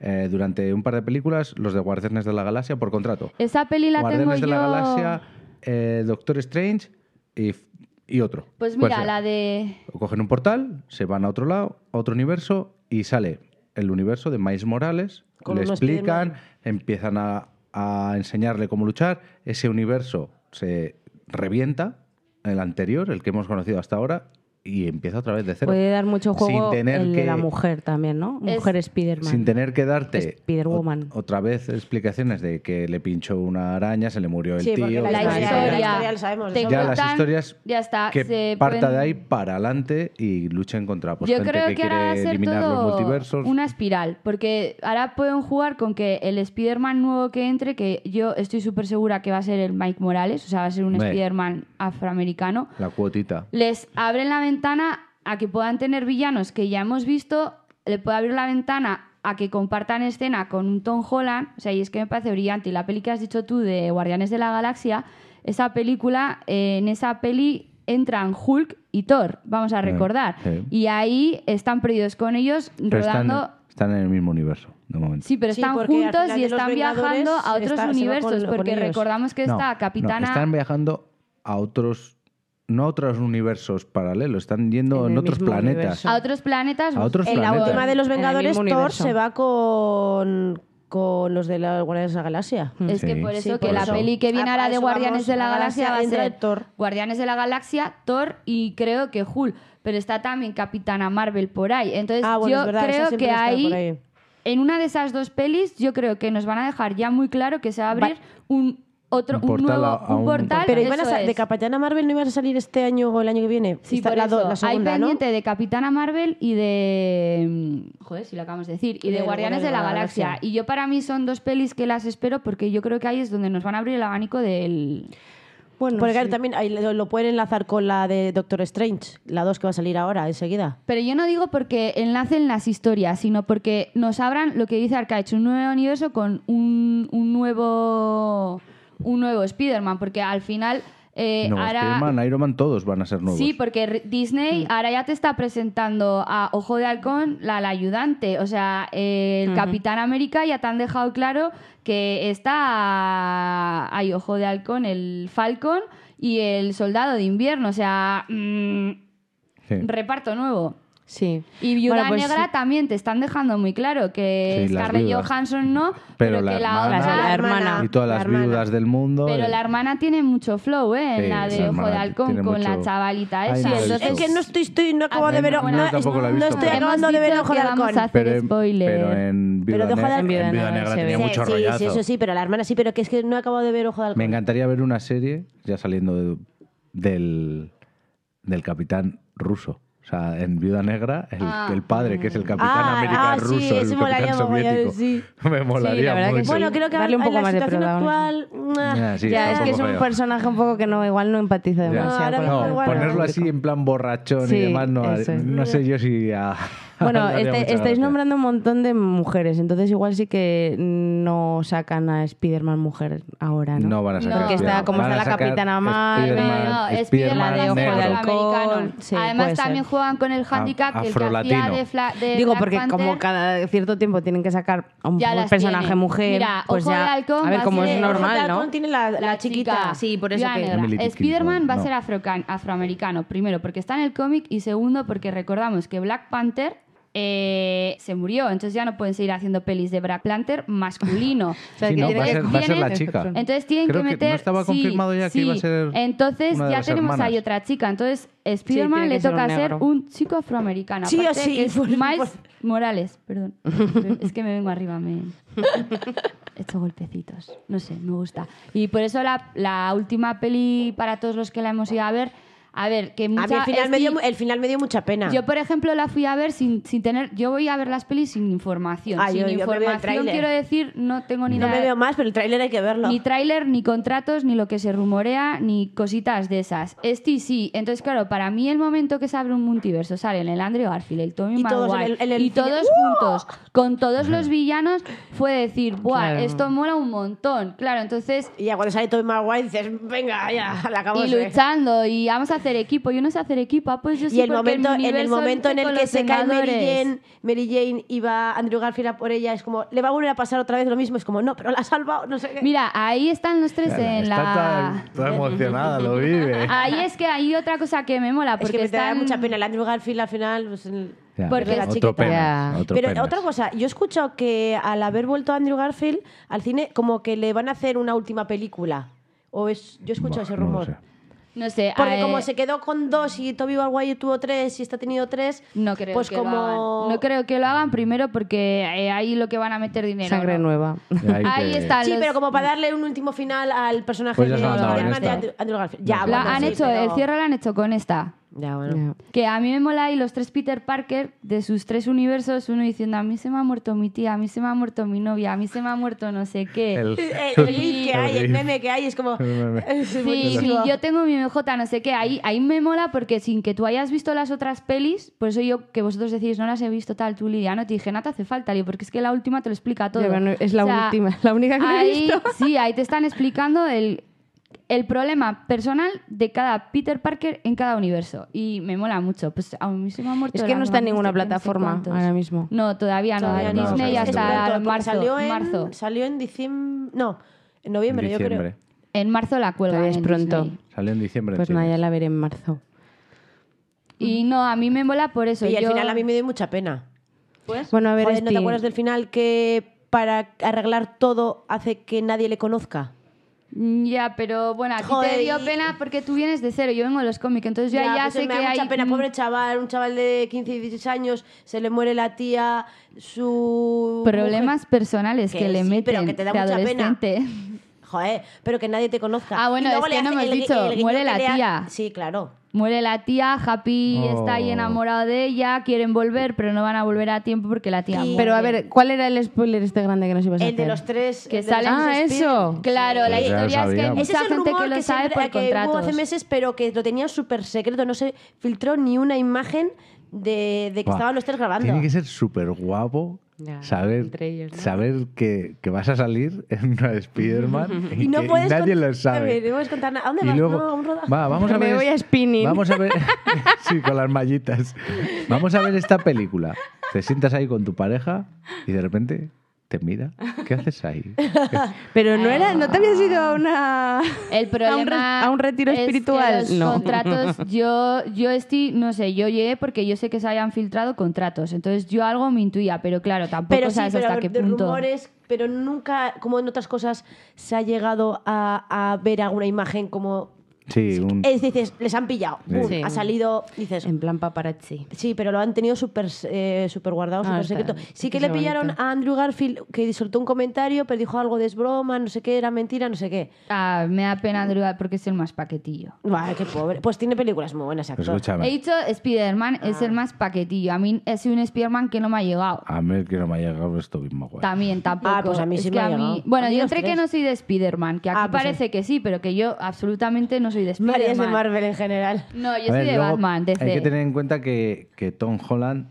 Speaker 4: eh, durante un par de películas, los de Guardianes de la Galaxia por contrato.
Speaker 2: Esa peli Eh, la tengo
Speaker 4: Guardianes
Speaker 2: yo.
Speaker 4: de la Galaxia, eh, Doctor Strange y, f- y otro.
Speaker 2: Pues
Speaker 4: Puede
Speaker 2: mira,
Speaker 4: ser.
Speaker 2: la de.
Speaker 4: O cogen un portal, se van a otro lado, a otro universo y sale el universo de Miles Morales.
Speaker 3: Con
Speaker 4: le
Speaker 3: unos
Speaker 4: explican, empiezan a, a enseñarle cómo luchar. Ese universo se revienta, el anterior, el que hemos conocido hasta ahora, y empieza otra vez de cero.
Speaker 1: Puede dar mucho juego
Speaker 4: Sin tener
Speaker 1: el de
Speaker 4: que-
Speaker 1: la mujer también, ¿no?
Speaker 2: Es-
Speaker 1: Mujer Spiderman.
Speaker 4: Sin tener que darte
Speaker 1: Spider-Woman.
Speaker 4: ot- otra vez explicaciones de que le pinchó una araña, se le murió el
Speaker 3: Sí, porque
Speaker 4: tío.
Speaker 3: la
Speaker 2: la
Speaker 4: que-
Speaker 3: historia-
Speaker 2: historia,
Speaker 3: la historia la sabemos,
Speaker 2: te
Speaker 3: eso.
Speaker 4: Ya, las
Speaker 2: cuentan-
Speaker 4: historias
Speaker 2: ya está
Speaker 4: que
Speaker 2: Ah, se
Speaker 4: parta
Speaker 2: pueden-
Speaker 4: de ahí para adelante y luchen contra pues,
Speaker 2: yo
Speaker 4: gente
Speaker 2: creo
Speaker 4: que,
Speaker 2: que,
Speaker 4: quiere
Speaker 2: ahora va a ser
Speaker 4: eliminar los
Speaker 2: todo
Speaker 4: multiversos.
Speaker 2: una espiral, porque ahora pueden jugar con que el Spider-Man nuevo que entre, que yo estoy súper segura que va a ser el Mike Morales, o sea, va a ser un
Speaker 4: Hombre.
Speaker 2: Spider-Man afroamericano,
Speaker 4: La cuotita.
Speaker 2: les abren la ventana a que puedan tener villanos que ya hemos visto, le puede abrir la ventana a que compartan escena con un Tom Holland, o sea, y es que me parece brillante. Y la peli que has dicho tú de Guardianes de la Galaxia, esa película, eh, en esa peli entran Hulk y Thor, vamos a recordar.
Speaker 4: sí.
Speaker 2: Y ahí están perdidos con ellos,
Speaker 4: Pero están, eh,
Speaker 2: rodando...
Speaker 4: están en el mismo universo, de momento.
Speaker 2: Sí, pero
Speaker 3: Sí,
Speaker 2: están
Speaker 3: porque al
Speaker 2: juntos
Speaker 3: final
Speaker 2: y
Speaker 3: de los
Speaker 2: están
Speaker 3: Vengadores
Speaker 2: viajando a otros
Speaker 3: está- se va con-
Speaker 2: universos,
Speaker 3: con
Speaker 2: porque
Speaker 3: ellos.
Speaker 2: recordamos que
Speaker 4: No,
Speaker 2: está
Speaker 4: no,
Speaker 2: Capitana...
Speaker 4: están viajando a otros, no a otros universos paralelos, están yendo
Speaker 1: En
Speaker 4: en,
Speaker 1: el
Speaker 4: otros
Speaker 1: mismo
Speaker 4: planetas.
Speaker 1: universo.
Speaker 2: a otros planetas.
Speaker 4: A otros
Speaker 3: En la
Speaker 4: planetas.
Speaker 3: última de los
Speaker 1: En el
Speaker 3: Vengadores,
Speaker 1: mismo
Speaker 3: Thor
Speaker 1: universo.
Speaker 3: se va con, con los de la Guardianes de la Galaxia.
Speaker 2: Es que
Speaker 4: Mm. Sí.
Speaker 2: por
Speaker 4: Sí,
Speaker 2: eso
Speaker 3: por
Speaker 2: que la
Speaker 4: eso.
Speaker 2: peli que viene
Speaker 3: Ah,
Speaker 2: ahora
Speaker 3: para
Speaker 2: de
Speaker 3: eso
Speaker 2: Guardianes
Speaker 3: vamos,
Speaker 2: de la Galaxia va a
Speaker 3: entra
Speaker 2: ser
Speaker 3: Thor.
Speaker 2: Guardianes de la Galaxia, Thor y creo que Hulk, pero está también Capitana Marvel por ahí. Entonces
Speaker 3: Ah, bueno,
Speaker 2: yo
Speaker 3: es verdad, esa
Speaker 2: creo
Speaker 3: siempre
Speaker 2: que
Speaker 3: está
Speaker 2: ahí,
Speaker 3: por ahí.
Speaker 2: en una de esas dos pelis yo creo que nos van a dejar ya muy claro que se va a abrir un otro
Speaker 4: Un
Speaker 2: un,
Speaker 4: portal
Speaker 2: nuevo
Speaker 4: a- a
Speaker 2: un
Speaker 4: un-
Speaker 2: portal,
Speaker 3: Pero iban a
Speaker 2: eso
Speaker 3: sa- de
Speaker 2: es.
Speaker 3: Capitana Marvel no iban a salir este año o el año que viene.
Speaker 2: Sí,
Speaker 3: Está
Speaker 2: por
Speaker 3: la, do-
Speaker 2: eso.
Speaker 3: la segunda,
Speaker 2: Hay
Speaker 3: ¿no?
Speaker 2: pendiente de Capitana Marvel y de. mm, Joder, si lo acabamos de decir. Y de, Guardianes de la, Galaxia.
Speaker 3: Galaxia.
Speaker 2: Y yo para mí son dos pelis que las espero porque yo creo que ahí es donde nos van a abrir el abanico del.
Speaker 1: Bueno,
Speaker 3: Porque claro,
Speaker 1: sí.
Speaker 3: también ahí lo, lo pueden enlazar con la de Doctor Strange, la 2 que va a salir ahora, enseguida.
Speaker 2: Pero yo no digo porque enlacen las historias, sino porque nos abran lo que dice Arcaich, un nuevo universo con un, un nuevo. Un nuevo Spider-Man. Porque al final. eh,
Speaker 4: No,
Speaker 2: ahora...
Speaker 4: Spider-Man, Iron Man, todos van a ser nuevos.
Speaker 2: Sí, porque re- Disney ahora ya te está presentando a Ojo de Halcón, la, la ayudante. O sea, eh, el Capitán América ya te han dejado claro que está. Hay Ojo de Halcón, el Falcon y el Soldado de Invierno. O sea, mm,
Speaker 4: Sí.
Speaker 2: reparto nuevo.
Speaker 1: Sí.
Speaker 2: Y Viuda
Speaker 1: Bueno, pues
Speaker 2: Negra
Speaker 1: sí.
Speaker 2: también te están dejando muy claro que
Speaker 4: Sí, las
Speaker 2: Scarlett
Speaker 4: viudas.
Speaker 2: Johansson no, pero,
Speaker 4: Pero
Speaker 2: que
Speaker 4: la
Speaker 2: la
Speaker 4: hermana-
Speaker 2: otra.
Speaker 1: La hermana.
Speaker 4: Y todas las
Speaker 3: hermana.
Speaker 4: viudas del mundo.
Speaker 2: Pero
Speaker 4: eh,
Speaker 2: la hermana tiene mucho flow, ¿eh? En
Speaker 4: Sí,
Speaker 2: la
Speaker 4: la
Speaker 2: de Ojo de
Speaker 4: hermana
Speaker 2: Halcón
Speaker 4: tiene
Speaker 2: con la
Speaker 4: mucho-
Speaker 2: chavalita
Speaker 4: Ay,
Speaker 2: esa.
Speaker 4: no la he
Speaker 2: Entonces,
Speaker 4: visto.
Speaker 3: Es que no estoy, estoy no acabo
Speaker 4: Ah,
Speaker 3: de ver,
Speaker 4: no,
Speaker 3: no,
Speaker 4: yo
Speaker 3: es-
Speaker 4: tampoco la he
Speaker 3: no
Speaker 4: visto,
Speaker 3: estoy
Speaker 4: pero-
Speaker 3: acabando de ver
Speaker 2: Hemos
Speaker 3: Ojo de
Speaker 2: dicho que
Speaker 3: Halcón.
Speaker 2: vamos a hacer
Speaker 4: pero, en-
Speaker 2: spoiler.
Speaker 4: pero en Viuda,
Speaker 3: Pero de Ojo de
Speaker 4: Negra-
Speaker 3: Halcón-
Speaker 1: En
Speaker 4: en
Speaker 1: Viuda
Speaker 4: Viuda
Speaker 1: Negra
Speaker 4: Negra
Speaker 1: se
Speaker 4: tenía
Speaker 1: ve.
Speaker 4: mucho
Speaker 3: sí,
Speaker 4: rollazo.
Speaker 3: sí, eso sí, pero la hermana sí, pero que es que no acabo de ver Ojo de Halcón.
Speaker 4: Me encantaría ver una serie, ya saliendo de- del, del capitán ruso. O sea, en Viuda Negra, el,
Speaker 2: Ah.
Speaker 4: el padre, que es el capitán
Speaker 3: Ah,
Speaker 4: americano
Speaker 3: ah, sí,
Speaker 4: ruso, el
Speaker 3: ese
Speaker 4: capitán
Speaker 3: molaría mogollón,
Speaker 4: soviético.
Speaker 3: sí.
Speaker 4: [laughs] Me molaría
Speaker 1: verdad que
Speaker 4: mucho.
Speaker 1: sí.
Speaker 3: Bueno, creo que
Speaker 1: Darle un
Speaker 3: en
Speaker 1: poco
Speaker 3: la
Speaker 1: más de
Speaker 3: situación actual...
Speaker 1: protagonismo.
Speaker 4: Ah, sí,
Speaker 1: ya
Speaker 4: está
Speaker 1: es
Speaker 4: un
Speaker 1: que es
Speaker 4: poco
Speaker 1: un
Speaker 4: feo.
Speaker 1: personaje un poco que no igual no empatiza
Speaker 4: Ya.
Speaker 1: demasiado.
Speaker 3: ahora
Speaker 1: con el
Speaker 3: mismo
Speaker 4: No,
Speaker 3: igual
Speaker 1: público.
Speaker 4: ponerlo así en plan borrachón
Speaker 1: Sí,
Speaker 4: y demás, no,
Speaker 1: eso es.
Speaker 4: no sé yo si a- [laughs]
Speaker 1: Bueno,
Speaker 4: daría
Speaker 1: este-
Speaker 4: mucha
Speaker 1: estáis
Speaker 4: gracia.
Speaker 1: nombrando un montón de mujeres, entonces igual sí que no sacan a Spider-Man mujer ahora, ¿no?
Speaker 4: No van a sacar.
Speaker 1: Porque está,
Speaker 4: Spiderman.
Speaker 1: como
Speaker 4: Van
Speaker 1: está
Speaker 4: a
Speaker 1: la
Speaker 4: sacar
Speaker 1: Capitana Marvel,
Speaker 2: No,
Speaker 4: Spiderman,
Speaker 2: es
Speaker 4: Spiderman
Speaker 1: Spiderman
Speaker 2: de Ojo de
Speaker 1: negro.
Speaker 4: negro.
Speaker 2: Halcón.
Speaker 1: Halcón, sí, puede
Speaker 2: Además,
Speaker 1: ser.
Speaker 2: también juegan con el handicap que el que hacía
Speaker 4: afrolatino.
Speaker 2: de, Fla- de
Speaker 1: Digo,
Speaker 2: Black
Speaker 1: porque como
Speaker 2: Panther,
Speaker 1: cada cierto tiempo tienen que sacar a un
Speaker 2: Ya
Speaker 1: un
Speaker 2: las
Speaker 1: personaje
Speaker 2: tienen.
Speaker 1: mujer,
Speaker 2: Mira,
Speaker 1: pues
Speaker 2: Ojo de
Speaker 1: ya,
Speaker 2: Halcón
Speaker 1: a ver
Speaker 2: va a
Speaker 1: cómo
Speaker 3: Eh,
Speaker 2: ser
Speaker 1: es
Speaker 2: el Ojo de
Speaker 1: normal, ¿no?
Speaker 3: tiene la, la, chiquita.
Speaker 1: sí, por eso
Speaker 2: Viuda
Speaker 1: que-
Speaker 2: Negra.
Speaker 4: Emily Dickinson,
Speaker 2: Spider-Man va a
Speaker 4: no.
Speaker 2: ser afrocan- afroamericano. Primero, porque está en el cómic. Y segundo, porque recordamos que Black Panther eh, se murió. Entonces ya no pueden seguir haciendo pelis de Black Panther
Speaker 4: [laughs]
Speaker 2: masculino.
Speaker 1: O sea,
Speaker 4: Sí,
Speaker 1: que
Speaker 4: no,
Speaker 1: tiene
Speaker 4: va a
Speaker 1: que-
Speaker 4: ser, va a ser la
Speaker 2: tiene-
Speaker 4: chica.
Speaker 2: Entonces tienen
Speaker 4: Creo
Speaker 2: que meter.
Speaker 4: no estaba
Speaker 2: sí,
Speaker 4: confirmado ya
Speaker 2: sí.
Speaker 4: que iba a ser.
Speaker 2: Entonces
Speaker 4: una de
Speaker 2: ya
Speaker 4: las
Speaker 2: tenemos
Speaker 4: hermanas.
Speaker 2: ahí otra chica. Entonces
Speaker 1: tiene
Speaker 2: Spider-Man
Speaker 1: que
Speaker 2: le
Speaker 1: ser un
Speaker 2: toca ser
Speaker 1: negro.
Speaker 2: un chico afroamericano.
Speaker 3: Sí o
Speaker 2: Aparte
Speaker 3: sí,
Speaker 2: que es
Speaker 3: por-
Speaker 2: Miles Morales,
Speaker 3: [laughs]
Speaker 2: perdón. Es que me vengo arriba, me. He hecho golpecitos. No sé, me gusta. Y por eso la, la última peli para todos los que la hemos ido a ver. A ver, que mucha,
Speaker 3: A mí
Speaker 2: es
Speaker 3: el final, me eh,
Speaker 2: que
Speaker 3: dio, el final me dio mucha pena.
Speaker 2: yo, por ejemplo, la fui a ver sin, sin tener. Yo voy a ver las pelis sin información.
Speaker 3: Ah,
Speaker 2: sin
Speaker 3: yo- yo me veo el
Speaker 2: información,
Speaker 3: tráiler.
Speaker 2: quiero decir, no tengo ni
Speaker 3: no
Speaker 2: idea.
Speaker 3: me veo más, pero el tráiler hay que verlo.
Speaker 2: Ni tráiler, ni contratos, ni lo que se rumorea, ni cositas de esas. Este sí. Entonces, claro, para mí el momento que se abre un multiverso, salen el Andrew Garfield, el Tommy
Speaker 3: Y todos
Speaker 2: Maguire,
Speaker 3: en el- en el
Speaker 2: y
Speaker 3: cine, ¡Uh!
Speaker 2: todos juntos, con todos los villanos, fue decir, ¡buah,
Speaker 1: Claro.
Speaker 2: esto mola un montón! Claro, entonces...
Speaker 3: Y ya cuando sale Tobey Maguire dices, venga, ya, la acabo
Speaker 2: Y luchando, y vamos a hacer equipo. Yo no sé hacer equipo, ah, pues yo sí,
Speaker 3: eh. Y el
Speaker 2: porque
Speaker 3: momento, en el
Speaker 2: universo
Speaker 3: momento en
Speaker 2: lucha
Speaker 3: el
Speaker 2: con
Speaker 3: que
Speaker 2: los
Speaker 3: se cae Mary
Speaker 2: Vengadores.
Speaker 3: Jane, Mary Jane y va Andrew Garfield a por ella, es como, le va a volver a pasar otra vez lo mismo, es como, no, pero la ha salvado, no sé qué.
Speaker 2: Mira, ahí están los tres en
Speaker 4: Está
Speaker 2: la...
Speaker 4: toda-
Speaker 3: [laughs]
Speaker 4: toda emocionada, lo vive.
Speaker 3: Ah,
Speaker 2: Ahí es que hay otra cosa que me mola,
Speaker 3: es
Speaker 2: porque
Speaker 3: que me da
Speaker 2: están...
Speaker 3: mucha pena el Andrew Garfield al final. pues, el-
Speaker 4: Ya,
Speaker 2: Porque la
Speaker 4: otro
Speaker 3: chiquita-
Speaker 4: penas,
Speaker 1: Ya.
Speaker 4: otro
Speaker 3: pero
Speaker 4: penas.
Speaker 3: otra cosa, yo he escuchado que al haber vuelto Andrew Garfield al cine, como que le van a hacer una última película. O es, yo escucho
Speaker 4: Buah,
Speaker 3: ese
Speaker 4: no lo
Speaker 3: rumor.
Speaker 4: sé.
Speaker 2: No sé.
Speaker 3: Porque
Speaker 2: a-
Speaker 3: como se quedó con dos y Toby Maguire tuvo tres y esta ha tenido tres,
Speaker 2: No creo
Speaker 3: pues
Speaker 2: que
Speaker 3: como...
Speaker 2: lo hagan. No creo que lo hagan primero porque eh, ahí lo que van a meter dinero.
Speaker 1: Sangre
Speaker 2: ¿no?
Speaker 1: nueva.
Speaker 4: Ahí
Speaker 2: Ahí
Speaker 4: que-
Speaker 2: está.
Speaker 3: Sí,
Speaker 2: los- Mm.
Speaker 3: pero como para darle un último final al personaje
Speaker 4: Pues ya
Speaker 3: de
Speaker 4: se lo han dado en
Speaker 3: Spider-Man de
Speaker 4: esta.
Speaker 3: Andrew- Andrew Garfield. Ya,
Speaker 4: La
Speaker 3: bueno,
Speaker 2: La han
Speaker 3: sí,
Speaker 2: hecho,
Speaker 3: pero-
Speaker 2: el cierre lo han hecho con esta.
Speaker 3: Ya, bueno. [laughs]
Speaker 1: Ya.
Speaker 2: Que a mí me mola y los tres Peter Parker de sus tres universos, uno diciendo a mí se me ha muerto mi tía, a mí se me ha muerto mi novia, a mí se me ha muerto no sé qué.
Speaker 3: Eh,
Speaker 4: El-
Speaker 3: El, el gif que
Speaker 4: el
Speaker 3: hay, el
Speaker 4: gif.
Speaker 3: meme que hay, es como...
Speaker 4: El meme.
Speaker 3: [laughs] es
Speaker 2: Sí, sí,
Speaker 3: buenísimo.
Speaker 2: yo tengo mi MJ, no sé qué. Ahí, ahí me mola porque sin que tú hayas visto las otras pelis, por eso yo que vosotros decís no las he visto tal, tú Lidia, no te dije, no te hace falta, Lidia, porque es que la última te lo explica todo.
Speaker 1: Ya, bueno, es la última, la
Speaker 3: [laughs]
Speaker 1: única que no he
Speaker 2: ahí- [laughs]
Speaker 1: visto.
Speaker 2: Sí, ahí te están explicando el, el problema personal de cada Peter Parker en cada universo. Y me mola mucho. Pues a mí se me ha muerto
Speaker 1: Es que
Speaker 2: la
Speaker 1: no está en
Speaker 2: mamá,
Speaker 1: ninguna
Speaker 2: sé qué, no sé
Speaker 1: plataforma
Speaker 2: cuántos.
Speaker 1: ahora mismo.
Speaker 2: No, todavía no.
Speaker 4: Todavía no,
Speaker 2: Disney
Speaker 4: no,
Speaker 2: ya
Speaker 4: no,
Speaker 3: Es
Speaker 2: está
Speaker 3: pronto,
Speaker 2: en
Speaker 3: porque
Speaker 2: marzo.
Speaker 3: Salió en,
Speaker 2: marzo.
Speaker 3: Salió en diciembre... No, en noviembre, yo
Speaker 4: diciembre.
Speaker 3: creo.
Speaker 2: En marzo la cuelga.
Speaker 1: Todavía es pronto.
Speaker 4: Salió en diciembre.
Speaker 1: Pues
Speaker 4: encima.
Speaker 1: nada, ya la veré en marzo.
Speaker 2: Y no, a mí me mola por eso.
Speaker 3: Y al
Speaker 2: Yo-
Speaker 3: final a mí me dio mucha pena.
Speaker 1: Bueno, a ver,
Speaker 3: Joder, ¿no te
Speaker 1: Esti,
Speaker 3: acuerdas del final que para arreglar todo hace que nadie le conozca?
Speaker 2: Mm, Ya, pero bueno, a ti
Speaker 3: Joder,
Speaker 2: te dio
Speaker 3: y-
Speaker 2: pena porque tú vienes de cero, yo vengo de los cómics, entonces yo ahí ya
Speaker 3: pues
Speaker 2: sé
Speaker 3: me
Speaker 2: que
Speaker 3: da
Speaker 2: hay...
Speaker 3: mucha pena,
Speaker 2: mm,
Speaker 3: pobre chaval, un chaval de 15 y 16 años, se le muere la tía, su...
Speaker 2: Problemas personales que,
Speaker 3: Que
Speaker 2: le
Speaker 3: sí,
Speaker 2: meten
Speaker 3: pero que te da
Speaker 2: de
Speaker 3: mujer- mucha
Speaker 2: adolescente.
Speaker 3: pena. Joder, pero que nadie te conozca.
Speaker 2: Ah, bueno,
Speaker 3: Y luego
Speaker 2: es que
Speaker 3: le
Speaker 2: no
Speaker 3: hace
Speaker 2: hemos
Speaker 3: el gui-
Speaker 2: dicho,
Speaker 3: el guiño
Speaker 2: muere
Speaker 3: que
Speaker 2: la
Speaker 3: le ha-
Speaker 2: tía.
Speaker 3: Sí, claro.
Speaker 2: Muere la tía, Happy está ahí
Speaker 4: Oh.
Speaker 2: enamorado de ella, quieren volver, pero no van a volver a tiempo porque la tía muere.
Speaker 3: Y-
Speaker 1: Pero a ver, ¿cuál era el spoiler este grande que nos ibas a
Speaker 3: El
Speaker 1: hacer?
Speaker 3: de los tres...
Speaker 2: que
Speaker 3: el de los
Speaker 2: sale...
Speaker 1: Ah,
Speaker 3: tres Spider-
Speaker 1: eso.
Speaker 2: Claro, la
Speaker 4: Pues ya lo
Speaker 2: historia es que hay
Speaker 4: sabíamos.
Speaker 2: mucha
Speaker 3: Ese es el
Speaker 2: gente
Speaker 3: rumor
Speaker 2: que lo sabe
Speaker 3: siempre- eh,
Speaker 2: por
Speaker 3: que hubo hace
Speaker 2: contratos.
Speaker 3: meses, pero que lo tenían súper secreto. No se filtró ni una imagen de, de que
Speaker 4: Buah,
Speaker 3: estaban los tres grabando.
Speaker 4: Tiene que ser súper guapo
Speaker 1: Ya,
Speaker 4: saber,
Speaker 1: entre ellos, ¿no?
Speaker 4: saber que, que vas a salir en una
Speaker 3: [laughs]
Speaker 4: de Spider-Man y,
Speaker 3: Y no
Speaker 4: que
Speaker 3: puedes
Speaker 4: nadie
Speaker 3: con-
Speaker 4: lo sabe.
Speaker 3: Ay, no puedes contar nada. ¿A dónde
Speaker 4: Y
Speaker 3: vas?
Speaker 4: luego,
Speaker 3: No, a un rodaje.
Speaker 4: va, vamos a
Speaker 1: Me
Speaker 4: ver.
Speaker 1: voy
Speaker 4: es-
Speaker 1: a spinning.
Speaker 4: Vamos
Speaker 3: [laughs]
Speaker 4: a ver. [laughs] sí, con las mallitas. Vamos a ver esta película. Te sientas ahí con tu pareja y de repente te mira. ¿Qué haces ahí?
Speaker 1: Pero no era, no te habías ido a una a un,
Speaker 2: El
Speaker 1: re-
Speaker 2: problema
Speaker 1: a un retiro
Speaker 2: es que
Speaker 1: espiritual.
Speaker 2: los
Speaker 1: no. [laughs]
Speaker 2: contratos, yo, yo estoy, no sé, yo llegué porque yo sé que se habían filtrado contratos, entonces yo algo me intuía, pero claro, tampoco
Speaker 3: pero sí,
Speaker 2: sabes
Speaker 3: pero
Speaker 2: hasta qué
Speaker 3: de
Speaker 2: punto.
Speaker 3: rumores, pero nunca, como en otras cosas, se ha llegado a, a ver alguna imagen como...
Speaker 4: Sí, un.
Speaker 3: Es, dices, les han pillado, boom,
Speaker 1: Sí. Em.
Speaker 3: ha salido, dices...
Speaker 1: En plan paparazzi.
Speaker 3: Sí, pero lo han tenido súper eh, súper guardado,
Speaker 1: Ah,
Speaker 3: súper
Speaker 1: está-
Speaker 3: secreto.
Speaker 1: está
Speaker 3: Sí que
Speaker 1: que
Speaker 3: le
Speaker 1: sea
Speaker 3: pillaron
Speaker 1: bonito.
Speaker 3: a Andrew Garfield que soltó un comentario, pero dijo algo de es broma, no sé qué, era mentira, no sé qué.
Speaker 2: Ah, me da pena Andrew Garfield porque es el más paquetillo.
Speaker 3: Buah, qué pobre. Pues tiene películas muy buenas, actor.
Speaker 1: Ah.
Speaker 4: Escúchame.
Speaker 2: He dicho Spider-Man es
Speaker 3: Ah.
Speaker 2: el más paquetillo. A mí es un Spider-Man que no me ha llegado.
Speaker 4: A mí el que no me ha llegado es Tobey Maguire.
Speaker 2: También, tampoco.
Speaker 3: Ah, pues a mí sí
Speaker 2: Es
Speaker 3: me
Speaker 2: que
Speaker 3: ha
Speaker 2: a
Speaker 3: llegado.
Speaker 2: mí- Bueno,
Speaker 3: A mí
Speaker 2: yo
Speaker 3: los
Speaker 2: entre que
Speaker 3: tres.
Speaker 2: no soy de Spider-Man, que aquí
Speaker 3: Ah, pues
Speaker 2: parece que sí, pero que yo absolutamente no soy de Spider-Man.
Speaker 3: Varias de Marvel en general.
Speaker 2: No, yo
Speaker 4: A
Speaker 2: soy
Speaker 4: ver,
Speaker 2: de
Speaker 4: luego
Speaker 2: Batman, de
Speaker 4: Hay que
Speaker 2: DC.
Speaker 4: tener en cuenta que, que Tom Holland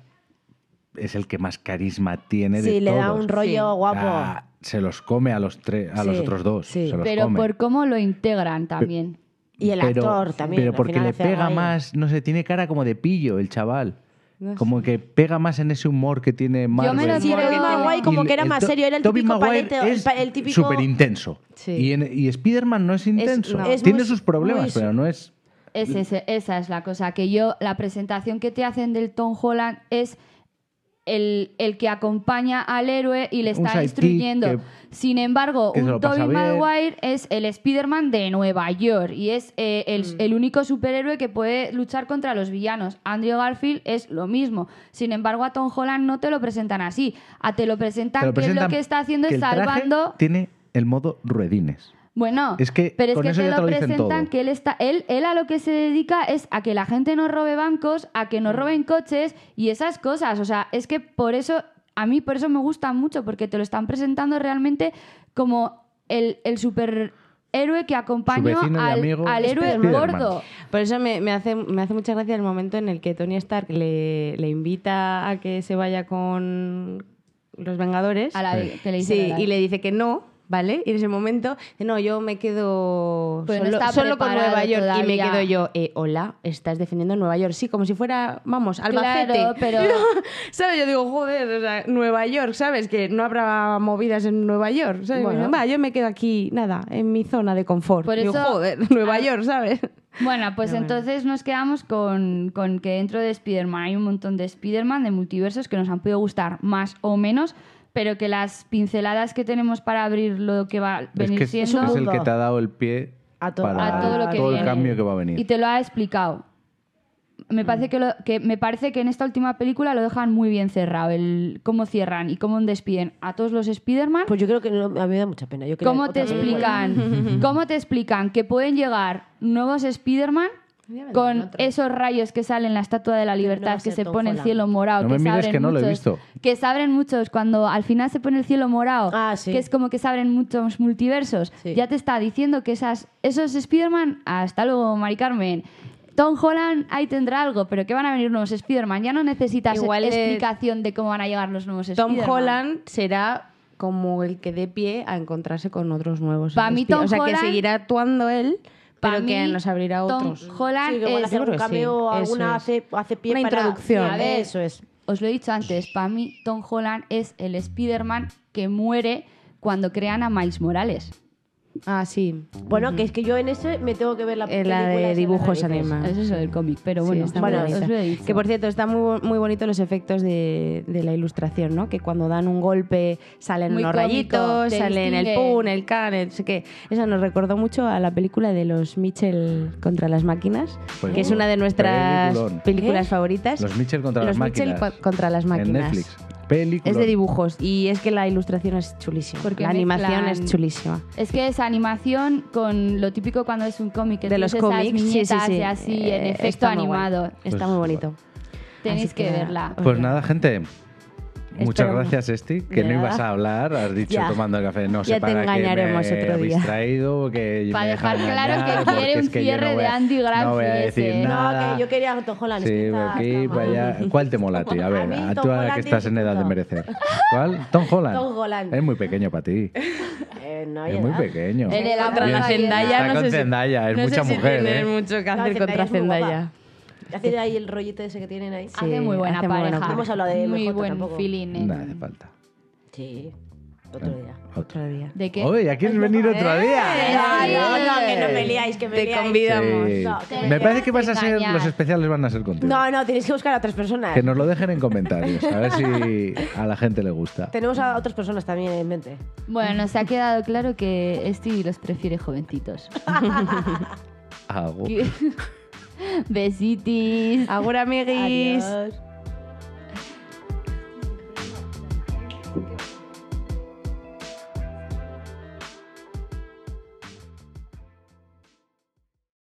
Speaker 4: es el que más carisma tiene de
Speaker 3: Sí, le da
Speaker 4: todos.
Speaker 3: un rollo guapo.
Speaker 4: Ah, se los come a los tres, a los
Speaker 3: Sí,
Speaker 4: otros dos.
Speaker 3: sí.
Speaker 4: se los
Speaker 2: Pero
Speaker 4: come.
Speaker 2: por cómo lo integran también.
Speaker 3: Y el
Speaker 4: Pero-
Speaker 3: actor también.
Speaker 4: Pero
Speaker 3: al
Speaker 4: porque
Speaker 3: final
Speaker 4: le
Speaker 3: hace algo
Speaker 4: pega
Speaker 3: ahí.
Speaker 4: más, no sé, tiene cara como de pillo el chaval.
Speaker 1: No
Speaker 4: Como que pega más en ese humor que tiene Marvel.
Speaker 2: me lo
Speaker 3: Sí,
Speaker 2: Porque
Speaker 3: Tobey
Speaker 2: tiene-
Speaker 3: Maguire como que era más serio, era el típico paleto, el, pa- el típico...
Speaker 4: Súper intenso.
Speaker 1: Sí.
Speaker 4: Y, en- y Spider-Man no es intenso.
Speaker 1: no.
Speaker 3: Es
Speaker 4: Tiene
Speaker 3: muy-
Speaker 4: sus problemas,
Speaker 3: muy-
Speaker 4: pero no es.
Speaker 2: Es ese- esa es la cosa, que yo, la presentación que te hacen del Tom Holland es el, el que acompaña al héroe y le
Speaker 4: Un
Speaker 2: está
Speaker 4: sidekick
Speaker 2: instruyendo.
Speaker 4: que-
Speaker 2: Sin embargo,
Speaker 4: que se
Speaker 2: un
Speaker 4: lo pasa
Speaker 2: Tobey
Speaker 4: bien.
Speaker 2: Maguire es el Spider-Man de Nueva York y es eh, el, el único superhéroe que puede luchar contra los villanos. Andrew Garfield es lo mismo. Sin embargo, a Tom Holland no te lo presentan así. A te lo presentan,
Speaker 4: te lo
Speaker 2: que es
Speaker 4: presentan
Speaker 2: lo que está haciendo
Speaker 4: que
Speaker 2: es
Speaker 4: el traje
Speaker 2: salvando...
Speaker 4: Tiene el modo ruedines.
Speaker 2: Bueno,
Speaker 4: Es que
Speaker 2: pero es
Speaker 4: con
Speaker 2: que
Speaker 4: eso
Speaker 2: te
Speaker 4: ya
Speaker 2: lo,
Speaker 4: te lo dicen
Speaker 2: presentan
Speaker 4: todo.
Speaker 2: que él está, él, él a lo que se dedica es a que la gente no robe bancos, a que no roben coches y esas cosas. O sea, es que por eso, a mí por eso me gusta mucho, porque te lo están presentando realmente como el, el superhéroe que acompañó
Speaker 4: vecino y
Speaker 2: al,
Speaker 4: amigo,
Speaker 2: al héroe
Speaker 4: Spiderman.
Speaker 2: gordo.
Speaker 1: Por eso me, me hace, me hace mucha gracia el momento en el que Tony Stark le, le invita a que se vaya con los Vengadores.
Speaker 2: A la,
Speaker 4: Sí.
Speaker 2: que le dice
Speaker 1: sí,
Speaker 2: la-
Speaker 1: y le dice que no, ¿vale? Y en ese momento, dice, no, yo me quedo
Speaker 2: Pero no
Speaker 1: solo,
Speaker 2: está
Speaker 1: solo con
Speaker 2: preparado
Speaker 1: Nueva York. Y me
Speaker 2: todavía.
Speaker 1: quedo yo, eh, hola, estás defendiendo Nueva York. Sí, como si fuera, vamos, Albacete.
Speaker 2: Claro,
Speaker 1: [laughs]
Speaker 2: pero-
Speaker 1: ¿Sabes? Yo digo, joder, o sea, Nueva York, ¿sabes? Que no habrá movidas en Nueva York. ¿sabes?
Speaker 3: Bueno.
Speaker 1: Va, yo me quedo aquí, nada, en mi zona de confort.
Speaker 2: Por
Speaker 1: Digo,
Speaker 2: eso-
Speaker 1: joder, [laughs] Nueva York, ¿sabes?
Speaker 2: Bueno, pues entonces nos quedamos con, con que dentro de Spider-Man hay un montón de Spider-Man, de multiversos que nos han podido gustar más o menos, pero que las pinceladas que tenemos para abrir lo que va a venir
Speaker 4: es que es-
Speaker 2: siendo
Speaker 4: es el
Speaker 3: mundo.
Speaker 4: que te ha dado el pie
Speaker 3: A to-
Speaker 4: para
Speaker 2: a todo lo que
Speaker 4: todo el
Speaker 2: viene.
Speaker 4: cambio que va a venir.
Speaker 2: Y te lo ha explicado. Me parece que, lo- que me parece que en esta última película lo dejan muy bien cerrado. El cómo cierran y cómo despiden a todos los Spider-Man.
Speaker 3: Pues yo creo que no- a mí me da mucha pena. Yo quería
Speaker 2: ¿Cómo te
Speaker 3: otra
Speaker 1: [laughs]
Speaker 3: película.
Speaker 2: explican? ¿Cómo te explican que pueden llegar nuevos Spider-Man con esos rayos que salen en la Estatua de la
Speaker 3: va a
Speaker 2: Libertad que
Speaker 3: ser
Speaker 2: se
Speaker 3: Tom
Speaker 2: pone el
Speaker 3: Holland.
Speaker 2: cielo morado?
Speaker 4: No me
Speaker 2: se
Speaker 4: mires
Speaker 2: abren
Speaker 4: que no lo he
Speaker 2: muchos-
Speaker 4: visto.
Speaker 2: Que se abren muchos cuando al final se pone el cielo morado,
Speaker 3: Ah, sí.
Speaker 2: que es como que se abren muchos multiversos.
Speaker 3: Sí.
Speaker 2: Ya te está diciendo que esas, esos Spider-Man, hasta luego, Mari Carmen. Tom Holland ahí tendrá algo, pero que van a venir nuevos Spider-Man. Ya no necesitas
Speaker 1: Igual es-
Speaker 2: explicación de cómo van a llegar los nuevos
Speaker 1: Tom
Speaker 2: Spider-Man.
Speaker 1: Holland será como el que dé pie a encontrarse con otros nuevos.
Speaker 2: Pa' mí
Speaker 1: Spid-
Speaker 2: Tom
Speaker 1: o sea,
Speaker 2: Holland-
Speaker 1: que seguirá actuando él,
Speaker 2: Pa'
Speaker 1: pero que
Speaker 2: mí,
Speaker 1: nos abrirá
Speaker 2: Tom
Speaker 1: otros.
Speaker 2: Holland
Speaker 3: Sí, que igual
Speaker 2: es-
Speaker 3: hace algún
Speaker 1: que sí,
Speaker 3: cameo,
Speaker 1: eso
Speaker 3: alguna
Speaker 1: es.
Speaker 3: hace, hace pie
Speaker 1: Una
Speaker 3: para-
Speaker 1: introducción.
Speaker 3: Sí, a ver, Eso es.
Speaker 2: Os lo he dicho antes, para mí Tom Holland es el Spider-Man que muere cuando crean a Miles Morales.
Speaker 1: Ah, sí.
Speaker 3: Bueno, que es que yo en ese me tengo que ver la
Speaker 1: Eh, la
Speaker 3: película esa
Speaker 1: de
Speaker 3: me
Speaker 1: dibujos
Speaker 3: la dices.
Speaker 1: animados.
Speaker 2: Es eso del cómic, pero
Speaker 1: Ah. Sí,
Speaker 2: bueno,
Speaker 1: está
Speaker 3: bueno,
Speaker 1: muy
Speaker 2: os
Speaker 1: bonita.
Speaker 2: lo he dicho.
Speaker 1: Que por cierto, están muy, bo- muy bonitos los efectos de, de la ilustración, ¿no? Que cuando dan un golpe salen
Speaker 2: Muy
Speaker 1: los
Speaker 2: cómico,
Speaker 1: rayitos,
Speaker 2: te
Speaker 1: salen el
Speaker 2: distingue.
Speaker 1: pun, el can, el no sé qué. Esa nos recordó mucho a la película de los Mitchell contra las máquinas,
Speaker 4: Pues
Speaker 1: que es
Speaker 4: no,
Speaker 1: una de nuestras
Speaker 4: peliculón.
Speaker 1: películas
Speaker 2: ¿Eh?
Speaker 3: ¿Qué?
Speaker 1: favoritas.
Speaker 4: Los Mitchell contra
Speaker 1: Los
Speaker 4: las
Speaker 1: Mitchell
Speaker 4: máquinas.
Speaker 1: co- contra las máquinas.
Speaker 4: En Netflix. Película.
Speaker 1: Es de dibujos y es que la ilustración es chulísima.
Speaker 2: Porque
Speaker 1: la animación
Speaker 2: mezclan-
Speaker 1: es chulísima.
Speaker 2: Es que esa animación con lo típico cuando es un cómic, que
Speaker 1: De los
Speaker 2: tienes esas
Speaker 1: cómics, sí, sí,
Speaker 2: viñetas
Speaker 1: sí.
Speaker 2: de así, en
Speaker 1: Eh,
Speaker 2: efecto
Speaker 1: está muy guay.
Speaker 2: animado.
Speaker 1: Está
Speaker 4: Pues-
Speaker 1: muy bonito.
Speaker 2: Tenéis
Speaker 1: Así
Speaker 2: que,
Speaker 1: que nada.
Speaker 2: verla.
Speaker 1: Pues
Speaker 4: Pues
Speaker 1: ya.
Speaker 4: nada, gente. Muchas
Speaker 1: Espero-
Speaker 4: gracias, Esti,
Speaker 3: De
Speaker 4: que no ibas
Speaker 3: nada.
Speaker 4: a hablar. Has dicho
Speaker 3: Ya.
Speaker 4: tomando el café, no
Speaker 1: Ya
Speaker 4: sé
Speaker 1: te
Speaker 4: para qué
Speaker 1: engañaremos
Speaker 4: me
Speaker 1: otro
Speaker 4: habéis
Speaker 1: día.
Speaker 4: traído. Que
Speaker 2: Pa'
Speaker 4: me
Speaker 2: dejar
Speaker 4: dejan
Speaker 2: claro que
Speaker 4: engañar, porque
Speaker 2: quiere
Speaker 4: es
Speaker 2: un
Speaker 4: yo
Speaker 2: cierre de
Speaker 4: voy a-
Speaker 2: Andy
Speaker 4: No voy a
Speaker 2: Gramsci
Speaker 4: decir
Speaker 2: ese.
Speaker 4: nada.
Speaker 3: ¿eh? No, que yo quería a Tom Holland. es que
Speaker 4: Sí, pues,
Speaker 3: está-
Speaker 4: aquí,
Speaker 3: está
Speaker 4: para
Speaker 3: mal. [laughs]
Speaker 4: allá. ¿Cuál te mola a ti? A ver,
Speaker 3: A mí
Speaker 4: a
Speaker 3: Tom
Speaker 4: tú ahora
Speaker 3: Holland
Speaker 4: que
Speaker 3: es
Speaker 4: estás en edad de
Speaker 3: distinto.
Speaker 4: merecer. ¿Cuál? Tom Holland.
Speaker 3: Tom Holland.
Speaker 4: Es muy pequeño
Speaker 3: [laughs]
Speaker 4: para ti.
Speaker 3: Eh, no hay
Speaker 4: Es muy
Speaker 3: edad.
Speaker 4: pequeño.
Speaker 2: El de la
Speaker 1: Contra
Speaker 2: Bien.
Speaker 1: la Zendaya,
Speaker 4: Está
Speaker 1: no
Speaker 4: con
Speaker 1: sé si-
Speaker 4: Zendaya, es
Speaker 1: no sé
Speaker 4: mucha
Speaker 1: si
Speaker 4: mujer,
Speaker 1: tener
Speaker 4: ¿eh?
Speaker 1: mucho que
Speaker 3: No,
Speaker 1: hacer contra
Speaker 3: es muy guapa.
Speaker 1: Zendaya.
Speaker 3: Hace ahí el rollito ese que tienen ahí. Ah,
Speaker 1: Sí,
Speaker 2: hace muy buena
Speaker 1: hace muy
Speaker 2: pareja.
Speaker 1: buena pareja.
Speaker 3: Hemos hablado de
Speaker 2: Muy
Speaker 3: MJ
Speaker 2: buen
Speaker 3: tampoco.
Speaker 2: feeling. ¿eh? en-
Speaker 4: Nada hace falta.
Speaker 3: Sí,
Speaker 4: Ah.
Speaker 3: otro día.
Speaker 4: Otro.
Speaker 1: Otro día.
Speaker 2: ¿De qué?
Speaker 4: Oye, ya quieres venir otro día.
Speaker 3: No, no, ¿eh? no, que no me liáis, que me
Speaker 1: Te
Speaker 3: liáis.
Speaker 4: Sí.
Speaker 1: convidamos.
Speaker 3: No, que me
Speaker 4: Me parece
Speaker 2: quieres
Speaker 4: que vas a ser
Speaker 2: engañar.
Speaker 4: los especiales van a ser contigo.
Speaker 3: No, no, tenéis que buscar a otras personas.
Speaker 4: Que nos lo dejen en comentarios, a
Speaker 3: [laughs]
Speaker 4: ver si a la gente le gusta.
Speaker 3: Tenemos a otras personas también en mente.
Speaker 2: Bueno, nos ha quedado claro que Stevie los prefiere jovencitos. [laughs]
Speaker 4: Hago.
Speaker 2: Besitis.
Speaker 1: Agur, amiguis.
Speaker 3: Adiós.